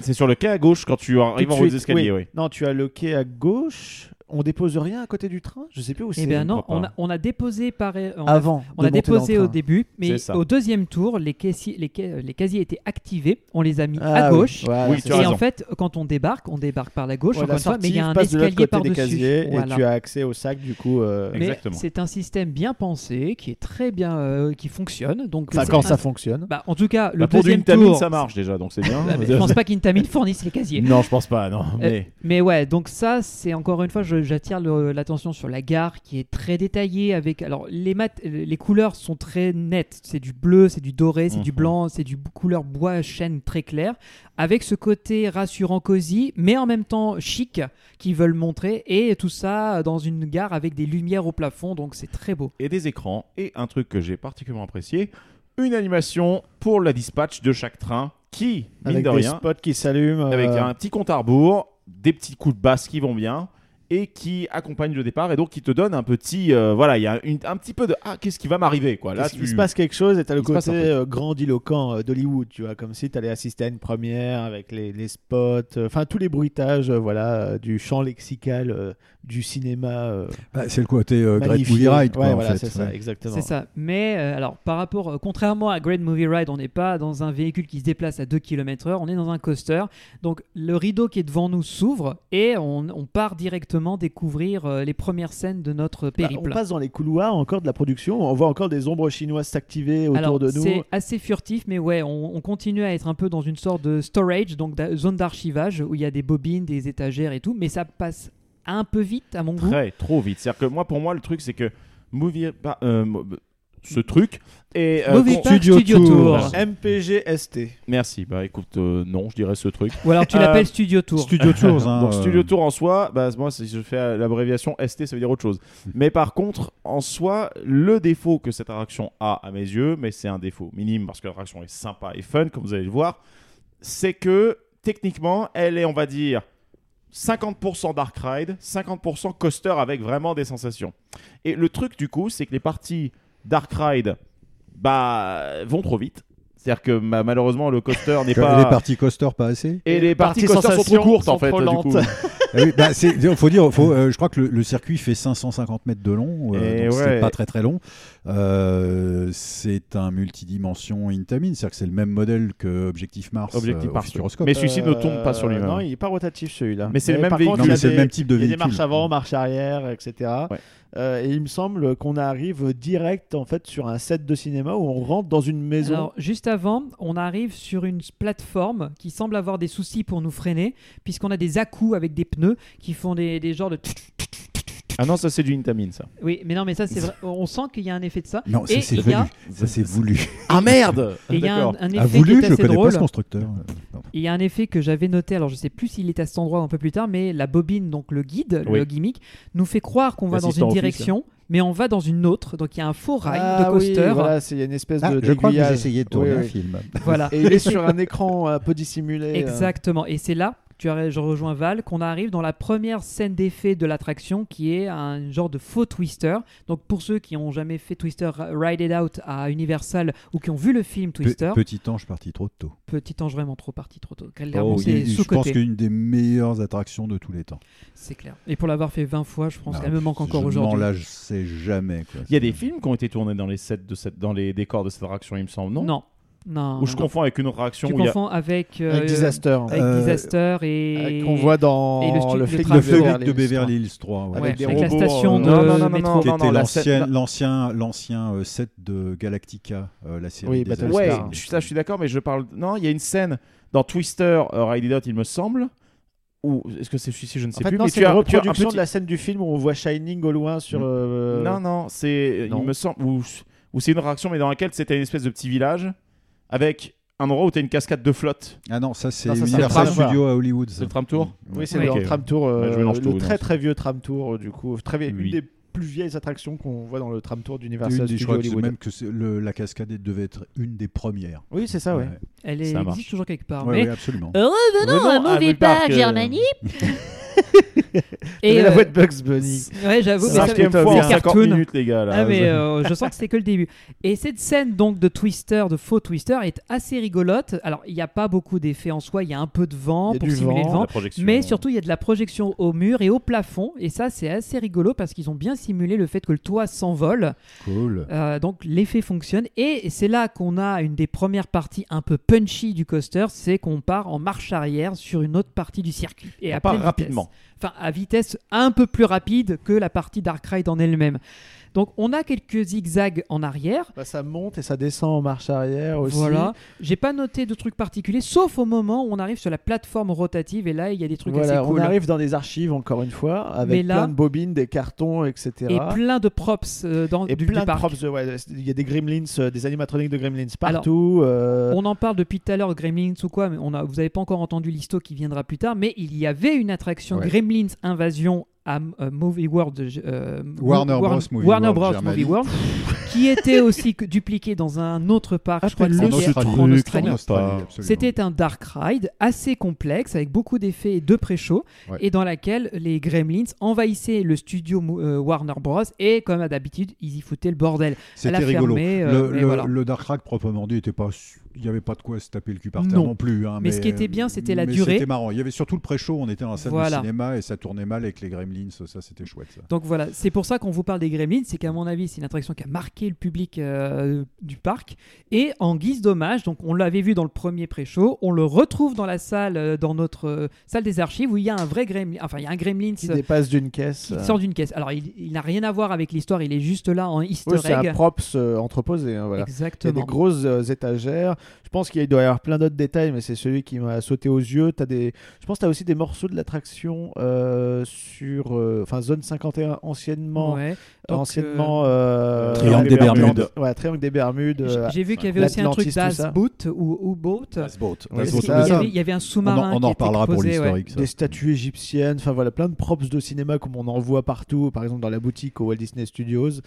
[SPEAKER 9] c'est sur le quai à gauche quand tu
[SPEAKER 8] Tout de
[SPEAKER 9] arrives en haut
[SPEAKER 8] suite,
[SPEAKER 9] des escaliers,
[SPEAKER 8] oui.
[SPEAKER 9] oui.
[SPEAKER 8] Non, tu as le quai à gauche. on dépose rien à côté du train Je sais plus où c'est.
[SPEAKER 11] Eh bien
[SPEAKER 8] je
[SPEAKER 11] non,
[SPEAKER 8] crois
[SPEAKER 11] on
[SPEAKER 8] pas.
[SPEAKER 11] a, on a déposé par. euh, on a-
[SPEAKER 8] Avant.
[SPEAKER 11] on
[SPEAKER 8] de
[SPEAKER 11] a
[SPEAKER 8] monter dans le
[SPEAKER 11] déposé au
[SPEAKER 8] train.
[SPEAKER 11] début,
[SPEAKER 9] C'est
[SPEAKER 11] mais
[SPEAKER 9] ça.
[SPEAKER 11] au deuxième tour, les caissiers, les, ca- les casiers étaient activés. On les a mis
[SPEAKER 8] Ah
[SPEAKER 11] à
[SPEAKER 8] oui,
[SPEAKER 11] gauche.
[SPEAKER 8] voilà,
[SPEAKER 9] Oui,
[SPEAKER 8] c'est
[SPEAKER 9] tu
[SPEAKER 11] Et
[SPEAKER 9] as
[SPEAKER 8] ça.
[SPEAKER 11] en
[SPEAKER 9] raison.
[SPEAKER 11] fait, quand on débarque, on débarque par la gauche,
[SPEAKER 8] Ouais,
[SPEAKER 11] encore
[SPEAKER 8] la
[SPEAKER 11] une fois, mais il y
[SPEAKER 8] sortie
[SPEAKER 11] a un
[SPEAKER 8] passe de l'autre
[SPEAKER 11] escalier
[SPEAKER 8] côté des
[SPEAKER 11] par-dessus.
[SPEAKER 8] casiers
[SPEAKER 11] Voilà.
[SPEAKER 8] et tu as accès au sac du coup. euh,
[SPEAKER 11] Mais
[SPEAKER 9] Exactement.
[SPEAKER 11] c'est un système bien pensé qui est très bien, euh, qui fonctionne. Donc,
[SPEAKER 8] Enfin,
[SPEAKER 11] c'est
[SPEAKER 8] quand
[SPEAKER 11] un-
[SPEAKER 8] ça fonctionne.
[SPEAKER 11] Bah, en tout cas, le
[SPEAKER 9] Bah, pour
[SPEAKER 11] deuxième
[SPEAKER 9] du Intamin,
[SPEAKER 11] tour.
[SPEAKER 9] ça marche déjà, donc c'est bien.
[SPEAKER 11] Bah, mais je pense pas qu'Intamin fournisse les casiers.
[SPEAKER 9] non, je pense pas, non.
[SPEAKER 11] Euh,
[SPEAKER 9] Mais
[SPEAKER 11] Mais ouais, donc ça, c'est encore une fois, je- j'attire le- l'attention sur la gare qui est très détaillée avec. Alors, les, mat- les couleurs sont très nettes. C'est du bleu, c'est du doré, c'est du
[SPEAKER 9] Mhm.
[SPEAKER 11] blanc, c'est du b- couleur bois chêne très clair. Avec ce côté rassurant, cosy, mais en même temps chic qu'ils veulent montrer. Et tout ça dans une gare avec des lumières au plafond, donc c'est très beau.
[SPEAKER 9] et des écrans et un truc que j'ai particulièrement apprécié, une animation pour la dispatch de chaque train qui, mine
[SPEAKER 8] Avec
[SPEAKER 9] de
[SPEAKER 8] des
[SPEAKER 9] rien,
[SPEAKER 8] spots qui s'allument.
[SPEAKER 9] avec
[SPEAKER 8] euh,
[SPEAKER 9] un petit compte à rebours, des petits coups de basse qui vont bien et qui accompagnent le départ et donc qui te donne un petit euh, voilà il y a une- un petit peu de ah qu'est-ce qui va m'arriver quoi là
[SPEAKER 8] il,
[SPEAKER 9] tu
[SPEAKER 8] se passe quelque chose et t'as le
[SPEAKER 9] Il se passe
[SPEAKER 8] côté
[SPEAKER 9] un truc.
[SPEAKER 8] euh, grandiloquent euh, d'Hollywood, tu vois, comme si t'allais assister à une première avec les, les spots, euh, enfin tous les bruitages, euh, voilà, euh, du champ lexical, euh, du cinéma. euh,
[SPEAKER 10] Bah, c'est le côté euh, Great
[SPEAKER 8] magnifié.
[SPEAKER 10] Movie Ride, quoi,
[SPEAKER 8] Ouais,
[SPEAKER 10] en
[SPEAKER 8] voilà,
[SPEAKER 10] fait.
[SPEAKER 8] c'est ça,
[SPEAKER 10] Ouais.
[SPEAKER 8] exactement.
[SPEAKER 11] C'est ça. Mais euh, alors, par rapport, euh, contrairement à Great Movie Ride, on n'est pas dans un véhicule qui se déplace à 2 km/h, on est dans un coaster. Donc, le rideau qui est devant nous s'ouvre et on, on part directement découvrir euh, les premières scènes de notre
[SPEAKER 8] Bah,
[SPEAKER 11] périple.
[SPEAKER 8] on passe dans les couloirs encore de la production, on voit encore des ombres chinoises s'activer autour
[SPEAKER 11] alors,
[SPEAKER 8] de
[SPEAKER 11] c'est
[SPEAKER 8] nous.
[SPEAKER 11] assez furtif, mais ouais, on, on continue à être un peu dans une sorte de storage, donc d'a- zone d'archivage où il y a des bobines, des étagères et tout, mais ça passe un peu vite à mon goût.
[SPEAKER 9] très trop vite c'est à dire que moi pour moi le truc c'est que movie bah, euh, mo- ce truc et euh,
[SPEAKER 11] Movie
[SPEAKER 9] qu'on-
[SPEAKER 11] Park Studio, Tour.
[SPEAKER 9] Voilà.
[SPEAKER 8] MPGST.
[SPEAKER 9] merci bah écoute euh, non je dirais ce truc
[SPEAKER 11] Ou alors tu
[SPEAKER 9] Euh,
[SPEAKER 11] l'appelles Studio Tour.
[SPEAKER 10] Studio Tours. hein,
[SPEAKER 9] Donc
[SPEAKER 10] euh,
[SPEAKER 9] Studio Tour en soi, bah, moi si je fais l'abréviation ST, ça veut dire autre chose. Mais par contre, en soi, le défaut que cette attraction a à mes yeux, mais c'est un défaut minime parce que l'attraction est sympa et fun, comme vous allez le voir, c'est que techniquement, elle est, on va dire, 50% Dark Ride, 50% coaster avec vraiment des sensations. Et le truc du coup, c'est que les parties Dark Ride bah, vont trop vite. C'est-à-dire que ma- malheureusement, le coaster n'est
[SPEAKER 10] que
[SPEAKER 9] pas.
[SPEAKER 10] Les parties coaster pas assez
[SPEAKER 9] Et les parties
[SPEAKER 8] parties
[SPEAKER 9] coaster sont trop
[SPEAKER 8] sensations
[SPEAKER 9] courtes en
[SPEAKER 8] sont
[SPEAKER 9] fait.
[SPEAKER 8] trop
[SPEAKER 9] du
[SPEAKER 8] lentes.
[SPEAKER 9] coup.
[SPEAKER 10] Ah oui, bah, c'est- faut dire, faut, euh, je crois que le, le circuit fait 550 mètres de long, euh,
[SPEAKER 9] Et
[SPEAKER 10] donc
[SPEAKER 9] ouais.
[SPEAKER 10] c'est pas très très long. Euh, c'est un multidimension Intamin, c'est-à-dire que c'est le même modèle que Objectif Mars,
[SPEAKER 9] Objectif
[SPEAKER 10] euh, au
[SPEAKER 9] Mars.
[SPEAKER 10] Futuroscope.
[SPEAKER 9] Mais celui-ci ne tombe pas sur lui-même.
[SPEAKER 8] Euh, Non, il n'est pas rotatif celui-là.
[SPEAKER 9] Mais c'est le même
[SPEAKER 8] par
[SPEAKER 9] véhicule.
[SPEAKER 10] non,
[SPEAKER 8] il y a
[SPEAKER 10] mais c'est le
[SPEAKER 8] des-
[SPEAKER 10] même type de
[SPEAKER 8] Il y a
[SPEAKER 10] véhicule.
[SPEAKER 8] des marches avant, marches arrière, etc.
[SPEAKER 9] Ouais.
[SPEAKER 8] Euh, et il me semble qu'on arrive direct en fait sur un set de cinéma où on rentre dans une maison.
[SPEAKER 11] Alors, juste avant, on arrive sur une plateforme qui semble avoir des soucis pour nous freiner, puisqu'on a des à avec des pneus qui font des, des genres de.
[SPEAKER 9] Ah non, ça c'est du Intamin, ça.
[SPEAKER 11] Oui, mais non, mais ça, c'est vrai. On sent qu'il y a un effet de ça.
[SPEAKER 10] Non, ça
[SPEAKER 11] Et
[SPEAKER 10] c'est
[SPEAKER 11] il y
[SPEAKER 10] voulu.
[SPEAKER 11] a-
[SPEAKER 10] Ça c'est voulu.
[SPEAKER 9] Ah merde
[SPEAKER 11] Et il y a un, un effet
[SPEAKER 10] Ah, voulu,
[SPEAKER 11] qui
[SPEAKER 10] je
[SPEAKER 11] est assez
[SPEAKER 10] connais
[SPEAKER 11] drôle.
[SPEAKER 10] pas ce constructeur. Euh, non.
[SPEAKER 11] Il y a un effet que j'avais noté, alors je sais plus s'il est à cet endroit un peu plus tard, mais la bobine, donc le guide,
[SPEAKER 9] Oui.
[SPEAKER 11] le gimmick, nous fait croire qu'on va dans
[SPEAKER 9] L'assistant
[SPEAKER 11] une
[SPEAKER 9] office.
[SPEAKER 11] direction, mais on va dans une autre. Donc il y a un faux rail
[SPEAKER 8] Ah
[SPEAKER 11] de
[SPEAKER 8] oui,
[SPEAKER 11] coaster.
[SPEAKER 8] voilà, c'est- il y a une espèce
[SPEAKER 10] Ah,
[SPEAKER 8] de.
[SPEAKER 10] je crois que vous
[SPEAKER 8] d'aiguillage.
[SPEAKER 10] essayez de tourner
[SPEAKER 8] Oui,
[SPEAKER 10] un
[SPEAKER 8] oui.
[SPEAKER 10] film.
[SPEAKER 11] Voilà.
[SPEAKER 8] Et il est sur un écran un peu dissimulé. euh.
[SPEAKER 11] Exactement. Et c'est là, tu as, je rejoins Val, qu'on arrive dans la première scène d'effet de l'attraction qui est un genre de faux twister. Donc pour ceux qui n'ont jamais fait Twister Ride It Out à Universal ou qui ont vu le film
[SPEAKER 10] Pe-
[SPEAKER 11] Twister,
[SPEAKER 10] Petit ange parti trop tôt.
[SPEAKER 11] petit ange vraiment trop parti trop tôt. Clairement,
[SPEAKER 10] Oh,
[SPEAKER 11] c'est
[SPEAKER 10] il- je pense
[SPEAKER 11] sous-côté.
[SPEAKER 10] qu'une des meilleures attractions de tous les temps.
[SPEAKER 11] C'est clair. Et pour l'avoir fait 20 fois, je pense
[SPEAKER 10] Non,
[SPEAKER 11] qu'elle me manque encore
[SPEAKER 10] Ah, je
[SPEAKER 11] aujourd'hui.
[SPEAKER 10] m'en là, je sais jamais. quoi.
[SPEAKER 9] Il y a des films qui ont été tournés dans les, sets de cette, dans les décors de cette attraction, il me semble, non
[SPEAKER 11] Non. Non.
[SPEAKER 9] Ou je
[SPEAKER 11] non.
[SPEAKER 9] confonds avec une autre attraction
[SPEAKER 11] Tu
[SPEAKER 9] où il y a-
[SPEAKER 11] confonds avec, euh,
[SPEAKER 8] Avec Disaster.
[SPEAKER 11] avec
[SPEAKER 10] Euh,
[SPEAKER 11] Disaster et.
[SPEAKER 8] euh, Qu'on voit dans
[SPEAKER 11] et le stu- le
[SPEAKER 8] flic
[SPEAKER 11] train
[SPEAKER 10] Le
[SPEAKER 11] de
[SPEAKER 10] flic de Beverly Hills 3, ouais.
[SPEAKER 11] Ouais,
[SPEAKER 8] avec des
[SPEAKER 11] avec la
[SPEAKER 8] robots,
[SPEAKER 11] station
[SPEAKER 8] euh,
[SPEAKER 11] de
[SPEAKER 9] non, non, non, non,
[SPEAKER 11] métro.
[SPEAKER 9] non,
[SPEAKER 10] qui
[SPEAKER 9] non,
[SPEAKER 10] était
[SPEAKER 9] la scène-
[SPEAKER 10] l'ancien l'ancien l'ancien euh, set de Galactica, euh, la série.
[SPEAKER 8] Oui,
[SPEAKER 10] des
[SPEAKER 8] Battlestar.
[SPEAKER 9] Ouais,
[SPEAKER 10] années
[SPEAKER 8] Star.
[SPEAKER 10] 70.
[SPEAKER 9] je, suis- ça, je suis d'accord, mais je parle... Non, il y a une scène dans Twister, euh, Ride It Out, il me semble, ou est-ce que c'est celui-ci, je ne
[SPEAKER 8] En
[SPEAKER 9] sais
[SPEAKER 8] fait,
[SPEAKER 9] plus,
[SPEAKER 8] non,
[SPEAKER 9] mais
[SPEAKER 8] c'est
[SPEAKER 9] tu
[SPEAKER 8] une
[SPEAKER 9] as, tu as un
[SPEAKER 8] reproduction
[SPEAKER 9] petit-
[SPEAKER 8] de la scène du film où on voit Shining au loin
[SPEAKER 10] Hmm.
[SPEAKER 8] sur.
[SPEAKER 9] Mm.
[SPEAKER 8] euh,
[SPEAKER 9] Non, non, c'est...
[SPEAKER 8] non.
[SPEAKER 9] Il me semble... Ou, ou c'est une réaction, mais dans laquelle c'était une espèce de petit village, avec un endroit où tu as une cascade de flotte.
[SPEAKER 10] Ah non, ça c'est
[SPEAKER 8] Non, ça, c'est
[SPEAKER 10] Universal
[SPEAKER 8] le tram.
[SPEAKER 10] Studio à Hollywood. ça.
[SPEAKER 9] C'est le tram tour
[SPEAKER 8] Oui, c'est
[SPEAKER 11] Ouais.
[SPEAKER 8] le
[SPEAKER 9] Ok.
[SPEAKER 8] tram tour, euh,
[SPEAKER 9] Bah, je mélange
[SPEAKER 8] le
[SPEAKER 9] tout, oui,
[SPEAKER 8] très
[SPEAKER 9] non,
[SPEAKER 8] très vieux tram tour euh, du coup, très vieille-
[SPEAKER 9] Oui.
[SPEAKER 8] une des plus vieilles attractions qu'on voit dans le tram tour
[SPEAKER 10] Une
[SPEAKER 8] d'Universal
[SPEAKER 10] des- je
[SPEAKER 8] Studios
[SPEAKER 10] crois que c'est
[SPEAKER 8] Hollywood.
[SPEAKER 10] même que c'est- le- la cascade devait être une des premières.
[SPEAKER 8] Oui, c'est ça, Ah ouais.
[SPEAKER 11] Elle est-
[SPEAKER 9] Ça marche.
[SPEAKER 11] existe toujours quelque part.
[SPEAKER 10] Ouais,
[SPEAKER 11] mais
[SPEAKER 10] ouais, absolument.
[SPEAKER 9] Revenons à Movie Park, Germany.
[SPEAKER 8] Et
[SPEAKER 11] Et
[SPEAKER 8] la
[SPEAKER 11] euh,
[SPEAKER 8] voix de Bugs Bunny.
[SPEAKER 11] Ouais, j'avoue, mais ça-
[SPEAKER 9] Cinquième
[SPEAKER 8] c'est
[SPEAKER 9] fois en
[SPEAKER 8] bien.
[SPEAKER 9] 50
[SPEAKER 11] Cartoon.
[SPEAKER 9] minutes, les gars. Là.
[SPEAKER 11] Ah, mais euh, je sens que c'est que le début. Et cette scène donc de Twister, de faux Twister, est assez rigolote. Alors il n'y a pas beaucoup d'effets en soi, il y a un peu de vent
[SPEAKER 8] Il y a
[SPEAKER 11] pour
[SPEAKER 8] du
[SPEAKER 11] simuler
[SPEAKER 8] vent,
[SPEAKER 11] le vent.
[SPEAKER 9] La projection.
[SPEAKER 11] Mais surtout, il y a de la projection au mur et au plafond. Et ça, c'est assez rigolo parce qu'ils ont bien simulé le fait que le toit s'envole.
[SPEAKER 10] Cool.
[SPEAKER 11] Euh, donc, l'effet fonctionne. Et c'est là qu'on a une des premières parties un peu punchy du coaster. C'est qu'on part en marche arrière sur une autre partie du circuit. Et
[SPEAKER 9] On
[SPEAKER 11] à
[SPEAKER 9] part
[SPEAKER 11] pleine
[SPEAKER 9] rapidement.
[SPEAKER 11] vitesse. Enfin, à vitesse un peu plus rapide que la partie Dark Ride en elle-même. Donc, on a quelques zigzags en arrière.
[SPEAKER 8] Bah, ça monte et ça descend en marche arrière aussi.
[SPEAKER 11] Voilà, j'ai pas noté de trucs particuliers, sauf au moment où on arrive sur la plateforme rotative et là il y a des trucs
[SPEAKER 8] Voilà,
[SPEAKER 11] assez
[SPEAKER 8] on
[SPEAKER 11] cool.
[SPEAKER 8] arrive dans des archives encore une fois
[SPEAKER 11] Mais
[SPEAKER 8] avec
[SPEAKER 11] là-
[SPEAKER 8] plein de bobines, des cartons, etc.
[SPEAKER 11] et plein de props euh, dans
[SPEAKER 8] Et
[SPEAKER 11] du,
[SPEAKER 8] plein
[SPEAKER 11] du
[SPEAKER 8] de
[SPEAKER 11] parc.
[SPEAKER 8] props. euh, ouais, il y a des gremlins, euh, des animatroniques de gremlins
[SPEAKER 11] Alors,
[SPEAKER 8] partout. euh,
[SPEAKER 11] On en parle depuis tout à l'heure, Gremlins ou quoi, mais on a, vous n'avez pas encore entendu l'histo qui viendra plus tard, mais il y avait une attraction
[SPEAKER 10] Ouais.
[SPEAKER 11] Gremlins Invasion à euh, Movie World, euh,
[SPEAKER 10] Warner
[SPEAKER 11] Warner-
[SPEAKER 10] Bros. Movie
[SPEAKER 11] Warner
[SPEAKER 10] World,
[SPEAKER 11] Bros.
[SPEAKER 10] Germany.
[SPEAKER 11] Movie World, qui était aussi que- dupliquée dans un autre parc, Ah, je crois que
[SPEAKER 10] En
[SPEAKER 11] c'était
[SPEAKER 10] Australie.
[SPEAKER 11] en Australie.
[SPEAKER 10] En Australie,
[SPEAKER 9] Pas.
[SPEAKER 10] absolument.
[SPEAKER 11] C'était un dark ride assez complexe avec beaucoup d'effets et de pré-show
[SPEAKER 10] Ouais.
[SPEAKER 11] et dans laquelle les Gremlins envahissaient le studio euh, Warner Bros et comme à d'habitude ils y foutaient le bordel.
[SPEAKER 10] C'était
[SPEAKER 11] Elle a
[SPEAKER 10] rigolo.
[SPEAKER 11] fermé, euh,
[SPEAKER 10] le,
[SPEAKER 11] mais
[SPEAKER 10] le-
[SPEAKER 11] voilà.
[SPEAKER 10] le Dark Rack proprement dit était pas, su- il n'y avait pas de quoi se taper le cul par terre
[SPEAKER 11] Non.
[SPEAKER 10] non, plus. hein,
[SPEAKER 11] Mais ce qui était bien, c'était la
[SPEAKER 10] mais
[SPEAKER 11] durée.
[SPEAKER 10] C'était marrant. Il y avait surtout le pré-show. On était dans la salle
[SPEAKER 11] Voilà.
[SPEAKER 10] de cinéma et ça tournait mal avec les Gremlins. Ça, c'était chouette. Ça.
[SPEAKER 11] Donc voilà, c'est pour ça qu'on vous parle des Gremlins, c'est qu'à mon avis c'est une attraction qui a marqué le public euh, du parc et en guise d'hommage, donc on l'avait vu dans le premier pré-show, on le retrouve dans la salle, euh, dans notre euh, salle des archives où il y a un vrai Gremlin, enfin il y a un Gremlins
[SPEAKER 8] qui dépasse d'une caisse.
[SPEAKER 11] qui sort d'une caisse. Alors il, il n'a rien à voir avec l'histoire, il est juste là en easter
[SPEAKER 8] Oui, c'est
[SPEAKER 11] egg.
[SPEAKER 8] un props euh, entreposé. hein, voilà. Il y a
[SPEAKER 11] Exactement.
[SPEAKER 8] des grosses euh, étagères. Je pense qu'il doit y avoir plein d'autres détails, mais c'est celui qui m'a sauté aux yeux. As des... Je pense que tu as aussi des morceaux de l'attraction euh, sur euh, enfin zone 51 anciennement.
[SPEAKER 11] Ouais. Donc,
[SPEAKER 8] euh, anciennement euh,
[SPEAKER 10] Triangle
[SPEAKER 9] des Bermudes.
[SPEAKER 8] Ouais, Triangle des Bermudes.
[SPEAKER 11] J-
[SPEAKER 8] euh,
[SPEAKER 11] J'ai vu qu'il y avait aussi un truc
[SPEAKER 8] l'Atlantis, tout ça.
[SPEAKER 11] d'Asboot ou U-Boat.
[SPEAKER 8] Ouais,
[SPEAKER 11] Parce
[SPEAKER 8] c'est
[SPEAKER 11] qu'il y
[SPEAKER 8] ça.
[SPEAKER 11] avait- Il y avait
[SPEAKER 10] On
[SPEAKER 11] un
[SPEAKER 10] en, on
[SPEAKER 11] sous-marin. qui
[SPEAKER 10] en
[SPEAKER 11] était
[SPEAKER 10] reparlera pour
[SPEAKER 11] posé, ouais.
[SPEAKER 10] l'historique. ça.
[SPEAKER 8] des statues égyptiennes, enfin voilà, plein de props de cinéma comme on en voit partout, par exemple dans la boutique au Walt Disney Studios.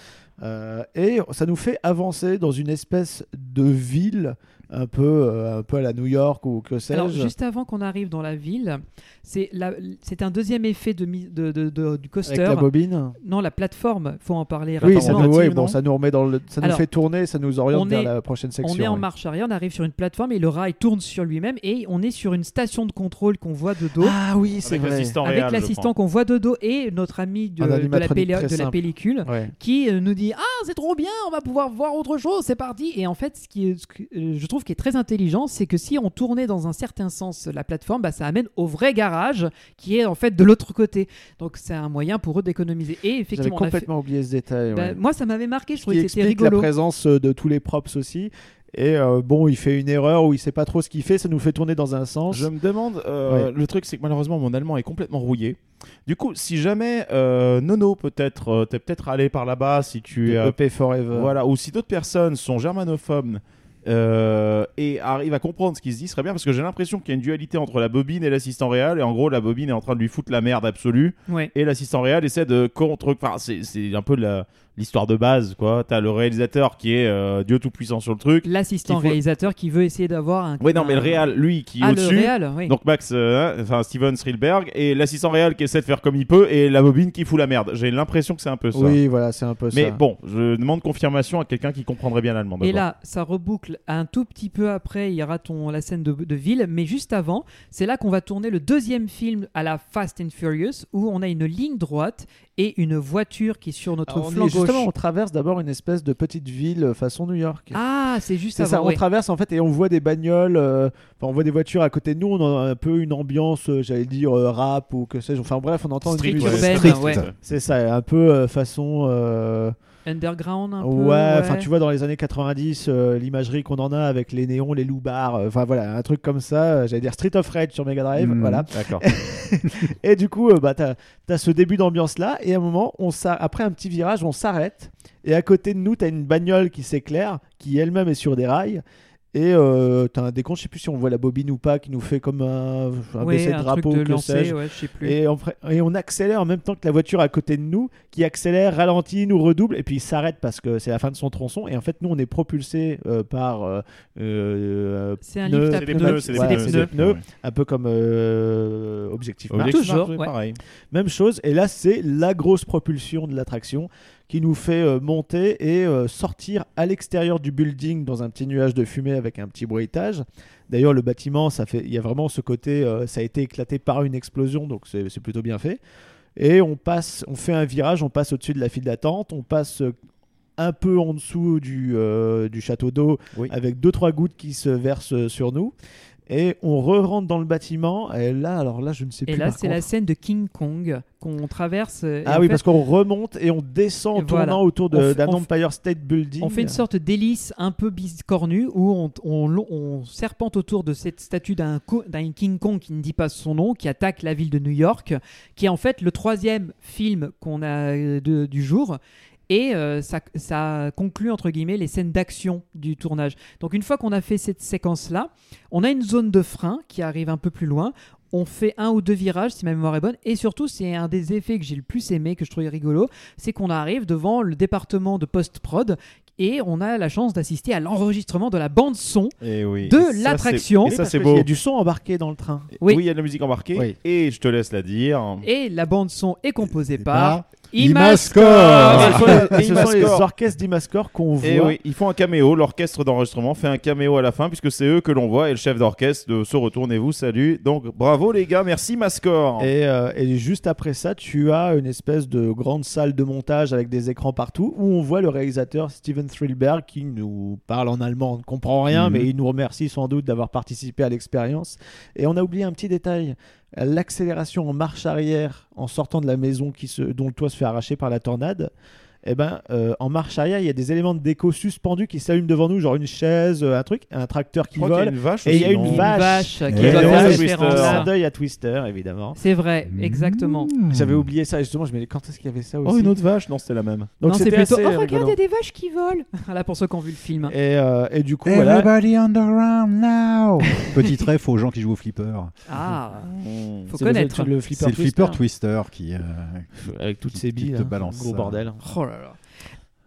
[SPEAKER 8] Euh, et ça nous fait avancer dans une espèce de ville un peu, euh, un peu à la New York ou que
[SPEAKER 11] Alors,
[SPEAKER 8] sais-je.
[SPEAKER 11] juste avant qu'on arrive dans la ville, c'est la- c'est un deuxième effet de, mi- de- de- de- du
[SPEAKER 8] Avec
[SPEAKER 11] coaster.
[SPEAKER 8] la bobine.
[SPEAKER 11] non, la plateforme, faut en parler
[SPEAKER 8] Oui,
[SPEAKER 11] rapidement.
[SPEAKER 8] ça nous,
[SPEAKER 9] rapidement.
[SPEAKER 8] ouais, bon, ça nous remet dans le, ça nous
[SPEAKER 11] Alors,
[SPEAKER 8] fait tourner, ça nous oriente
[SPEAKER 11] on
[SPEAKER 8] vers
[SPEAKER 11] est-
[SPEAKER 8] la prochaine section.
[SPEAKER 11] On est en
[SPEAKER 8] oui.
[SPEAKER 11] marche arrière, on arrive sur une plateforme et le rail tourne sur lui-même et on est sur une station de contrôle qu'on voit de dos.
[SPEAKER 8] Ah oui, c'est
[SPEAKER 9] Avec
[SPEAKER 8] vrai.
[SPEAKER 9] l'assistant réel,
[SPEAKER 11] avec
[SPEAKER 9] je
[SPEAKER 11] l'assistant qu'on voit de dos et notre ami de,
[SPEAKER 8] Un
[SPEAKER 11] de la,
[SPEAKER 8] animatronique
[SPEAKER 11] péli-
[SPEAKER 8] très
[SPEAKER 11] de la
[SPEAKER 8] simple.
[SPEAKER 11] pellicule
[SPEAKER 8] Ouais.
[SPEAKER 11] qui euh, nous dit ah c'est trop bien on va pouvoir voir autre chose c'est parti et en fait ce qui est- ce que euh, je trouve qui est très intelligent c'est que si on tournait dans un certain sens la plateforme bah, ça amène au vrai garage qui est en fait de l'autre côté donc c'est un moyen pour eux d'économiser et
[SPEAKER 8] J'avais
[SPEAKER 11] effectivement on a fait-
[SPEAKER 8] complètement oublié ce détail.
[SPEAKER 11] bah,
[SPEAKER 8] ouais.
[SPEAKER 11] moi ça m'avait marqué je
[SPEAKER 8] qui
[SPEAKER 11] trouvais que c'était
[SPEAKER 8] explique la
[SPEAKER 11] rigolo
[SPEAKER 8] présence euh, de tous les props aussi. Et euh, bon, il fait une erreur où il sait pas trop ce qu'il fait, ça nous fait tourner dans un sens.
[SPEAKER 9] Je me demande, euh,
[SPEAKER 8] Ouais.
[SPEAKER 9] le truc c'est que malheureusement mon allemand est complètement rouillé. Du coup, si jamais euh, Nono peut-être, euh, t'es peut-être allé par là-bas, si tu es,
[SPEAKER 8] Développé Forever.
[SPEAKER 9] voilà, ou si d'autres personnes sont germanophobes euh, et arrivent à comprendre ce qui se dit, ce serait bien parce que j'ai l'impression qu'il y a une dualité entre la bobine et l'assistant réel et en gros la bobine est en train de lui foutre la merde absolue
[SPEAKER 11] Ouais.
[SPEAKER 9] et l'assistant réel essaie de contre, enfin c'est, c'est un peu de la- l'histoire de base quoi. T'as le réalisateur qui est euh, Dieu tout puissant sur le truc.
[SPEAKER 11] l'assistant
[SPEAKER 9] Il faut-
[SPEAKER 11] réalisateur qui veut essayer d'avoir un
[SPEAKER 9] Oui non mais le
[SPEAKER 11] un-
[SPEAKER 9] réel, lui qui est
[SPEAKER 11] ah, le
[SPEAKER 9] au-dessus.
[SPEAKER 11] réel, oui.
[SPEAKER 9] Donc Max, euh, hein, enfin Steven Spielberg et l'assistant réel qui essaie de faire comme il peut et la bobine qui fout la merde. J'ai l'impression que c'est un peu ça.
[SPEAKER 8] Oui, voilà, c'est un peu ça.
[SPEAKER 9] Mais bon, je demande confirmation à quelqu'un qui comprendrait bien l'allemand.
[SPEAKER 8] Bah,
[SPEAKER 11] Et
[SPEAKER 9] d'abord.
[SPEAKER 11] là, ça reboucle un tout petit peu après, il y aura ton, la scène de, de ville, mais juste avant, c'est là qu'on va tourner le deuxième film à la Fast and Furious, où on a une ligne droite et une voiture qui est sur notre
[SPEAKER 8] Alors, Ah, on est-
[SPEAKER 11] flanc gauche.
[SPEAKER 8] justement, on traverse d'abord une espèce de petite ville euh, façon New York.
[SPEAKER 11] Ah, c'est juste
[SPEAKER 8] c'est ça,
[SPEAKER 11] avant.
[SPEAKER 8] on
[SPEAKER 11] ouais.
[SPEAKER 8] traverse en fait et on voit des bagnoles, euh, enfin, on voit des voitures à côté de nous, on a un peu une ambiance, euh, j'allais dire euh, rap ou que sais-je, enfin bref, on entend
[SPEAKER 9] Street
[SPEAKER 8] une musique.
[SPEAKER 11] urbaine,
[SPEAKER 8] Street.
[SPEAKER 11] Ben, ouais.
[SPEAKER 8] C'est ça, un peu euh, façon. euh,
[SPEAKER 11] Underground un peu.
[SPEAKER 8] Ouais, enfin tu vois dans les années 90 euh, l'imagerie qu'on en a avec les néons, les loups bars, euh, enfin voilà un truc comme ça, euh, j'allais dire Street of Rage sur Mega Drive,
[SPEAKER 9] Mm.
[SPEAKER 10] Mhm.
[SPEAKER 8] voilà.
[SPEAKER 9] D'accord.
[SPEAKER 8] Et du coup euh, bah t'as as ce début d'ambiance là et à un moment on s'a- après un petit virage on s'arrête et à côté de nous t'as une bagnole qui s'éclaire qui elle-même est sur des rails. Et euh, t'as un décompte, je sais plus si on voit la bobine ou pas, qui nous fait comme un, un
[SPEAKER 11] Ouais,
[SPEAKER 8] essai de
[SPEAKER 11] un
[SPEAKER 8] drapeau,
[SPEAKER 11] truc de
[SPEAKER 8] que sais-je.
[SPEAKER 11] lancer, ouais, je sais plus.
[SPEAKER 8] Et on, fra- et on accélère en même temps que la voiture à côté de nous, qui accélère, ralentit, nous redouble, et puis il s'arrête parce que c'est la fin de son tronçon. Et en fait, nous, on est propulsé euh, par. euh, euh,
[SPEAKER 11] C'est un
[SPEAKER 8] pneus,
[SPEAKER 11] lift à
[SPEAKER 8] c'est
[SPEAKER 11] pneus.
[SPEAKER 8] des pneus, c'est des
[SPEAKER 11] Ouais,
[SPEAKER 8] pneus,
[SPEAKER 11] c'est
[SPEAKER 8] c'est des pneus.
[SPEAKER 9] ouais.
[SPEAKER 8] un peu comme euh, Objectif Mars.
[SPEAKER 9] Objectif
[SPEAKER 11] Toujours,
[SPEAKER 9] Mars, c'est
[SPEAKER 11] ouais.
[SPEAKER 9] pareil.
[SPEAKER 8] Même chose, et là c'est la grosse propulsion de l'attraction qui nous fait euh, monter et euh, sortir à l'extérieur du building dans un petit nuage de fumée avec un petit bruitage. D'ailleurs le bâtiment, ça fait, il y a vraiment ce côté, euh, ça a été éclaté par une explosion, donc c'est c'est plutôt bien fait. Et on passe, on fait un virage, on passe au-dessus de la file d'attente, on passe euh, un peu en dessous du, euh, du château d'eau
[SPEAKER 9] Oui.
[SPEAKER 8] avec deux trois gouttes qui se versent euh, sur nous. Et on re-rentre dans le bâtiment. Et là, alors là, je ne sais
[SPEAKER 11] Et
[SPEAKER 8] plus.
[SPEAKER 11] là,
[SPEAKER 8] par
[SPEAKER 11] c'est
[SPEAKER 8] contre.
[SPEAKER 11] la scène de King Kong qu'on traverse. euh, et
[SPEAKER 8] Ah
[SPEAKER 11] en
[SPEAKER 8] oui,
[SPEAKER 11] fait,
[SPEAKER 8] parce qu'on remonte et on descend en
[SPEAKER 11] Et voilà.
[SPEAKER 8] tournant autour
[SPEAKER 11] On
[SPEAKER 8] de-
[SPEAKER 11] fait-
[SPEAKER 8] d'un
[SPEAKER 11] on fait-
[SPEAKER 8] Empire State Building.
[SPEAKER 11] on fait une sorte d'hélice un peu biscornue où on, on- on serpente autour de cette statue d'un co- d'un King Kong qui ne dit pas son nom, qui attaque la ville de New York, qui est en fait le troisième film qu'on a euh, de- du jour. Et euh, ça, ça conclut, entre guillemets, les scènes d'action du tournage. Donc une fois qu'on a fait cette séquence-là, on a une zone de frein qui arrive un peu plus loin. On fait un ou deux virages, si ma mémoire est bonne. Et surtout, c'est un des effets que j'ai le plus aimé, que je trouvais rigolo, c'est qu'on arrive devant le département de post-prod et on a la chance d'assister à l'enregistrement de la bande-son.
[SPEAKER 8] Eh
[SPEAKER 9] Et oui.
[SPEAKER 11] De
[SPEAKER 9] Et ça, c'est-
[SPEAKER 11] l'attraction.
[SPEAKER 9] Et
[SPEAKER 8] Oui,
[SPEAKER 9] ça,
[SPEAKER 8] parce
[SPEAKER 9] c'est
[SPEAKER 8] que
[SPEAKER 9] beau.
[SPEAKER 8] Il y a du son embarqué dans le train.
[SPEAKER 11] Oui.
[SPEAKER 9] Oui. il y a de la musique embarquée.
[SPEAKER 8] Oui.
[SPEAKER 9] Et je te laisse la dire.
[SPEAKER 11] Et la bande-son est composée
[SPEAKER 10] Et
[SPEAKER 11] par
[SPEAKER 10] Imascore.
[SPEAKER 11] Imascore.
[SPEAKER 9] Ah,
[SPEAKER 8] ce sont,
[SPEAKER 9] et
[SPEAKER 8] les, ce sont
[SPEAKER 9] Imascore.
[SPEAKER 8] les orchestres d'Imascore qu'on voit.
[SPEAKER 9] Et Eh oui, ils font un caméo. L'orchestre d'enregistrement fait un caméo à la fin puisque c'est eux que l'on voit et le chef d'orchestre de se retournez-vous, salut. Donc bravo les gars, merci Mascor.
[SPEAKER 8] Et, euh, et juste après ça, tu as une espèce de grande salle de montage avec des écrans partout où on voit le réalisateur Steven Thrillberg qui nous parle en allemand. On ne comprend rien,
[SPEAKER 9] Mhm.
[SPEAKER 8] mais il nous remercie sans doute d'avoir participé à l'expérience. Et on a oublié un petit détail l'accélération en marche arrière en sortant de la maison qui se, dont le toit se fait arracher par la tornade. Eh ben, euh, en marche arrière, il y a des éléments de déco suspendus qui s'allument devant nous, genre une chaise, euh, un truc, un tracteur qui
[SPEAKER 9] Je crois qu'il y a
[SPEAKER 8] vole.
[SPEAKER 9] une vache
[SPEAKER 8] Et il y a
[SPEAKER 9] aussi,
[SPEAKER 8] une
[SPEAKER 9] non
[SPEAKER 8] vache. Eh
[SPEAKER 11] qui
[SPEAKER 10] Et
[SPEAKER 11] doit
[SPEAKER 10] le
[SPEAKER 11] faire
[SPEAKER 9] Twister.
[SPEAKER 8] Un
[SPEAKER 11] référence.
[SPEAKER 8] deuil à Twister, évidemment.
[SPEAKER 11] C'est vrai,
[SPEAKER 8] Mmh.
[SPEAKER 11] exactement.
[SPEAKER 10] Hmm.
[SPEAKER 8] J'avais oublié ça, justement, je me disais quand est-ce qu'il y avait ça aussi
[SPEAKER 9] Oh, une autre vache Non, c'était la même.
[SPEAKER 8] Donc
[SPEAKER 11] non, c'est
[SPEAKER 8] c'était
[SPEAKER 11] plutôt.
[SPEAKER 8] assez
[SPEAKER 11] Oh, regarde,
[SPEAKER 8] rigolo.
[SPEAKER 11] il y a des vaches qui volent. Ah, Là, pour ceux qui ont vu le film.
[SPEAKER 8] Et, euh, et du coup, voilà.
[SPEAKER 10] Everybody underground now. Petit ref aux gens qui jouent au flipper.
[SPEAKER 11] Ah, faut
[SPEAKER 9] Hmm.
[SPEAKER 8] C'est le-
[SPEAKER 11] connaître.
[SPEAKER 8] le, flipper,
[SPEAKER 10] C'est le flipper
[SPEAKER 8] twister.
[SPEAKER 10] twister qui. euh,
[SPEAKER 8] avec toutes
[SPEAKER 10] qui-
[SPEAKER 8] ces
[SPEAKER 10] qui
[SPEAKER 8] billes,
[SPEAKER 10] te
[SPEAKER 8] hein,
[SPEAKER 10] balance
[SPEAKER 8] gros
[SPEAKER 10] ça.
[SPEAKER 8] bordel.
[SPEAKER 11] Oh là là.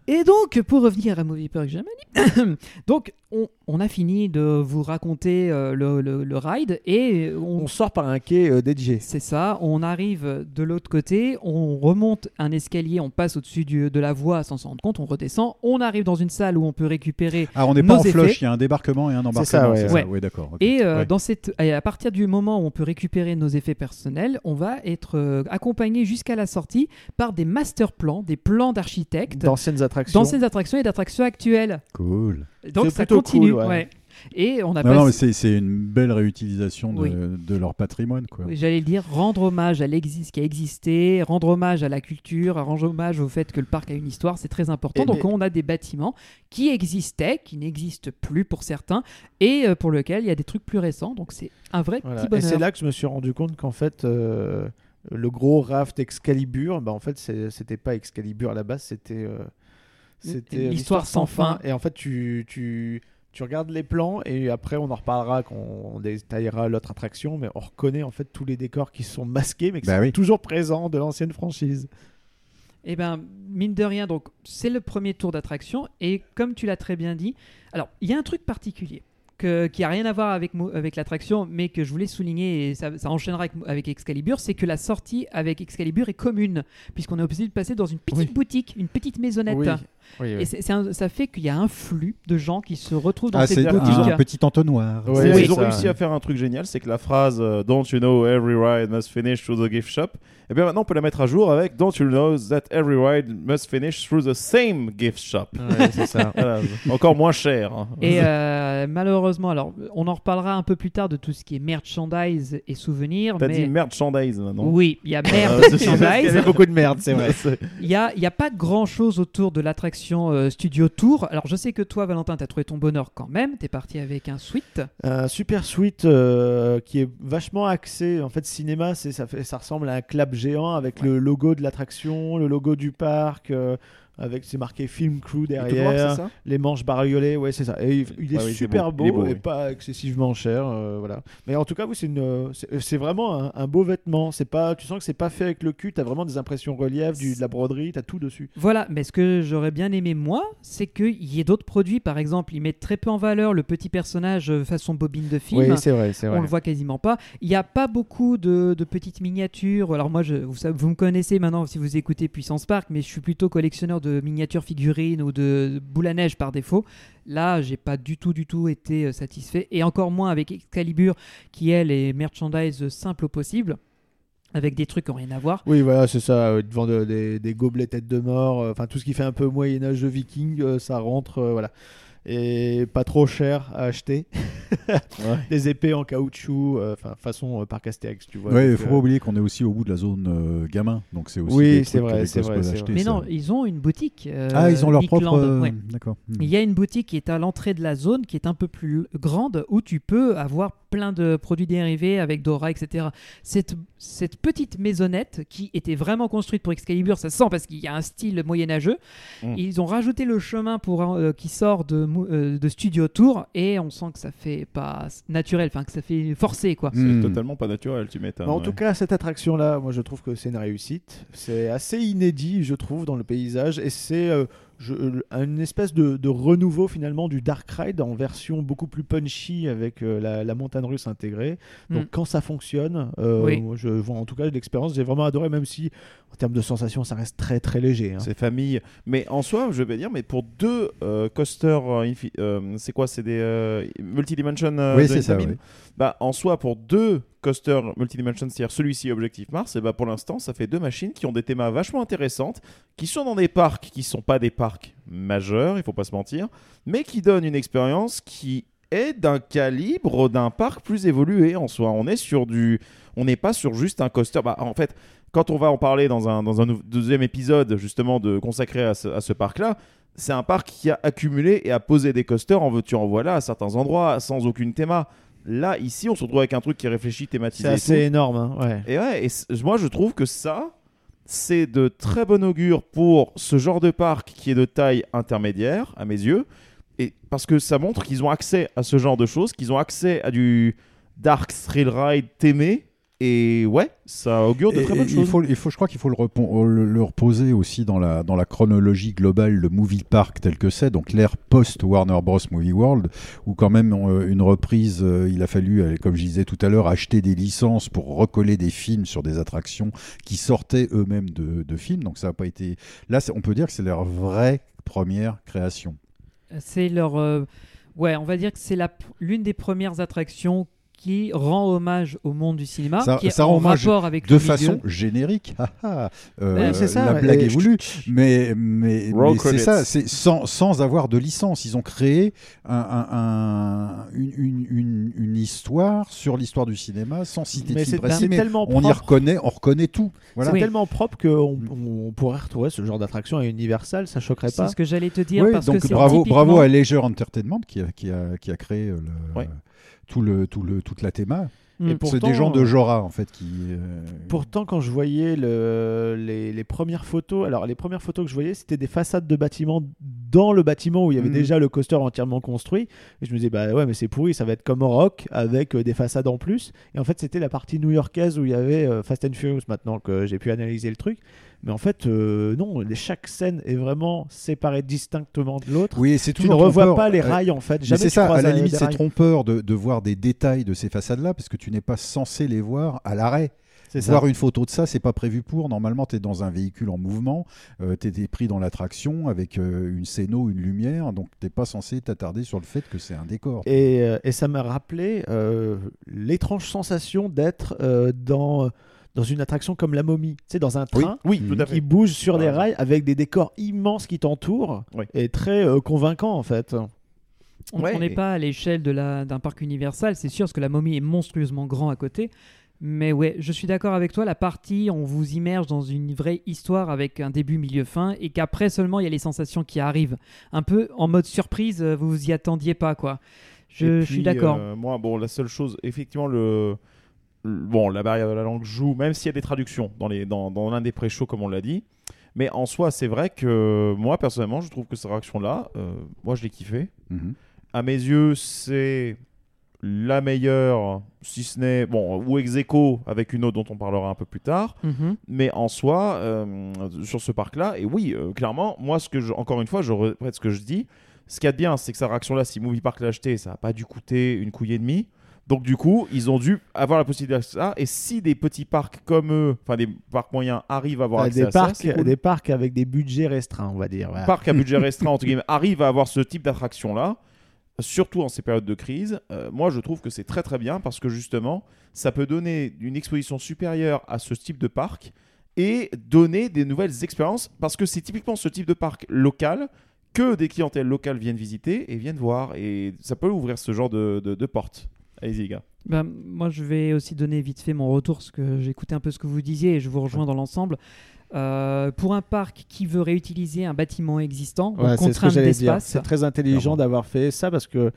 [SPEAKER 11] Et donc, pour revenir à Movie Park Germany, donc on, on a fini de vous raconter euh, le, le- le ride et on,
[SPEAKER 8] On sort par un quai euh, dédié.
[SPEAKER 11] C'est ça, on arrive de l'autre côté, on remonte un escalier, on passe au-dessus du- de la voie sans s'en rendre compte, on redescend, on arrive dans une salle où on peut récupérer.
[SPEAKER 10] Ah, on n'est
[SPEAKER 11] Nos
[SPEAKER 10] pas en
[SPEAKER 11] effets.
[SPEAKER 10] flush, il y a un débarquement et un embarquement.
[SPEAKER 8] C'est ça, ouais.
[SPEAKER 11] Ouais.
[SPEAKER 10] Oui, d'accord. ok.
[SPEAKER 11] Et, euh,
[SPEAKER 10] Ouais.
[SPEAKER 11] dans cette, et à partir du moment où on peut récupérer nos effets personnels, on va être euh, accompagné jusqu'à la sortie par des master plans, des plans d'architectes
[SPEAKER 8] D'anciennes attractions.
[SPEAKER 11] d'anciennes attractions et d'attractions actuelles.
[SPEAKER 10] Cool.
[SPEAKER 11] Donc
[SPEAKER 8] C'est
[SPEAKER 11] ça
[SPEAKER 8] plutôt
[SPEAKER 11] continue.
[SPEAKER 8] cool, ouais.
[SPEAKER 11] ouais. Et on
[SPEAKER 10] Non,
[SPEAKER 11] a passé-
[SPEAKER 10] non, mais c'est- c'est une belle réutilisation de,
[SPEAKER 11] Oui.
[SPEAKER 10] de leur patrimoine, quoi.
[SPEAKER 11] Oui, J'allais le dire, rendre hommage à l'exi- ce qui a existé, rendre hommage à la culture, rendre hommage au fait que le parc a une histoire, c'est très important.
[SPEAKER 8] Et
[SPEAKER 11] Donc
[SPEAKER 8] mais-
[SPEAKER 11] on a des bâtiments qui existaient, qui n'existent plus pour certains, et euh, pour lesquels il y a des trucs plus récents. Donc c'est un vrai
[SPEAKER 8] Voilà.
[SPEAKER 11] petit
[SPEAKER 8] Et c'est
[SPEAKER 11] bonheur.
[SPEAKER 8] là que je me suis rendu compte qu'en fait, euh, le gros raft Excalibur, bah, en fait, c'est- c'était pas Excalibur à la base, c'était. euh, c'était
[SPEAKER 11] L'histoire
[SPEAKER 8] l'histoire sans
[SPEAKER 11] sans
[SPEAKER 8] fin.
[SPEAKER 11] fin.
[SPEAKER 8] Et en fait, tu, tu, tu regardes les plans et après, on en reparlera quand on détaillera l'autre attraction. Mais on reconnaît en fait tous les décors qui sont masqués, mais qui
[SPEAKER 10] Bah
[SPEAKER 8] sont
[SPEAKER 10] oui.
[SPEAKER 8] toujours présents de l'ancienne franchise.
[SPEAKER 11] Eh ben, mine de rien, donc c'est le premier tour d'attraction. Et comme tu l'as très bien dit, alors il y a un truc particulier que- qui a rien à voir avec, mo- avec l'attraction, mais que je voulais souligner et ça, ça enchaînera avec, avec Excalibur, c'est que la sortie avec Excalibur est commune, puisqu'on est obligé de passer dans une petite
[SPEAKER 8] Oui.
[SPEAKER 11] boutique, une petite maisonnette.
[SPEAKER 8] Oui.
[SPEAKER 11] Et c'est- c'est un- ça fait qu'il y a un flux de gens qui se retrouvent dans
[SPEAKER 10] Ah,
[SPEAKER 11] cette
[SPEAKER 10] c'est
[SPEAKER 11] boutique.
[SPEAKER 10] un petit entonnoir.
[SPEAKER 8] Ouais,
[SPEAKER 9] C'est-
[SPEAKER 8] oui,
[SPEAKER 9] ils ont
[SPEAKER 8] ça.
[SPEAKER 9] réussi à faire un truc génial, c'est que la phrase euh, Don't you know every ride must finish through the gift shop, et bien maintenant on peut la mettre à jour avec Don't you know that every ride must finish through the same gift shop.
[SPEAKER 8] c'est ça.
[SPEAKER 9] Voilà, encore moins cher. hein.
[SPEAKER 11] Et euh, malheureusement, alors on en reparlera un peu plus tard de tout ce qui est merchandise et souvenirs.
[SPEAKER 9] T'as
[SPEAKER 11] mais...
[SPEAKER 9] dit merchandise maintenant.
[SPEAKER 11] oui, il y a
[SPEAKER 8] Euh,
[SPEAKER 11] merde,
[SPEAKER 9] c'est-
[SPEAKER 8] Il y
[SPEAKER 11] merchandise.
[SPEAKER 8] avait beaucoup de merde, c'est vrai.
[SPEAKER 11] Il n'y a, il y a pas grand chose autour de l'attraction euh, Studio Tour. Alors je sais que toi, Valentin, t'as trouvé ton bonheur quand même. T'es parti avec un suite.
[SPEAKER 8] un super suite euh, qui est vachement axé en fait cinéma c'est ça fait ça ressemble à un clap géant avec le logo de l'attraction le logo du parc euh, avec c'est marqué film crew
[SPEAKER 9] Il est tout noir,
[SPEAKER 8] derrière,
[SPEAKER 9] c'est ça
[SPEAKER 8] les manches bariolées, ouais c'est ça. Et il, il est
[SPEAKER 9] Ouais, oui, c'est
[SPEAKER 8] super
[SPEAKER 9] beau.
[SPEAKER 8] beau,
[SPEAKER 9] Il est beau,
[SPEAKER 8] et
[SPEAKER 9] oui.
[SPEAKER 8] pas excessivement cher, euh, voilà. Mais en tout cas, oui, c'est une, euh, c'est c'est vraiment un, un beau vêtement. C'est pas, tu sens que c'est pas fait avec le cul. T'as vraiment des impressions relief, du, de la broderie, t'as tout dessus.
[SPEAKER 11] Voilà, mais ce que j'aurais bien aimé, moi, c'est qu'il y ait d'autres produits. Par exemple, ils mettent très peu en valeur le petit personnage euh, façon bobine de film.
[SPEAKER 8] c'est vrai, c'est
[SPEAKER 11] On le voit quasiment pas. Il n'y a pas beaucoup de, de petites miniatures. Alors moi, je, vous, sa- vous me connaissez maintenant si vous écoutez Puissance Park, mais je suis plutôt collectionneur de miniatures figurines ou de, de boules à neige par défaut. Là, j'ai pas du tout, du tout été euh, satisfait. Et encore moins avec Excalibur, qui elle est merchandise simple au possible, avec des trucs qui n'ont rien à voir.
[SPEAKER 8] Oui, voilà, c'est ça. euh, Ils te vendent euh, des, des gobelets tête de mort. euh, Enfin, tout ce qui fait un peu Moyen-Âge de viking, euh, ça rentre. euh, voilà. Et pas trop cher à acheter. des épées en caoutchouc, euh, enfin, façon euh, par Castex, tu vois.
[SPEAKER 10] Ouais, il
[SPEAKER 8] donc,
[SPEAKER 10] faut
[SPEAKER 8] euh,
[SPEAKER 10] pas oublier qu'on est aussi au bout de la zone euh, gamin, donc c'est aussi
[SPEAKER 8] Oui,
[SPEAKER 10] des
[SPEAKER 8] c'est
[SPEAKER 10] trucs
[SPEAKER 8] vrai,
[SPEAKER 10] que les
[SPEAKER 8] c'est vrai,
[SPEAKER 10] gosses peuvent
[SPEAKER 8] c'est
[SPEAKER 10] acheter,
[SPEAKER 11] Mais
[SPEAKER 10] ça.
[SPEAKER 11] non, ils ont une boutique. euh,
[SPEAKER 10] ah, ils ont leur propre.
[SPEAKER 11] Geekland,
[SPEAKER 10] euh,
[SPEAKER 11] ouais.
[SPEAKER 10] D'accord. Hmm.
[SPEAKER 11] Il y a une boutique qui est à l'entrée de la zone, qui est un peu plus grande, où tu peux avoir plein de produits dérivés avec Dora, etc. Cette, cette petite maisonnette qui était vraiment construite pour Excalibur, ça se sent parce qu'il y a un style moyenâgeux.
[SPEAKER 9] Mm.
[SPEAKER 11] Ils ont rajouté le chemin pour euh, qui sort de, mou- euh, de Studio Tour et on sent que ça fait pas naturel, enfin que ça fait forcé quoi.
[SPEAKER 9] C'est
[SPEAKER 10] Hmm.
[SPEAKER 9] totalement pas naturel, tu m'étonnes.
[SPEAKER 8] Mais Bah, en tout
[SPEAKER 9] ouais.
[SPEAKER 8] cas, cette attraction-là, moi, je trouve que c'est une réussite. C'est assez inédit, je trouve, dans le paysage. Et c'est euh, je- euh, une espèce de, de renouveau, finalement, du Dark Ride en version beaucoup plus punchy avec euh, la, la montagne russe intégrée. Donc,
[SPEAKER 11] Mm.
[SPEAKER 8] quand ça fonctionne, euh,
[SPEAKER 11] Oui.
[SPEAKER 8] moi, je, vois, en tout cas, de l'expérience, j'ai vraiment adoré, même si, en termes de sensations, ça reste très, très léger. hein.
[SPEAKER 9] C'est famille. Mais en soi, je vais dire, mais pour deux euh, coasters, euh, infi- euh, c'est quoi C'est des euh, multidimension. euh,
[SPEAKER 10] Oui,
[SPEAKER 9] de
[SPEAKER 10] c'est ça.
[SPEAKER 9] Infamine
[SPEAKER 10] ouais.
[SPEAKER 9] Bah, en soi, pour deux coasters multidimension, c'est-à-dire celui-ci Objectif Mars, et bah pour l'instant, ça fait deux machines qui ont des thémas vachement intéressantes, qui sont dans des parcs qui sont pas des parcs majeurs, il faut pas se mentir, mais qui donnent une expérience qui est d'un calibre d'un parc plus évolué en soi. On est sur du, on n'est pas sur juste un coaster. Bah, en fait, quand on va en parler dans un, dans un nou- deuxième épisode justement de consacré à ce, à ce parc-là, c'est un parc qui a accumulé et a posé des coasters en veux-tu en voilà à certains endroits sans aucune théma. Là, ici, on se retrouve avec un truc qui est réfléchi,
[SPEAKER 8] C'est
[SPEAKER 9] thématisé. et
[SPEAKER 8] assez
[SPEAKER 9] tout.
[SPEAKER 8] énorme. hein, ouais.
[SPEAKER 9] Et ouais, et c- moi je trouve que ça, c'est de très bon augure pour ce genre de parc qui est de taille intermédiaire, à mes yeux. Et parce que ça montre qu'ils ont accès à ce genre de choses, qu'ils ont accès à du dark thrill ride témé. Et ouais, ça augure de
[SPEAKER 10] Et-
[SPEAKER 9] très
[SPEAKER 10] et
[SPEAKER 9] bonnes
[SPEAKER 10] il
[SPEAKER 9] choses.
[SPEAKER 10] faut, il faut, je crois qu'il faut le, repon- le- le reposer aussi dans la, dans la chronologie globale de Movie Park tel que c'est, donc l'ère post-Warner Bros. Movie World, où quand même euh, une reprise, euh, il a fallu, euh, comme je disais tout à l'heure, acheter des licences pour recoller des films sur des attractions qui sortaient eux-mêmes de, de films. Donc ça n'a pas été. Là, c'est- on peut dire que c'est leur vraie première création.
[SPEAKER 11] C'est leur. euh, ouais, on va dire que c'est la p- l'une des premières attractions qui rend hommage au monde du cinéma,
[SPEAKER 10] Ça-
[SPEAKER 11] qui est
[SPEAKER 10] ça rend
[SPEAKER 11] en
[SPEAKER 10] hommage
[SPEAKER 11] rapport avec
[SPEAKER 10] de
[SPEAKER 11] le milieu.
[SPEAKER 10] façon générique. Ah, ah, euh,
[SPEAKER 8] Ouais, c'est ça,
[SPEAKER 10] la
[SPEAKER 8] ouais.
[SPEAKER 10] blague
[SPEAKER 8] Et
[SPEAKER 10] est voulue, mais, mais,
[SPEAKER 9] Roll
[SPEAKER 10] mais c'est
[SPEAKER 9] credits.
[SPEAKER 10] ça, c'est sans, sans avoir de licence. Ils ont créé un, un- un- une, une- une- une histoire sur l'histoire du cinéma sans citer
[SPEAKER 8] Mais
[SPEAKER 10] de
[SPEAKER 8] c'est
[SPEAKER 10] film précis,
[SPEAKER 8] c'est
[SPEAKER 10] mais
[SPEAKER 8] tellement
[SPEAKER 10] on y
[SPEAKER 8] propre.
[SPEAKER 10] reconnaît, on reconnaît tout. Voilà. Mm.
[SPEAKER 8] C'est tellement propre qu'on on pourrait retrouver ce genre d'attraction à Universal, ça choquerait
[SPEAKER 11] C'est
[SPEAKER 8] pas.
[SPEAKER 11] ce que j'allais te dire
[SPEAKER 10] Oui,
[SPEAKER 11] parce
[SPEAKER 10] donc
[SPEAKER 11] que c'est
[SPEAKER 10] bravo,
[SPEAKER 11] typiquement-
[SPEAKER 10] bravo à Leisure Entertainment qui a, qui a, qui a créé euh, le-
[SPEAKER 9] Ouais.
[SPEAKER 10] tout le, tout le, toute la théma.
[SPEAKER 11] Mm.
[SPEAKER 8] Et
[SPEAKER 10] C'est
[SPEAKER 8] pourtant,
[SPEAKER 10] des gens de Jora en fait qui. euh,
[SPEAKER 8] Mmh. Pourtant, quand je voyais le- les, les premières photos, alors les premières photos que je voyais, c'était des façades de bâtiments dans le bâtiment où il y avait
[SPEAKER 10] Mhm.
[SPEAKER 8] déjà le coaster entièrement construit. Et je me disais, bah ouais, mais c'est pourri, ça va être comme au rock avec euh, des façades en plus. Et en fait, c'était la partie new-yorkaise où il y avait euh, Fast and Furious maintenant que j'ai pu analyser le truc. Mais en fait, euh, non, les- chaque scène est vraiment séparée distinctement de l'autre.
[SPEAKER 10] Oui, c'est
[SPEAKER 8] Tu
[SPEAKER 10] toujours
[SPEAKER 8] ne revois
[SPEAKER 10] trompeur.
[SPEAKER 8] pas les
[SPEAKER 10] Euh,
[SPEAKER 8] rails en fait.
[SPEAKER 10] Mais
[SPEAKER 8] Jamais
[SPEAKER 10] c'est
[SPEAKER 8] tu
[SPEAKER 10] ça, à
[SPEAKER 8] croises
[SPEAKER 10] la
[SPEAKER 8] un- des
[SPEAKER 10] limite, c'est
[SPEAKER 8] rails.
[SPEAKER 10] trompeur de, de voir des détails de ces façades-là parce que tu n'es pas censé les voir à l'arrêt.
[SPEAKER 8] C'est ça.
[SPEAKER 10] Voir une photo de ça, c'est pas prévu pour. Normalement, tu es dans un véhicule en mouvement, tu es pris dans l'attraction avec euh, une scéno, une lumière, donc t'es pas censé t'attarder sur le fait que c'est un décor.
[SPEAKER 8] Et, euh, et ça m'a rappelé euh, l'étrange sensation d'être euh, dans, dans une attraction comme la momie, tu sais, dans un train
[SPEAKER 9] Hein Oui,
[SPEAKER 10] Mhm.
[SPEAKER 9] tout à
[SPEAKER 8] qui
[SPEAKER 9] fait.
[SPEAKER 8] bouge sur
[SPEAKER 9] Par
[SPEAKER 8] des
[SPEAKER 9] exemple.
[SPEAKER 8] rails avec des décors immenses qui t'entourent
[SPEAKER 9] Oui.
[SPEAKER 8] et très euh, convaincant en fait.
[SPEAKER 11] On
[SPEAKER 9] Ouais,
[SPEAKER 11] on n'est
[SPEAKER 9] et-
[SPEAKER 11] pas à l'échelle de la- d'un parc universal, c'est sûr, parce que la momie est monstrueusement grand à côté. Mais ouais, je suis d'accord avec toi, la partie, on vous immerge dans une vraie histoire avec un début, milieu, fin, et qu'après seulement il y a les sensations qui arrivent. Un peu en mode surprise, euh, vous vous y attendiez pas, quoi. Je,
[SPEAKER 9] Et
[SPEAKER 11] je suis
[SPEAKER 9] puis,
[SPEAKER 11] d'accord.
[SPEAKER 9] euh, moi, bon, la seule chose, effectivement, le. le- Bon, la barrière de la langue joue, même s'il y a des traductions dans, les, dans, dans l'un des pré-shows, comme on l'a dit. Mais en soi, c'est vrai que moi, personnellement, je trouve que cette réaction-là, euh, moi, je l'ai kiffé.
[SPEAKER 10] Mhm.
[SPEAKER 9] À mes yeux, c'est la meilleure, si ce n'est, bon, ou ex aequo avec une autre dont on parlera un peu plus tard.
[SPEAKER 11] Mhm.
[SPEAKER 9] Mais en soi, euh, sur ce parc-là, et oui, euh, clairement, moi, ce que je, encore une fois, je regrette ce que je dis. Ce qu'il y a de bien, c'est que sa réaction-là, si Movie Park l'a acheté, ça n'a pas dû coûter une couille et demie. Donc, du coup, ils ont dû avoir la possibilité d'acheter ça. Et si des petits parcs comme eux, enfin des parcs moyens, arrivent à avoir
[SPEAKER 8] Enfin,
[SPEAKER 9] accès
[SPEAKER 8] des,
[SPEAKER 9] à ça,
[SPEAKER 8] parcs,
[SPEAKER 9] c'est cool.
[SPEAKER 8] des parcs avec des budgets restreints, on va dire. voilà.
[SPEAKER 9] parcs à budget restreint, entre guillemets, arrivent à avoir ce type d'attraction-là, surtout en ces périodes de crise, euh, moi, je trouve que c'est très, très bien parce que justement, ça peut donner une exposition supérieure à ce type de parc et donner des nouvelles expériences parce que c'est typiquement ce type de parc local que des clientèles locales viennent visiter et viennent voir. Et ça peut ouvrir ce genre de, de, de porte. Allez-y, les gars.
[SPEAKER 11] Ben, moi, je vais aussi donner vite fait mon retour, parce que j'ai écouté un peu ce que vous disiez et je vous rejoins dans l'ensemble. Euh, pour un parc qui veut réutiliser un bâtiment existant,
[SPEAKER 8] Ouais,
[SPEAKER 11] donc
[SPEAKER 8] c'est ce que
[SPEAKER 11] contrainte
[SPEAKER 8] j'allais dire.
[SPEAKER 11] d'espace,
[SPEAKER 8] C'est très intelligent
[SPEAKER 9] Clairement.
[SPEAKER 8] d'avoir fait ça parce que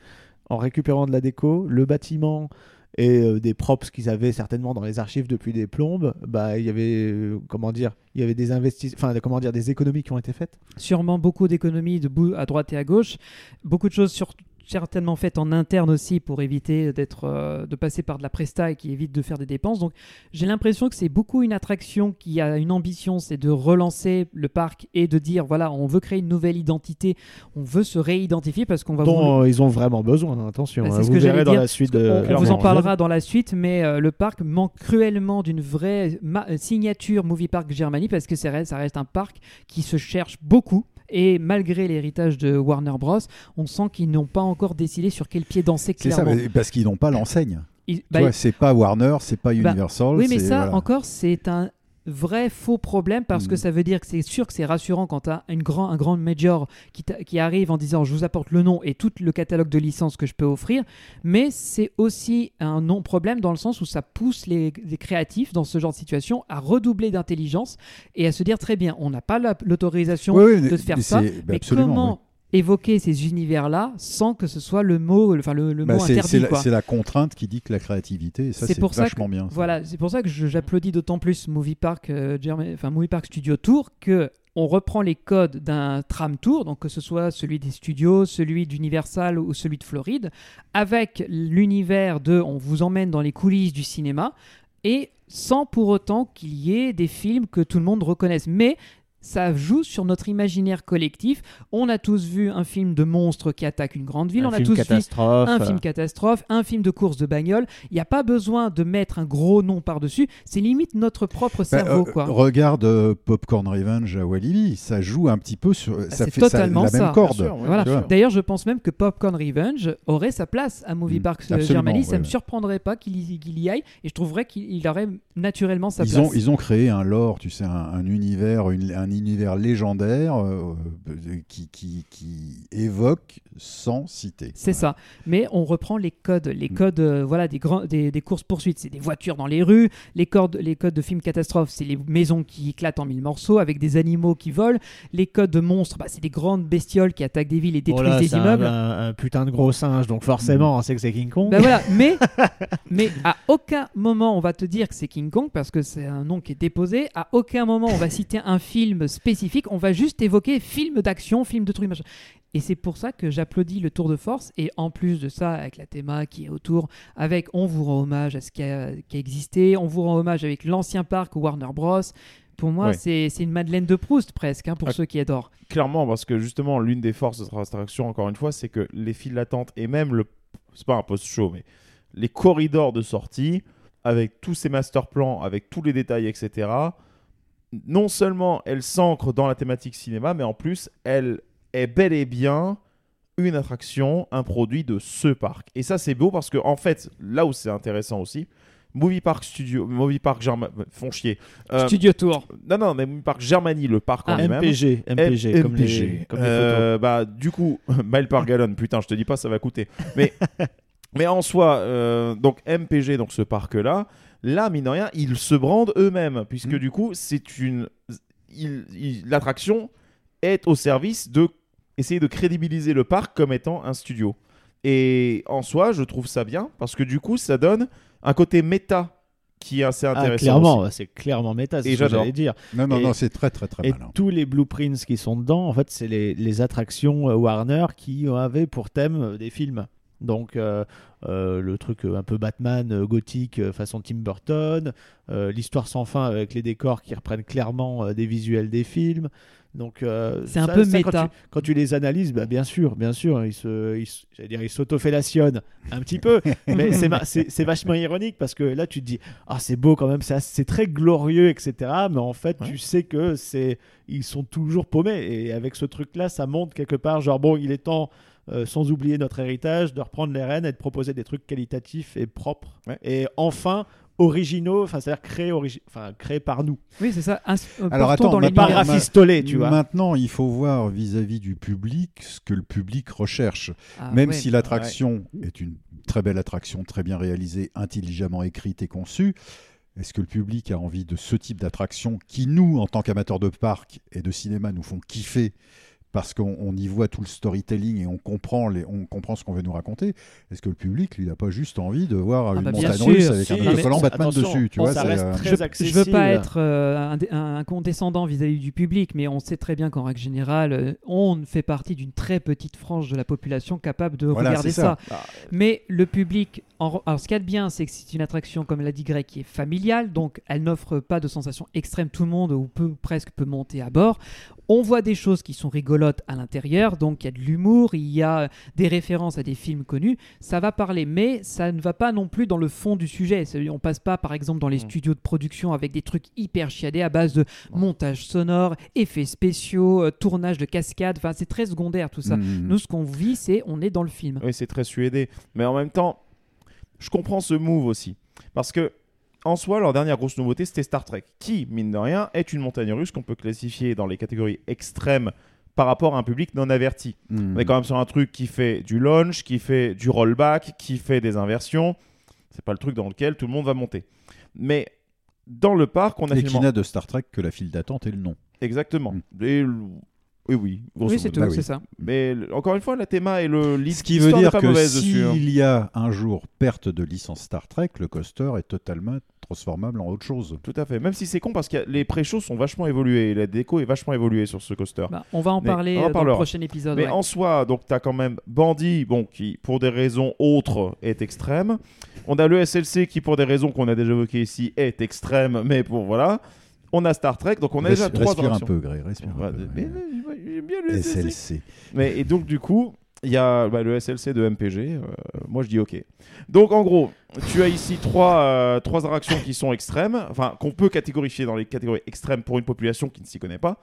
[SPEAKER 8] en récupérant de la déco, le bâtiment et euh, des props qu'ils avaient certainement dans les archives depuis des plombes, bah il y avait euh, comment dire, il y avait des investissements, enfin comment dire, des économies qui ont été faites.
[SPEAKER 11] sûrement beaucoup d'économies de bout à droite et à gauche, beaucoup de choses sur- certainement faites en interne aussi pour éviter d'être euh, de passer par de la presta et qui évite de faire des dépenses. Donc j'ai l'impression que c'est beaucoup une attraction qui a une ambition, c'est de relancer le parc et de dire voilà, on veut créer une nouvelle identité, on veut se réidentifier parce qu'on va vous-
[SPEAKER 8] dont euh, ils ont vraiment besoin. hein, Attention,
[SPEAKER 11] Bah,
[SPEAKER 8] hein,
[SPEAKER 11] c'est ce
[SPEAKER 8] vous
[SPEAKER 11] que
[SPEAKER 8] verrez
[SPEAKER 11] j'allais
[SPEAKER 8] dans
[SPEAKER 11] dire,
[SPEAKER 8] la suite.
[SPEAKER 11] On-
[SPEAKER 8] de-
[SPEAKER 11] on vous en
[SPEAKER 8] Euh, Clairement. hein.
[SPEAKER 11] parlera dans la suite, mais euh, le parc manque cruellement d'une vraie ma- euh, signature Movie Park Germany parce que ça reste, ça reste un parc qui se cherche beaucoup. Et malgré l'héritage de Warner Bros, on sent qu'ils n'ont pas encore décidé sur quel pied danser
[SPEAKER 10] C'est ça,
[SPEAKER 11] clairement.
[SPEAKER 10] mais- parce qu'ils n'ont pas l'enseigne.
[SPEAKER 11] Ils-
[SPEAKER 10] Tu
[SPEAKER 11] bah,
[SPEAKER 10] vois, c'est pas Warner, c'est pas Universal.
[SPEAKER 11] oui, mais
[SPEAKER 10] c'est-
[SPEAKER 11] ça,
[SPEAKER 10] voilà.
[SPEAKER 11] encore, c'est un vrai faux problème parce que
[SPEAKER 10] Mhm.
[SPEAKER 11] ça veut dire que c'est sûr que c'est rassurant quand tu as une grand, un grand major qui, t'a- qui arrive en disant je vous apporte le nom et tout le catalogue de licences que je peux offrir, mais c'est aussi un non-problème dans le sens où ça pousse les, les créatifs dans ce genre de situation à redoubler d'intelligence et à se dire très bien, on n'a pas la- l'autorisation
[SPEAKER 10] Oui, oui,
[SPEAKER 11] de
[SPEAKER 10] mais-
[SPEAKER 11] se faire
[SPEAKER 10] mais
[SPEAKER 11] ça,
[SPEAKER 10] c'est- bah,
[SPEAKER 11] mais
[SPEAKER 10] absolument,
[SPEAKER 11] comment
[SPEAKER 10] oui.
[SPEAKER 11] évoquer ces univers-là sans que ce soit le mot, enfin le, le
[SPEAKER 10] Bah,
[SPEAKER 11] mot
[SPEAKER 10] c'est-
[SPEAKER 11] interdit
[SPEAKER 10] C'est la,
[SPEAKER 11] quoi.
[SPEAKER 10] c'est la contrainte qui dit que la créativité, et ça, c'est
[SPEAKER 11] pour ça
[SPEAKER 10] vachement
[SPEAKER 11] que,
[SPEAKER 10] bien. ça.
[SPEAKER 11] Voilà, c'est pour ça que je- j'applaudis d'autant plus Movie Park, euh, Germ- enfin Movie Park Studio Tour que on reprend les codes d'un tram tour, donc que ce soit celui des studios, celui d'Universal ou celui de Floride, avec l'univers de on vous emmène dans les coulisses du cinéma et sans pour autant qu'il y ait des films que tout le monde reconnaisse. Mais ça joue sur notre imaginaire collectif. On a tous vu un film de monstre qui attaque une grande ville.
[SPEAKER 8] Un
[SPEAKER 11] on
[SPEAKER 8] film
[SPEAKER 11] a tous vu
[SPEAKER 8] catastrophe.
[SPEAKER 10] euh.
[SPEAKER 11] un film catastrophe, un film de course de bagnole. Il n'y a pas besoin de mettre un gros nom par-dessus. C'est limite notre propre
[SPEAKER 10] Bah,
[SPEAKER 11] cerveau,
[SPEAKER 10] euh,
[SPEAKER 11] quoi.
[SPEAKER 10] Regarde euh, Popcorn Revenge à Walibi, ça joue un petit peu sur. ça
[SPEAKER 11] Ah, c'est
[SPEAKER 10] fait ça-
[SPEAKER 11] totalement
[SPEAKER 10] la
[SPEAKER 11] ça.
[SPEAKER 10] même corde.
[SPEAKER 9] Bien sûr, ouais,
[SPEAKER 11] Voilà.
[SPEAKER 10] tu vois.
[SPEAKER 11] D'ailleurs, je pense même que Popcorn Revenge aurait sa place à Movie
[SPEAKER 10] Mm,
[SPEAKER 11] Park euh,
[SPEAKER 10] absolument,
[SPEAKER 11] Germany. Ça
[SPEAKER 10] ouais,
[SPEAKER 11] ne me
[SPEAKER 10] ouais.
[SPEAKER 11] surprendrait pas qu'il y, qu'il y aille et je trouverais qu'il il aurait naturellement sa
[SPEAKER 10] Ils
[SPEAKER 11] place.
[SPEAKER 10] ont, ils ont créé un lore, tu sais, un, un univers, une- un univers légendaire euh, euh, qui, qui, qui évoque sans citer.
[SPEAKER 11] C'est ça. Mais on reprend les codes, les codes euh, voilà, des, grands, des, des courses-poursuites. C'est des voitures dans les rues, les, cordes, les codes de films catastrophes, c'est les maisons qui éclatent en mille morceaux avec des animaux qui volent. Les codes de monstres, bah, c'est des grandes bestioles qui attaquent des villes et
[SPEAKER 8] Bon,
[SPEAKER 11] détruisent
[SPEAKER 8] Oh là,
[SPEAKER 11] des
[SPEAKER 8] c'est un-
[SPEAKER 11] immeubles.
[SPEAKER 8] Un, un putain de gros singe, donc forcément, hein, c'est que c'est King Kong.
[SPEAKER 11] Bah voilà, mais, mais à aucun moment on va te dire que c'est King Kong parce que c'est un nom qui est déposé. À aucun moment on va citer un film spécifique. On va juste évoquer film d'action, film de trucs machin. Et c'est pour ça que j'applaudis le tour de force. Et en plus de ça, avec la théma qui est autour, avec on vous rend hommage à ce qui a, qui a existé, on vous rend hommage avec l'ancien parc Warner Bros. Pour moi,
[SPEAKER 9] Ouais.
[SPEAKER 11] c'est c'est une Madeleine de Proust presque, hein, pour
[SPEAKER 9] Ah.
[SPEAKER 11] ceux qui adorent.
[SPEAKER 9] clairement parce que justement l'une des forces de cette attraction encore une fois c'est que les files d'attente et même le c'est pas un post show mais les corridors de sortie avec tous ces master plans avec tous les détails etc non seulement elle s'ancre dans la thématique cinéma mais en plus elle est bel et bien une attraction un produit de ce parc et ça c'est beau parce que en fait là où c'est intéressant aussi Movie Park Studio Movie Park Germa... font chier Euh,
[SPEAKER 11] Studio Tour. Ah.
[SPEAKER 9] non non mais Movie Park Germany le parc en lui-même
[SPEAKER 8] MPG, MPG,
[SPEAKER 9] M-
[SPEAKER 8] comme les, comme les photos.
[SPEAKER 9] Euh, bah, du coup, mile par gallon, putain, je te dis pas, ça va coûter. Mais, mais en soi, euh, donc MPG, donc ce parc-là, là, mine de rien, ils se brandent eux-mêmes, puisque
[SPEAKER 8] Mm.
[SPEAKER 9] du coup, c'est une. il- il- L'attraction est au service de essayer de crédibiliser le parc comme étant un studio. Et en soi, je trouve ça bien, parce que du coup, ça donne un côté méta qui est assez
[SPEAKER 8] Ah,
[SPEAKER 9] intéressant.
[SPEAKER 8] clairement,
[SPEAKER 9] aussi.
[SPEAKER 8] ouais, c'est clairement méta, c'est
[SPEAKER 9] Et
[SPEAKER 8] ce que
[SPEAKER 9] j'adore.
[SPEAKER 8] j'allais dire.
[SPEAKER 10] Non, non,
[SPEAKER 8] Et-
[SPEAKER 10] non, c'est très, très, très
[SPEAKER 8] Et
[SPEAKER 10] malin.
[SPEAKER 8] tous les blueprints qui sont dedans, en fait, c'est les, les attractions euh, Warner qui avaient pour thème euh, des films. Donc, euh, euh, le truc euh, un peu Batman, euh, gothique, euh, façon Tim Burton, euh, l'histoire sans fin avec les décors qui reprennent clairement euh, des visuels des films. Donc, euh,
[SPEAKER 11] C'est un
[SPEAKER 8] ça-
[SPEAKER 11] peu
[SPEAKER 8] ça, quand
[SPEAKER 11] méta.
[SPEAKER 8] tu- Quand tu, les analyses, bah, bien sûr, bien sûr, hein, ils se- ils se- j'allais dire, ils s'autofellationnent un petit peu, mais c'est ma- c'est c'est vachement ironique parce que là, tu te dis, ah, c'est beau quand même, c'est assez- c'est très glorieux, etc. Mais en fait, tu sais que c'est ils sont toujours paumés. Et avec ce truc-là, ça monte quelque part, genre, bon, il est temps, euh, sans oublier notre héritage, de reprendre les rênes et de proposer des trucs qualitatifs et propres.
[SPEAKER 9] Ouais.
[SPEAKER 8] Et enfin, originaux, enfin, c'est-à-dire créés, origi- enfin, créés par nous.
[SPEAKER 11] Oui, c'est ça. Ins- euh,
[SPEAKER 10] Alors,
[SPEAKER 11] portons
[SPEAKER 10] attends,
[SPEAKER 11] dans
[SPEAKER 10] on
[SPEAKER 11] les
[SPEAKER 10] a pas
[SPEAKER 11] lumières.
[SPEAKER 10] graphi-
[SPEAKER 8] Parafistolés, tu vois.
[SPEAKER 10] Maintenant, il faut voir vis-à-vis du public ce que le public recherche.
[SPEAKER 11] Ah,
[SPEAKER 10] Même
[SPEAKER 11] ouais.
[SPEAKER 10] si l'attraction est une très belle attraction, très bien réalisée, intelligemment écrite et conçue, est-ce que le public a envie de ce type d'attraction qui, nous, en tant qu'amateurs de parc et de cinéma, nous font kiffer parce qu'on on y voit tout le storytelling et on comprend, les, on comprend ce qu'on veut nous raconter. Est-ce que le public, lui, n'a pas juste envie de voir
[SPEAKER 11] Ah
[SPEAKER 10] une
[SPEAKER 11] bah bien
[SPEAKER 10] montagne
[SPEAKER 11] sûr,
[SPEAKER 10] russe avec
[SPEAKER 11] si,
[SPEAKER 10] un
[SPEAKER 11] mais
[SPEAKER 10] autocollant Batman
[SPEAKER 8] attention,
[SPEAKER 10] dessus tu
[SPEAKER 8] ça
[SPEAKER 10] vois,
[SPEAKER 8] reste
[SPEAKER 10] c'est, euh,
[SPEAKER 8] très
[SPEAKER 11] je, je
[SPEAKER 8] accessible.
[SPEAKER 11] veux pas être euh, un, dé- un- un condescendant vis-à-vis du public, mais on sait très bien qu'en règle générale, euh, on fait partie d'une très petite frange de la population capable de
[SPEAKER 10] Voilà,
[SPEAKER 11] regarder
[SPEAKER 10] c'est
[SPEAKER 11] ça.
[SPEAKER 10] ça.
[SPEAKER 11] Mais le public, en re- alors ce qu'il y a de bien, c'est que c'est une attraction, comme l'a dit Greg, qui est familiale, donc elle n'offre pas de sensation extrême. Tout le monde ou peu, presque peut monter à bord. On voit des choses qui sont rigolotes à l'intérieur, donc il y a de l'humour, il y a des références à des films connus, ça va parler, mais ça ne va pas non plus dans le fond du sujet. C'est- On passe pas, par exemple, dans les
[SPEAKER 9] Mm.
[SPEAKER 11] studios de production avec des trucs hyper chiadés à base de montage sonore, effets spéciaux, euh, tournage de cascades, enfin c'est très secondaire tout ça.
[SPEAKER 10] Mm.
[SPEAKER 11] Nous, ce qu'on vit, c'est on est dans le film.
[SPEAKER 9] Oui, c'est très suédé. Mais en même temps, je comprends ce move aussi. Parce que, en soi, leur dernière grosse nouveauté, c'était Star Trek, qui, mine de rien, est une montagne russe qu'on peut classifier dans les catégories extrêmes par rapport à un public non averti.
[SPEAKER 10] Mm.
[SPEAKER 9] On est quand même sur un truc qui fait du launch, qui fait du rollback, qui fait des inversions. C'est pas le truc dans lequel tout le monde va monter. Mais dans le parc, on a
[SPEAKER 10] Et qui
[SPEAKER 9] finalement...
[SPEAKER 10] n'a de Star Trek que la file d'attente et le nom.
[SPEAKER 9] Exactement. Et le- Oui, oui. grosso
[SPEAKER 11] Oui, c'est
[SPEAKER 9] modo.
[SPEAKER 11] tout,
[SPEAKER 10] Mhm. bah oui.
[SPEAKER 11] c'est ça.
[SPEAKER 9] Mais le- encore une fois, la théma et le...
[SPEAKER 10] Ce qui
[SPEAKER 9] l'histoire
[SPEAKER 10] veut
[SPEAKER 9] n'est
[SPEAKER 10] dire
[SPEAKER 9] pas
[SPEAKER 10] que
[SPEAKER 9] mauvaise dessus, hein.
[SPEAKER 10] s'il y a un jour perte de licence Star Trek, le coaster est totalement transformable en autre chose.
[SPEAKER 9] Tout à fait. Même si c'est con parce que les pré-shows sont vachement évolués, et la déco est vachement évoluée sur ce coaster.
[SPEAKER 11] Bah, on va en
[SPEAKER 9] Mais
[SPEAKER 11] parler
[SPEAKER 9] on en
[SPEAKER 11] euh, dans le
[SPEAKER 9] parlera.
[SPEAKER 11] prochain épisode.
[SPEAKER 9] Mais
[SPEAKER 11] ouais.
[SPEAKER 9] en soi, donc t'as quand même Bandit, bon, qui pour des raisons autres est extrême. On a le SLC qui pour des raisons qu'on a déjà évoquées ici est extrême, mais bon voilà. On a Star Trek, donc on a
[SPEAKER 10] Res-
[SPEAKER 9] déjà trois
[SPEAKER 10] respire un
[SPEAKER 9] versions.
[SPEAKER 10] peu, Gré, respire
[SPEAKER 9] Ouais,
[SPEAKER 10] un peu.
[SPEAKER 9] mais-
[SPEAKER 10] ouais. Eh,
[SPEAKER 9] mais- mais- j'aime bien le SLC.
[SPEAKER 10] SLC.
[SPEAKER 9] Mais et donc du coup, il y a bah, le SLC de MPG. euh, moi, je dis OK. Donc en gros, tu as ici trois euh, trois réactions qui sont extrêmes, enfin qu'on peut catégorifier dans les catégories extrêmes pour une population qui ne s'y connaît pas.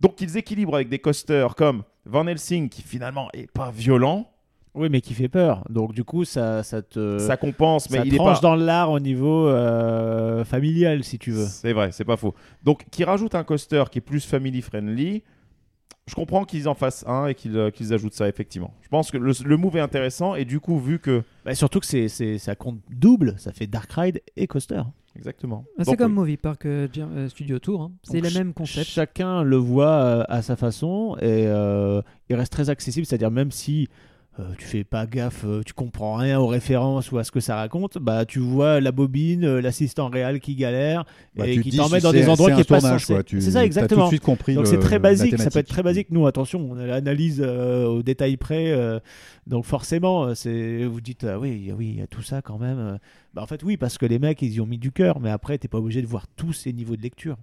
[SPEAKER 9] Donc ils équilibrent avec des coasters comme Van Helsing qui finalement est pas violent,
[SPEAKER 8] Oui, mais qui fait peur. Donc, du coup, ça, ça te.
[SPEAKER 9] ça compense, mais
[SPEAKER 8] Euh, ça
[SPEAKER 9] il est
[SPEAKER 8] tranche
[SPEAKER 9] pas.
[SPEAKER 8] dans l'art au niveau euh, familial, si tu veux.
[SPEAKER 9] C'est vrai, c'est pas faux. Donc qui rajoute un coaster qui est plus family friendly. Je comprends qu'ils en fassent un et qu'ils euh, qu'ils ajoutent ça effectivement. Je pense que le, le move est intéressant et du coup vu que
[SPEAKER 8] Bah, surtout que c'est, c'est- ça compte double, ça fait Dark Ride et Coaster.
[SPEAKER 9] exactement.
[SPEAKER 11] Ah, c'est
[SPEAKER 9] Donc,
[SPEAKER 11] comme
[SPEAKER 9] oui.
[SPEAKER 11] Movie Park euh, Jam- euh, Studio Tour, hein. c'est
[SPEAKER 8] Donc,
[SPEAKER 11] le
[SPEAKER 8] ch-
[SPEAKER 11] même concept.
[SPEAKER 8] Chacun le voit euh, à sa façon et euh, il reste très accessible, c'est-à-dire même si euh, tu fais pas gaffe, euh, tu comprends rien aux références ou à ce que ça raconte, bah tu vois la bobine, euh, l'assistant réel qui galère
[SPEAKER 10] Bah,
[SPEAKER 8] et
[SPEAKER 10] tu
[SPEAKER 8] qui
[SPEAKER 10] dis,
[SPEAKER 8] t'emmène
[SPEAKER 10] tu
[SPEAKER 8] dans
[SPEAKER 10] sais,
[SPEAKER 8] des endroits
[SPEAKER 10] c'est
[SPEAKER 8] qui
[SPEAKER 10] un
[SPEAKER 8] est pas
[SPEAKER 10] tournage,
[SPEAKER 8] censé.
[SPEAKER 10] quoi. Tu-
[SPEAKER 8] c'est ça
[SPEAKER 10] t'as tout
[SPEAKER 8] exactement.
[SPEAKER 10] de suite compris
[SPEAKER 8] Donc
[SPEAKER 10] le-
[SPEAKER 8] c'est très
[SPEAKER 10] la
[SPEAKER 8] basique, ça peut
[SPEAKER 10] thématique.
[SPEAKER 8] être très basique. Nous, attention, on a l'analyse euh, au détail près, euh, donc forcément, euh, c'est vous dites ah oui, oui, il y a tout ça quand même. euh. Bah, en fait, oui, parce que les mecs, ils y ont mis du cœur, mais après, t'es pas obligé de voir tous ces niveaux de lecture.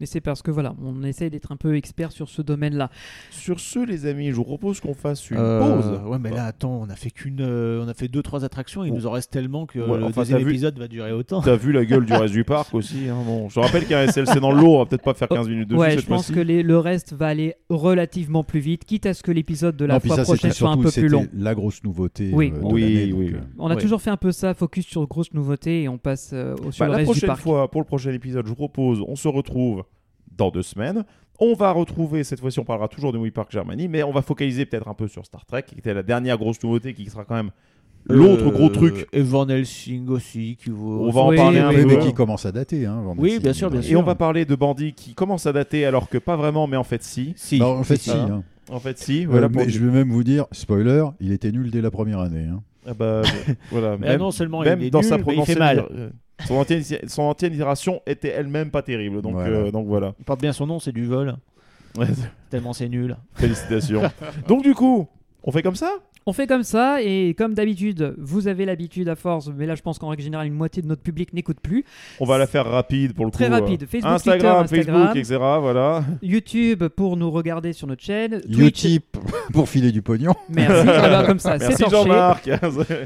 [SPEAKER 11] Mais c'est parce que voilà, on essaye d'être un peu expert sur ce domaine-là.
[SPEAKER 9] Sur ce, les amis, je vous propose qu'on fasse une
[SPEAKER 8] Euh,
[SPEAKER 9] pause. Bah.
[SPEAKER 8] Ouais, mais là, attends, on a fait qu'une, euh, on a fait deux trois attractions, il
[SPEAKER 9] Bon.
[SPEAKER 8] nous en reste tellement que
[SPEAKER 9] Ouais,
[SPEAKER 8] le
[SPEAKER 9] enfin,
[SPEAKER 8] deuxième
[SPEAKER 9] t'as vu-
[SPEAKER 8] épisode va durer autant.
[SPEAKER 9] T'as vu la gueule du reste du parc aussi. hein, bon. Je rappelle qu'un SLC dans l'eau, on va peut-être pas faire 15 minutes dessus
[SPEAKER 11] ouais,
[SPEAKER 9] cette
[SPEAKER 11] je pense
[SPEAKER 9] fois-ci.
[SPEAKER 11] que les- le reste va aller relativement plus vite, quitte à ce que l'épisode de la
[SPEAKER 10] Non, puis
[SPEAKER 11] fois
[SPEAKER 10] ça,
[SPEAKER 11] prochaine
[SPEAKER 10] c'était
[SPEAKER 11] soit un
[SPEAKER 10] surtout
[SPEAKER 11] peu plus long.
[SPEAKER 10] c'était la grosse nouveauté.
[SPEAKER 11] Oui.
[SPEAKER 10] euh, de
[SPEAKER 9] Oui,
[SPEAKER 10] l'année, donc,
[SPEAKER 9] oui,
[SPEAKER 10] euh,
[SPEAKER 11] On a
[SPEAKER 8] Ouais.
[SPEAKER 11] toujours fait un peu ça, focus sur grosses nouveautés et on passe euh, au- sur
[SPEAKER 9] Bah,
[SPEAKER 11] le
[SPEAKER 9] la
[SPEAKER 11] reste du
[SPEAKER 9] prochaine
[SPEAKER 11] parc.
[SPEAKER 9] fois, pour le prochain épisode, je vous propose, on se retrouve dans deux semaines. On va retrouver, cette fois-ci, on parlera toujours de Movie Park Germany, mais on va focaliser peut-être un peu sur Star Trek, qui était la dernière grosse nouveauté, qui sera quand même
[SPEAKER 8] Euh,
[SPEAKER 9] l'autre gros truc.
[SPEAKER 8] Et Euh, Van Helsing aussi, qui vaut.
[SPEAKER 9] On va en
[SPEAKER 11] Oui,
[SPEAKER 9] parler un
[SPEAKER 11] oui,
[SPEAKER 9] peu.
[SPEAKER 10] mais qui commence à dater. hein, Van
[SPEAKER 8] Oui,
[SPEAKER 10] Helsing.
[SPEAKER 8] bien sûr, bien
[SPEAKER 10] Et-
[SPEAKER 9] Et on va parler de Bandit qui commence à dater alors que pas vraiment, mais Bah, en fait si.
[SPEAKER 8] Si.
[SPEAKER 10] Non, en fait, si.
[SPEAKER 9] ça.
[SPEAKER 10] hein.
[SPEAKER 9] En fait si. Voilà
[SPEAKER 10] Euh,
[SPEAKER 9] pour-
[SPEAKER 10] mais je vais même vous dire, spoiler, il était nul dès la première année. hein.
[SPEAKER 9] Ah bah, voilà,
[SPEAKER 8] Mais
[SPEAKER 9] même-
[SPEAKER 8] non seulement
[SPEAKER 9] même
[SPEAKER 8] il est
[SPEAKER 9] dans
[SPEAKER 8] nul,
[SPEAKER 9] sa
[SPEAKER 8] mais il fait
[SPEAKER 9] prononciation-
[SPEAKER 8] mal.
[SPEAKER 9] Son ancienne, son ancienne itération était elle-même pas terrible. Donc
[SPEAKER 10] Voilà.
[SPEAKER 9] euh, donc voilà.
[SPEAKER 8] Il porte bien son nom, c'est du vol. Tellement c'est nul.
[SPEAKER 9] Félicitations. donc du coup, on fait comme ça
[SPEAKER 11] On fait comme ça, et comme d'habitude, vous avez l'habitude à force, mais là je pense qu'en règle générale, une moitié de notre public n'écoute plus.
[SPEAKER 9] On va la faire rapide pour le
[SPEAKER 11] Très
[SPEAKER 9] coup.
[SPEAKER 11] rapide.
[SPEAKER 9] euh,
[SPEAKER 11] Facebook,
[SPEAKER 9] Instagram,
[SPEAKER 11] Twitter,
[SPEAKER 9] Facebook,
[SPEAKER 11] Instagram.
[SPEAKER 9] etc. Voilà.
[SPEAKER 11] YouTube pour nous regarder sur notre chaîne. Twitch,
[SPEAKER 10] Utip pour filer du pognon.
[SPEAKER 11] merci. Ah bah, comme ça, c'est
[SPEAKER 9] Merci
[SPEAKER 11] torché.
[SPEAKER 9] Jean-Marc.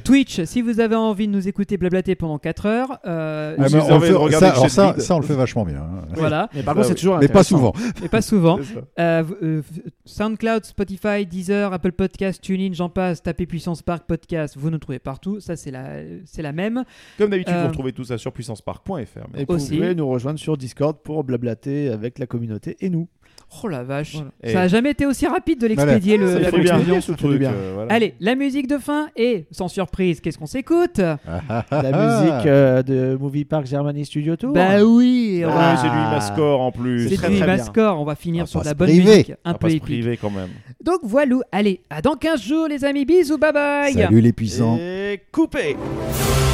[SPEAKER 11] Twitch, si vous avez envie de nous écouter blablater pendant 4 heures, euh,
[SPEAKER 9] Ou
[SPEAKER 10] Ah,
[SPEAKER 9] si
[SPEAKER 10] mais
[SPEAKER 9] vous
[SPEAKER 10] on
[SPEAKER 9] avez
[SPEAKER 10] fait-
[SPEAKER 9] regardé
[SPEAKER 10] ça,
[SPEAKER 9] chez
[SPEAKER 10] alors ça,
[SPEAKER 9] David.
[SPEAKER 10] ça, on le fait vachement bien. hein.
[SPEAKER 11] voilà,
[SPEAKER 8] Mais par contre,
[SPEAKER 9] Ah
[SPEAKER 8] c'est
[SPEAKER 9] oui.
[SPEAKER 8] toujours
[SPEAKER 10] Mais pas
[SPEAKER 8] intéressant.
[SPEAKER 10] souvent.
[SPEAKER 11] mais pas souvent.
[SPEAKER 9] C'est ça.
[SPEAKER 11] Euh, v- euh, f- SoundCloud, Spotify, Deezer, Apple Podcast, TuneIn, j'en passe, tapez Puissance Park Podcast, vous nous trouvez partout, ça c'est la, c'est la même.
[SPEAKER 9] Comme d'habitude,
[SPEAKER 11] Euh,
[SPEAKER 9] vous retrouvez tout ça sur puissancepark.fr.
[SPEAKER 8] Et vous
[SPEAKER 11] Aussi.
[SPEAKER 8] pouvez nous rejoindre sur Discord pour blablater avec la communauté et nous.
[SPEAKER 11] Oh la vache,
[SPEAKER 9] Et-
[SPEAKER 11] ça a jamais été aussi rapide de
[SPEAKER 10] Voilà.
[SPEAKER 11] l'expédier le,
[SPEAKER 9] Ça
[SPEAKER 11] la
[SPEAKER 9] fait bien,
[SPEAKER 11] conclusion.
[SPEAKER 9] ce
[SPEAKER 8] ça fait
[SPEAKER 9] truc,
[SPEAKER 8] bien.
[SPEAKER 9] euh, voilà.
[SPEAKER 11] Allez, la musique de fin et sans surprise, qu'est-ce qu'on s'écoute
[SPEAKER 8] La
[SPEAKER 10] Ah.
[SPEAKER 8] musique euh, de Movie Park Germany Studio Tour.
[SPEAKER 11] Bah oui, on
[SPEAKER 9] Ah,
[SPEAKER 11] va-
[SPEAKER 8] Ah.
[SPEAKER 9] c'est du Mascore en plus.
[SPEAKER 11] c'est
[SPEAKER 8] très,
[SPEAKER 11] du
[SPEAKER 8] très bien.
[SPEAKER 11] Mascore, on va finir
[SPEAKER 10] On va
[SPEAKER 11] sur
[SPEAKER 10] pas
[SPEAKER 11] de la
[SPEAKER 10] se
[SPEAKER 11] bonne
[SPEAKER 10] priver.
[SPEAKER 11] musique,
[SPEAKER 9] On
[SPEAKER 11] un
[SPEAKER 9] va pas
[SPEAKER 11] peu
[SPEAKER 9] se
[SPEAKER 11] épique.
[SPEAKER 9] priver quand même.
[SPEAKER 11] Donc
[SPEAKER 8] euh,
[SPEAKER 11] voilou, allez, à dans 15 jours les amis, bisous, bye bye
[SPEAKER 10] Salut les puissants.
[SPEAKER 8] Et coupé.
[SPEAKER 10] Salut,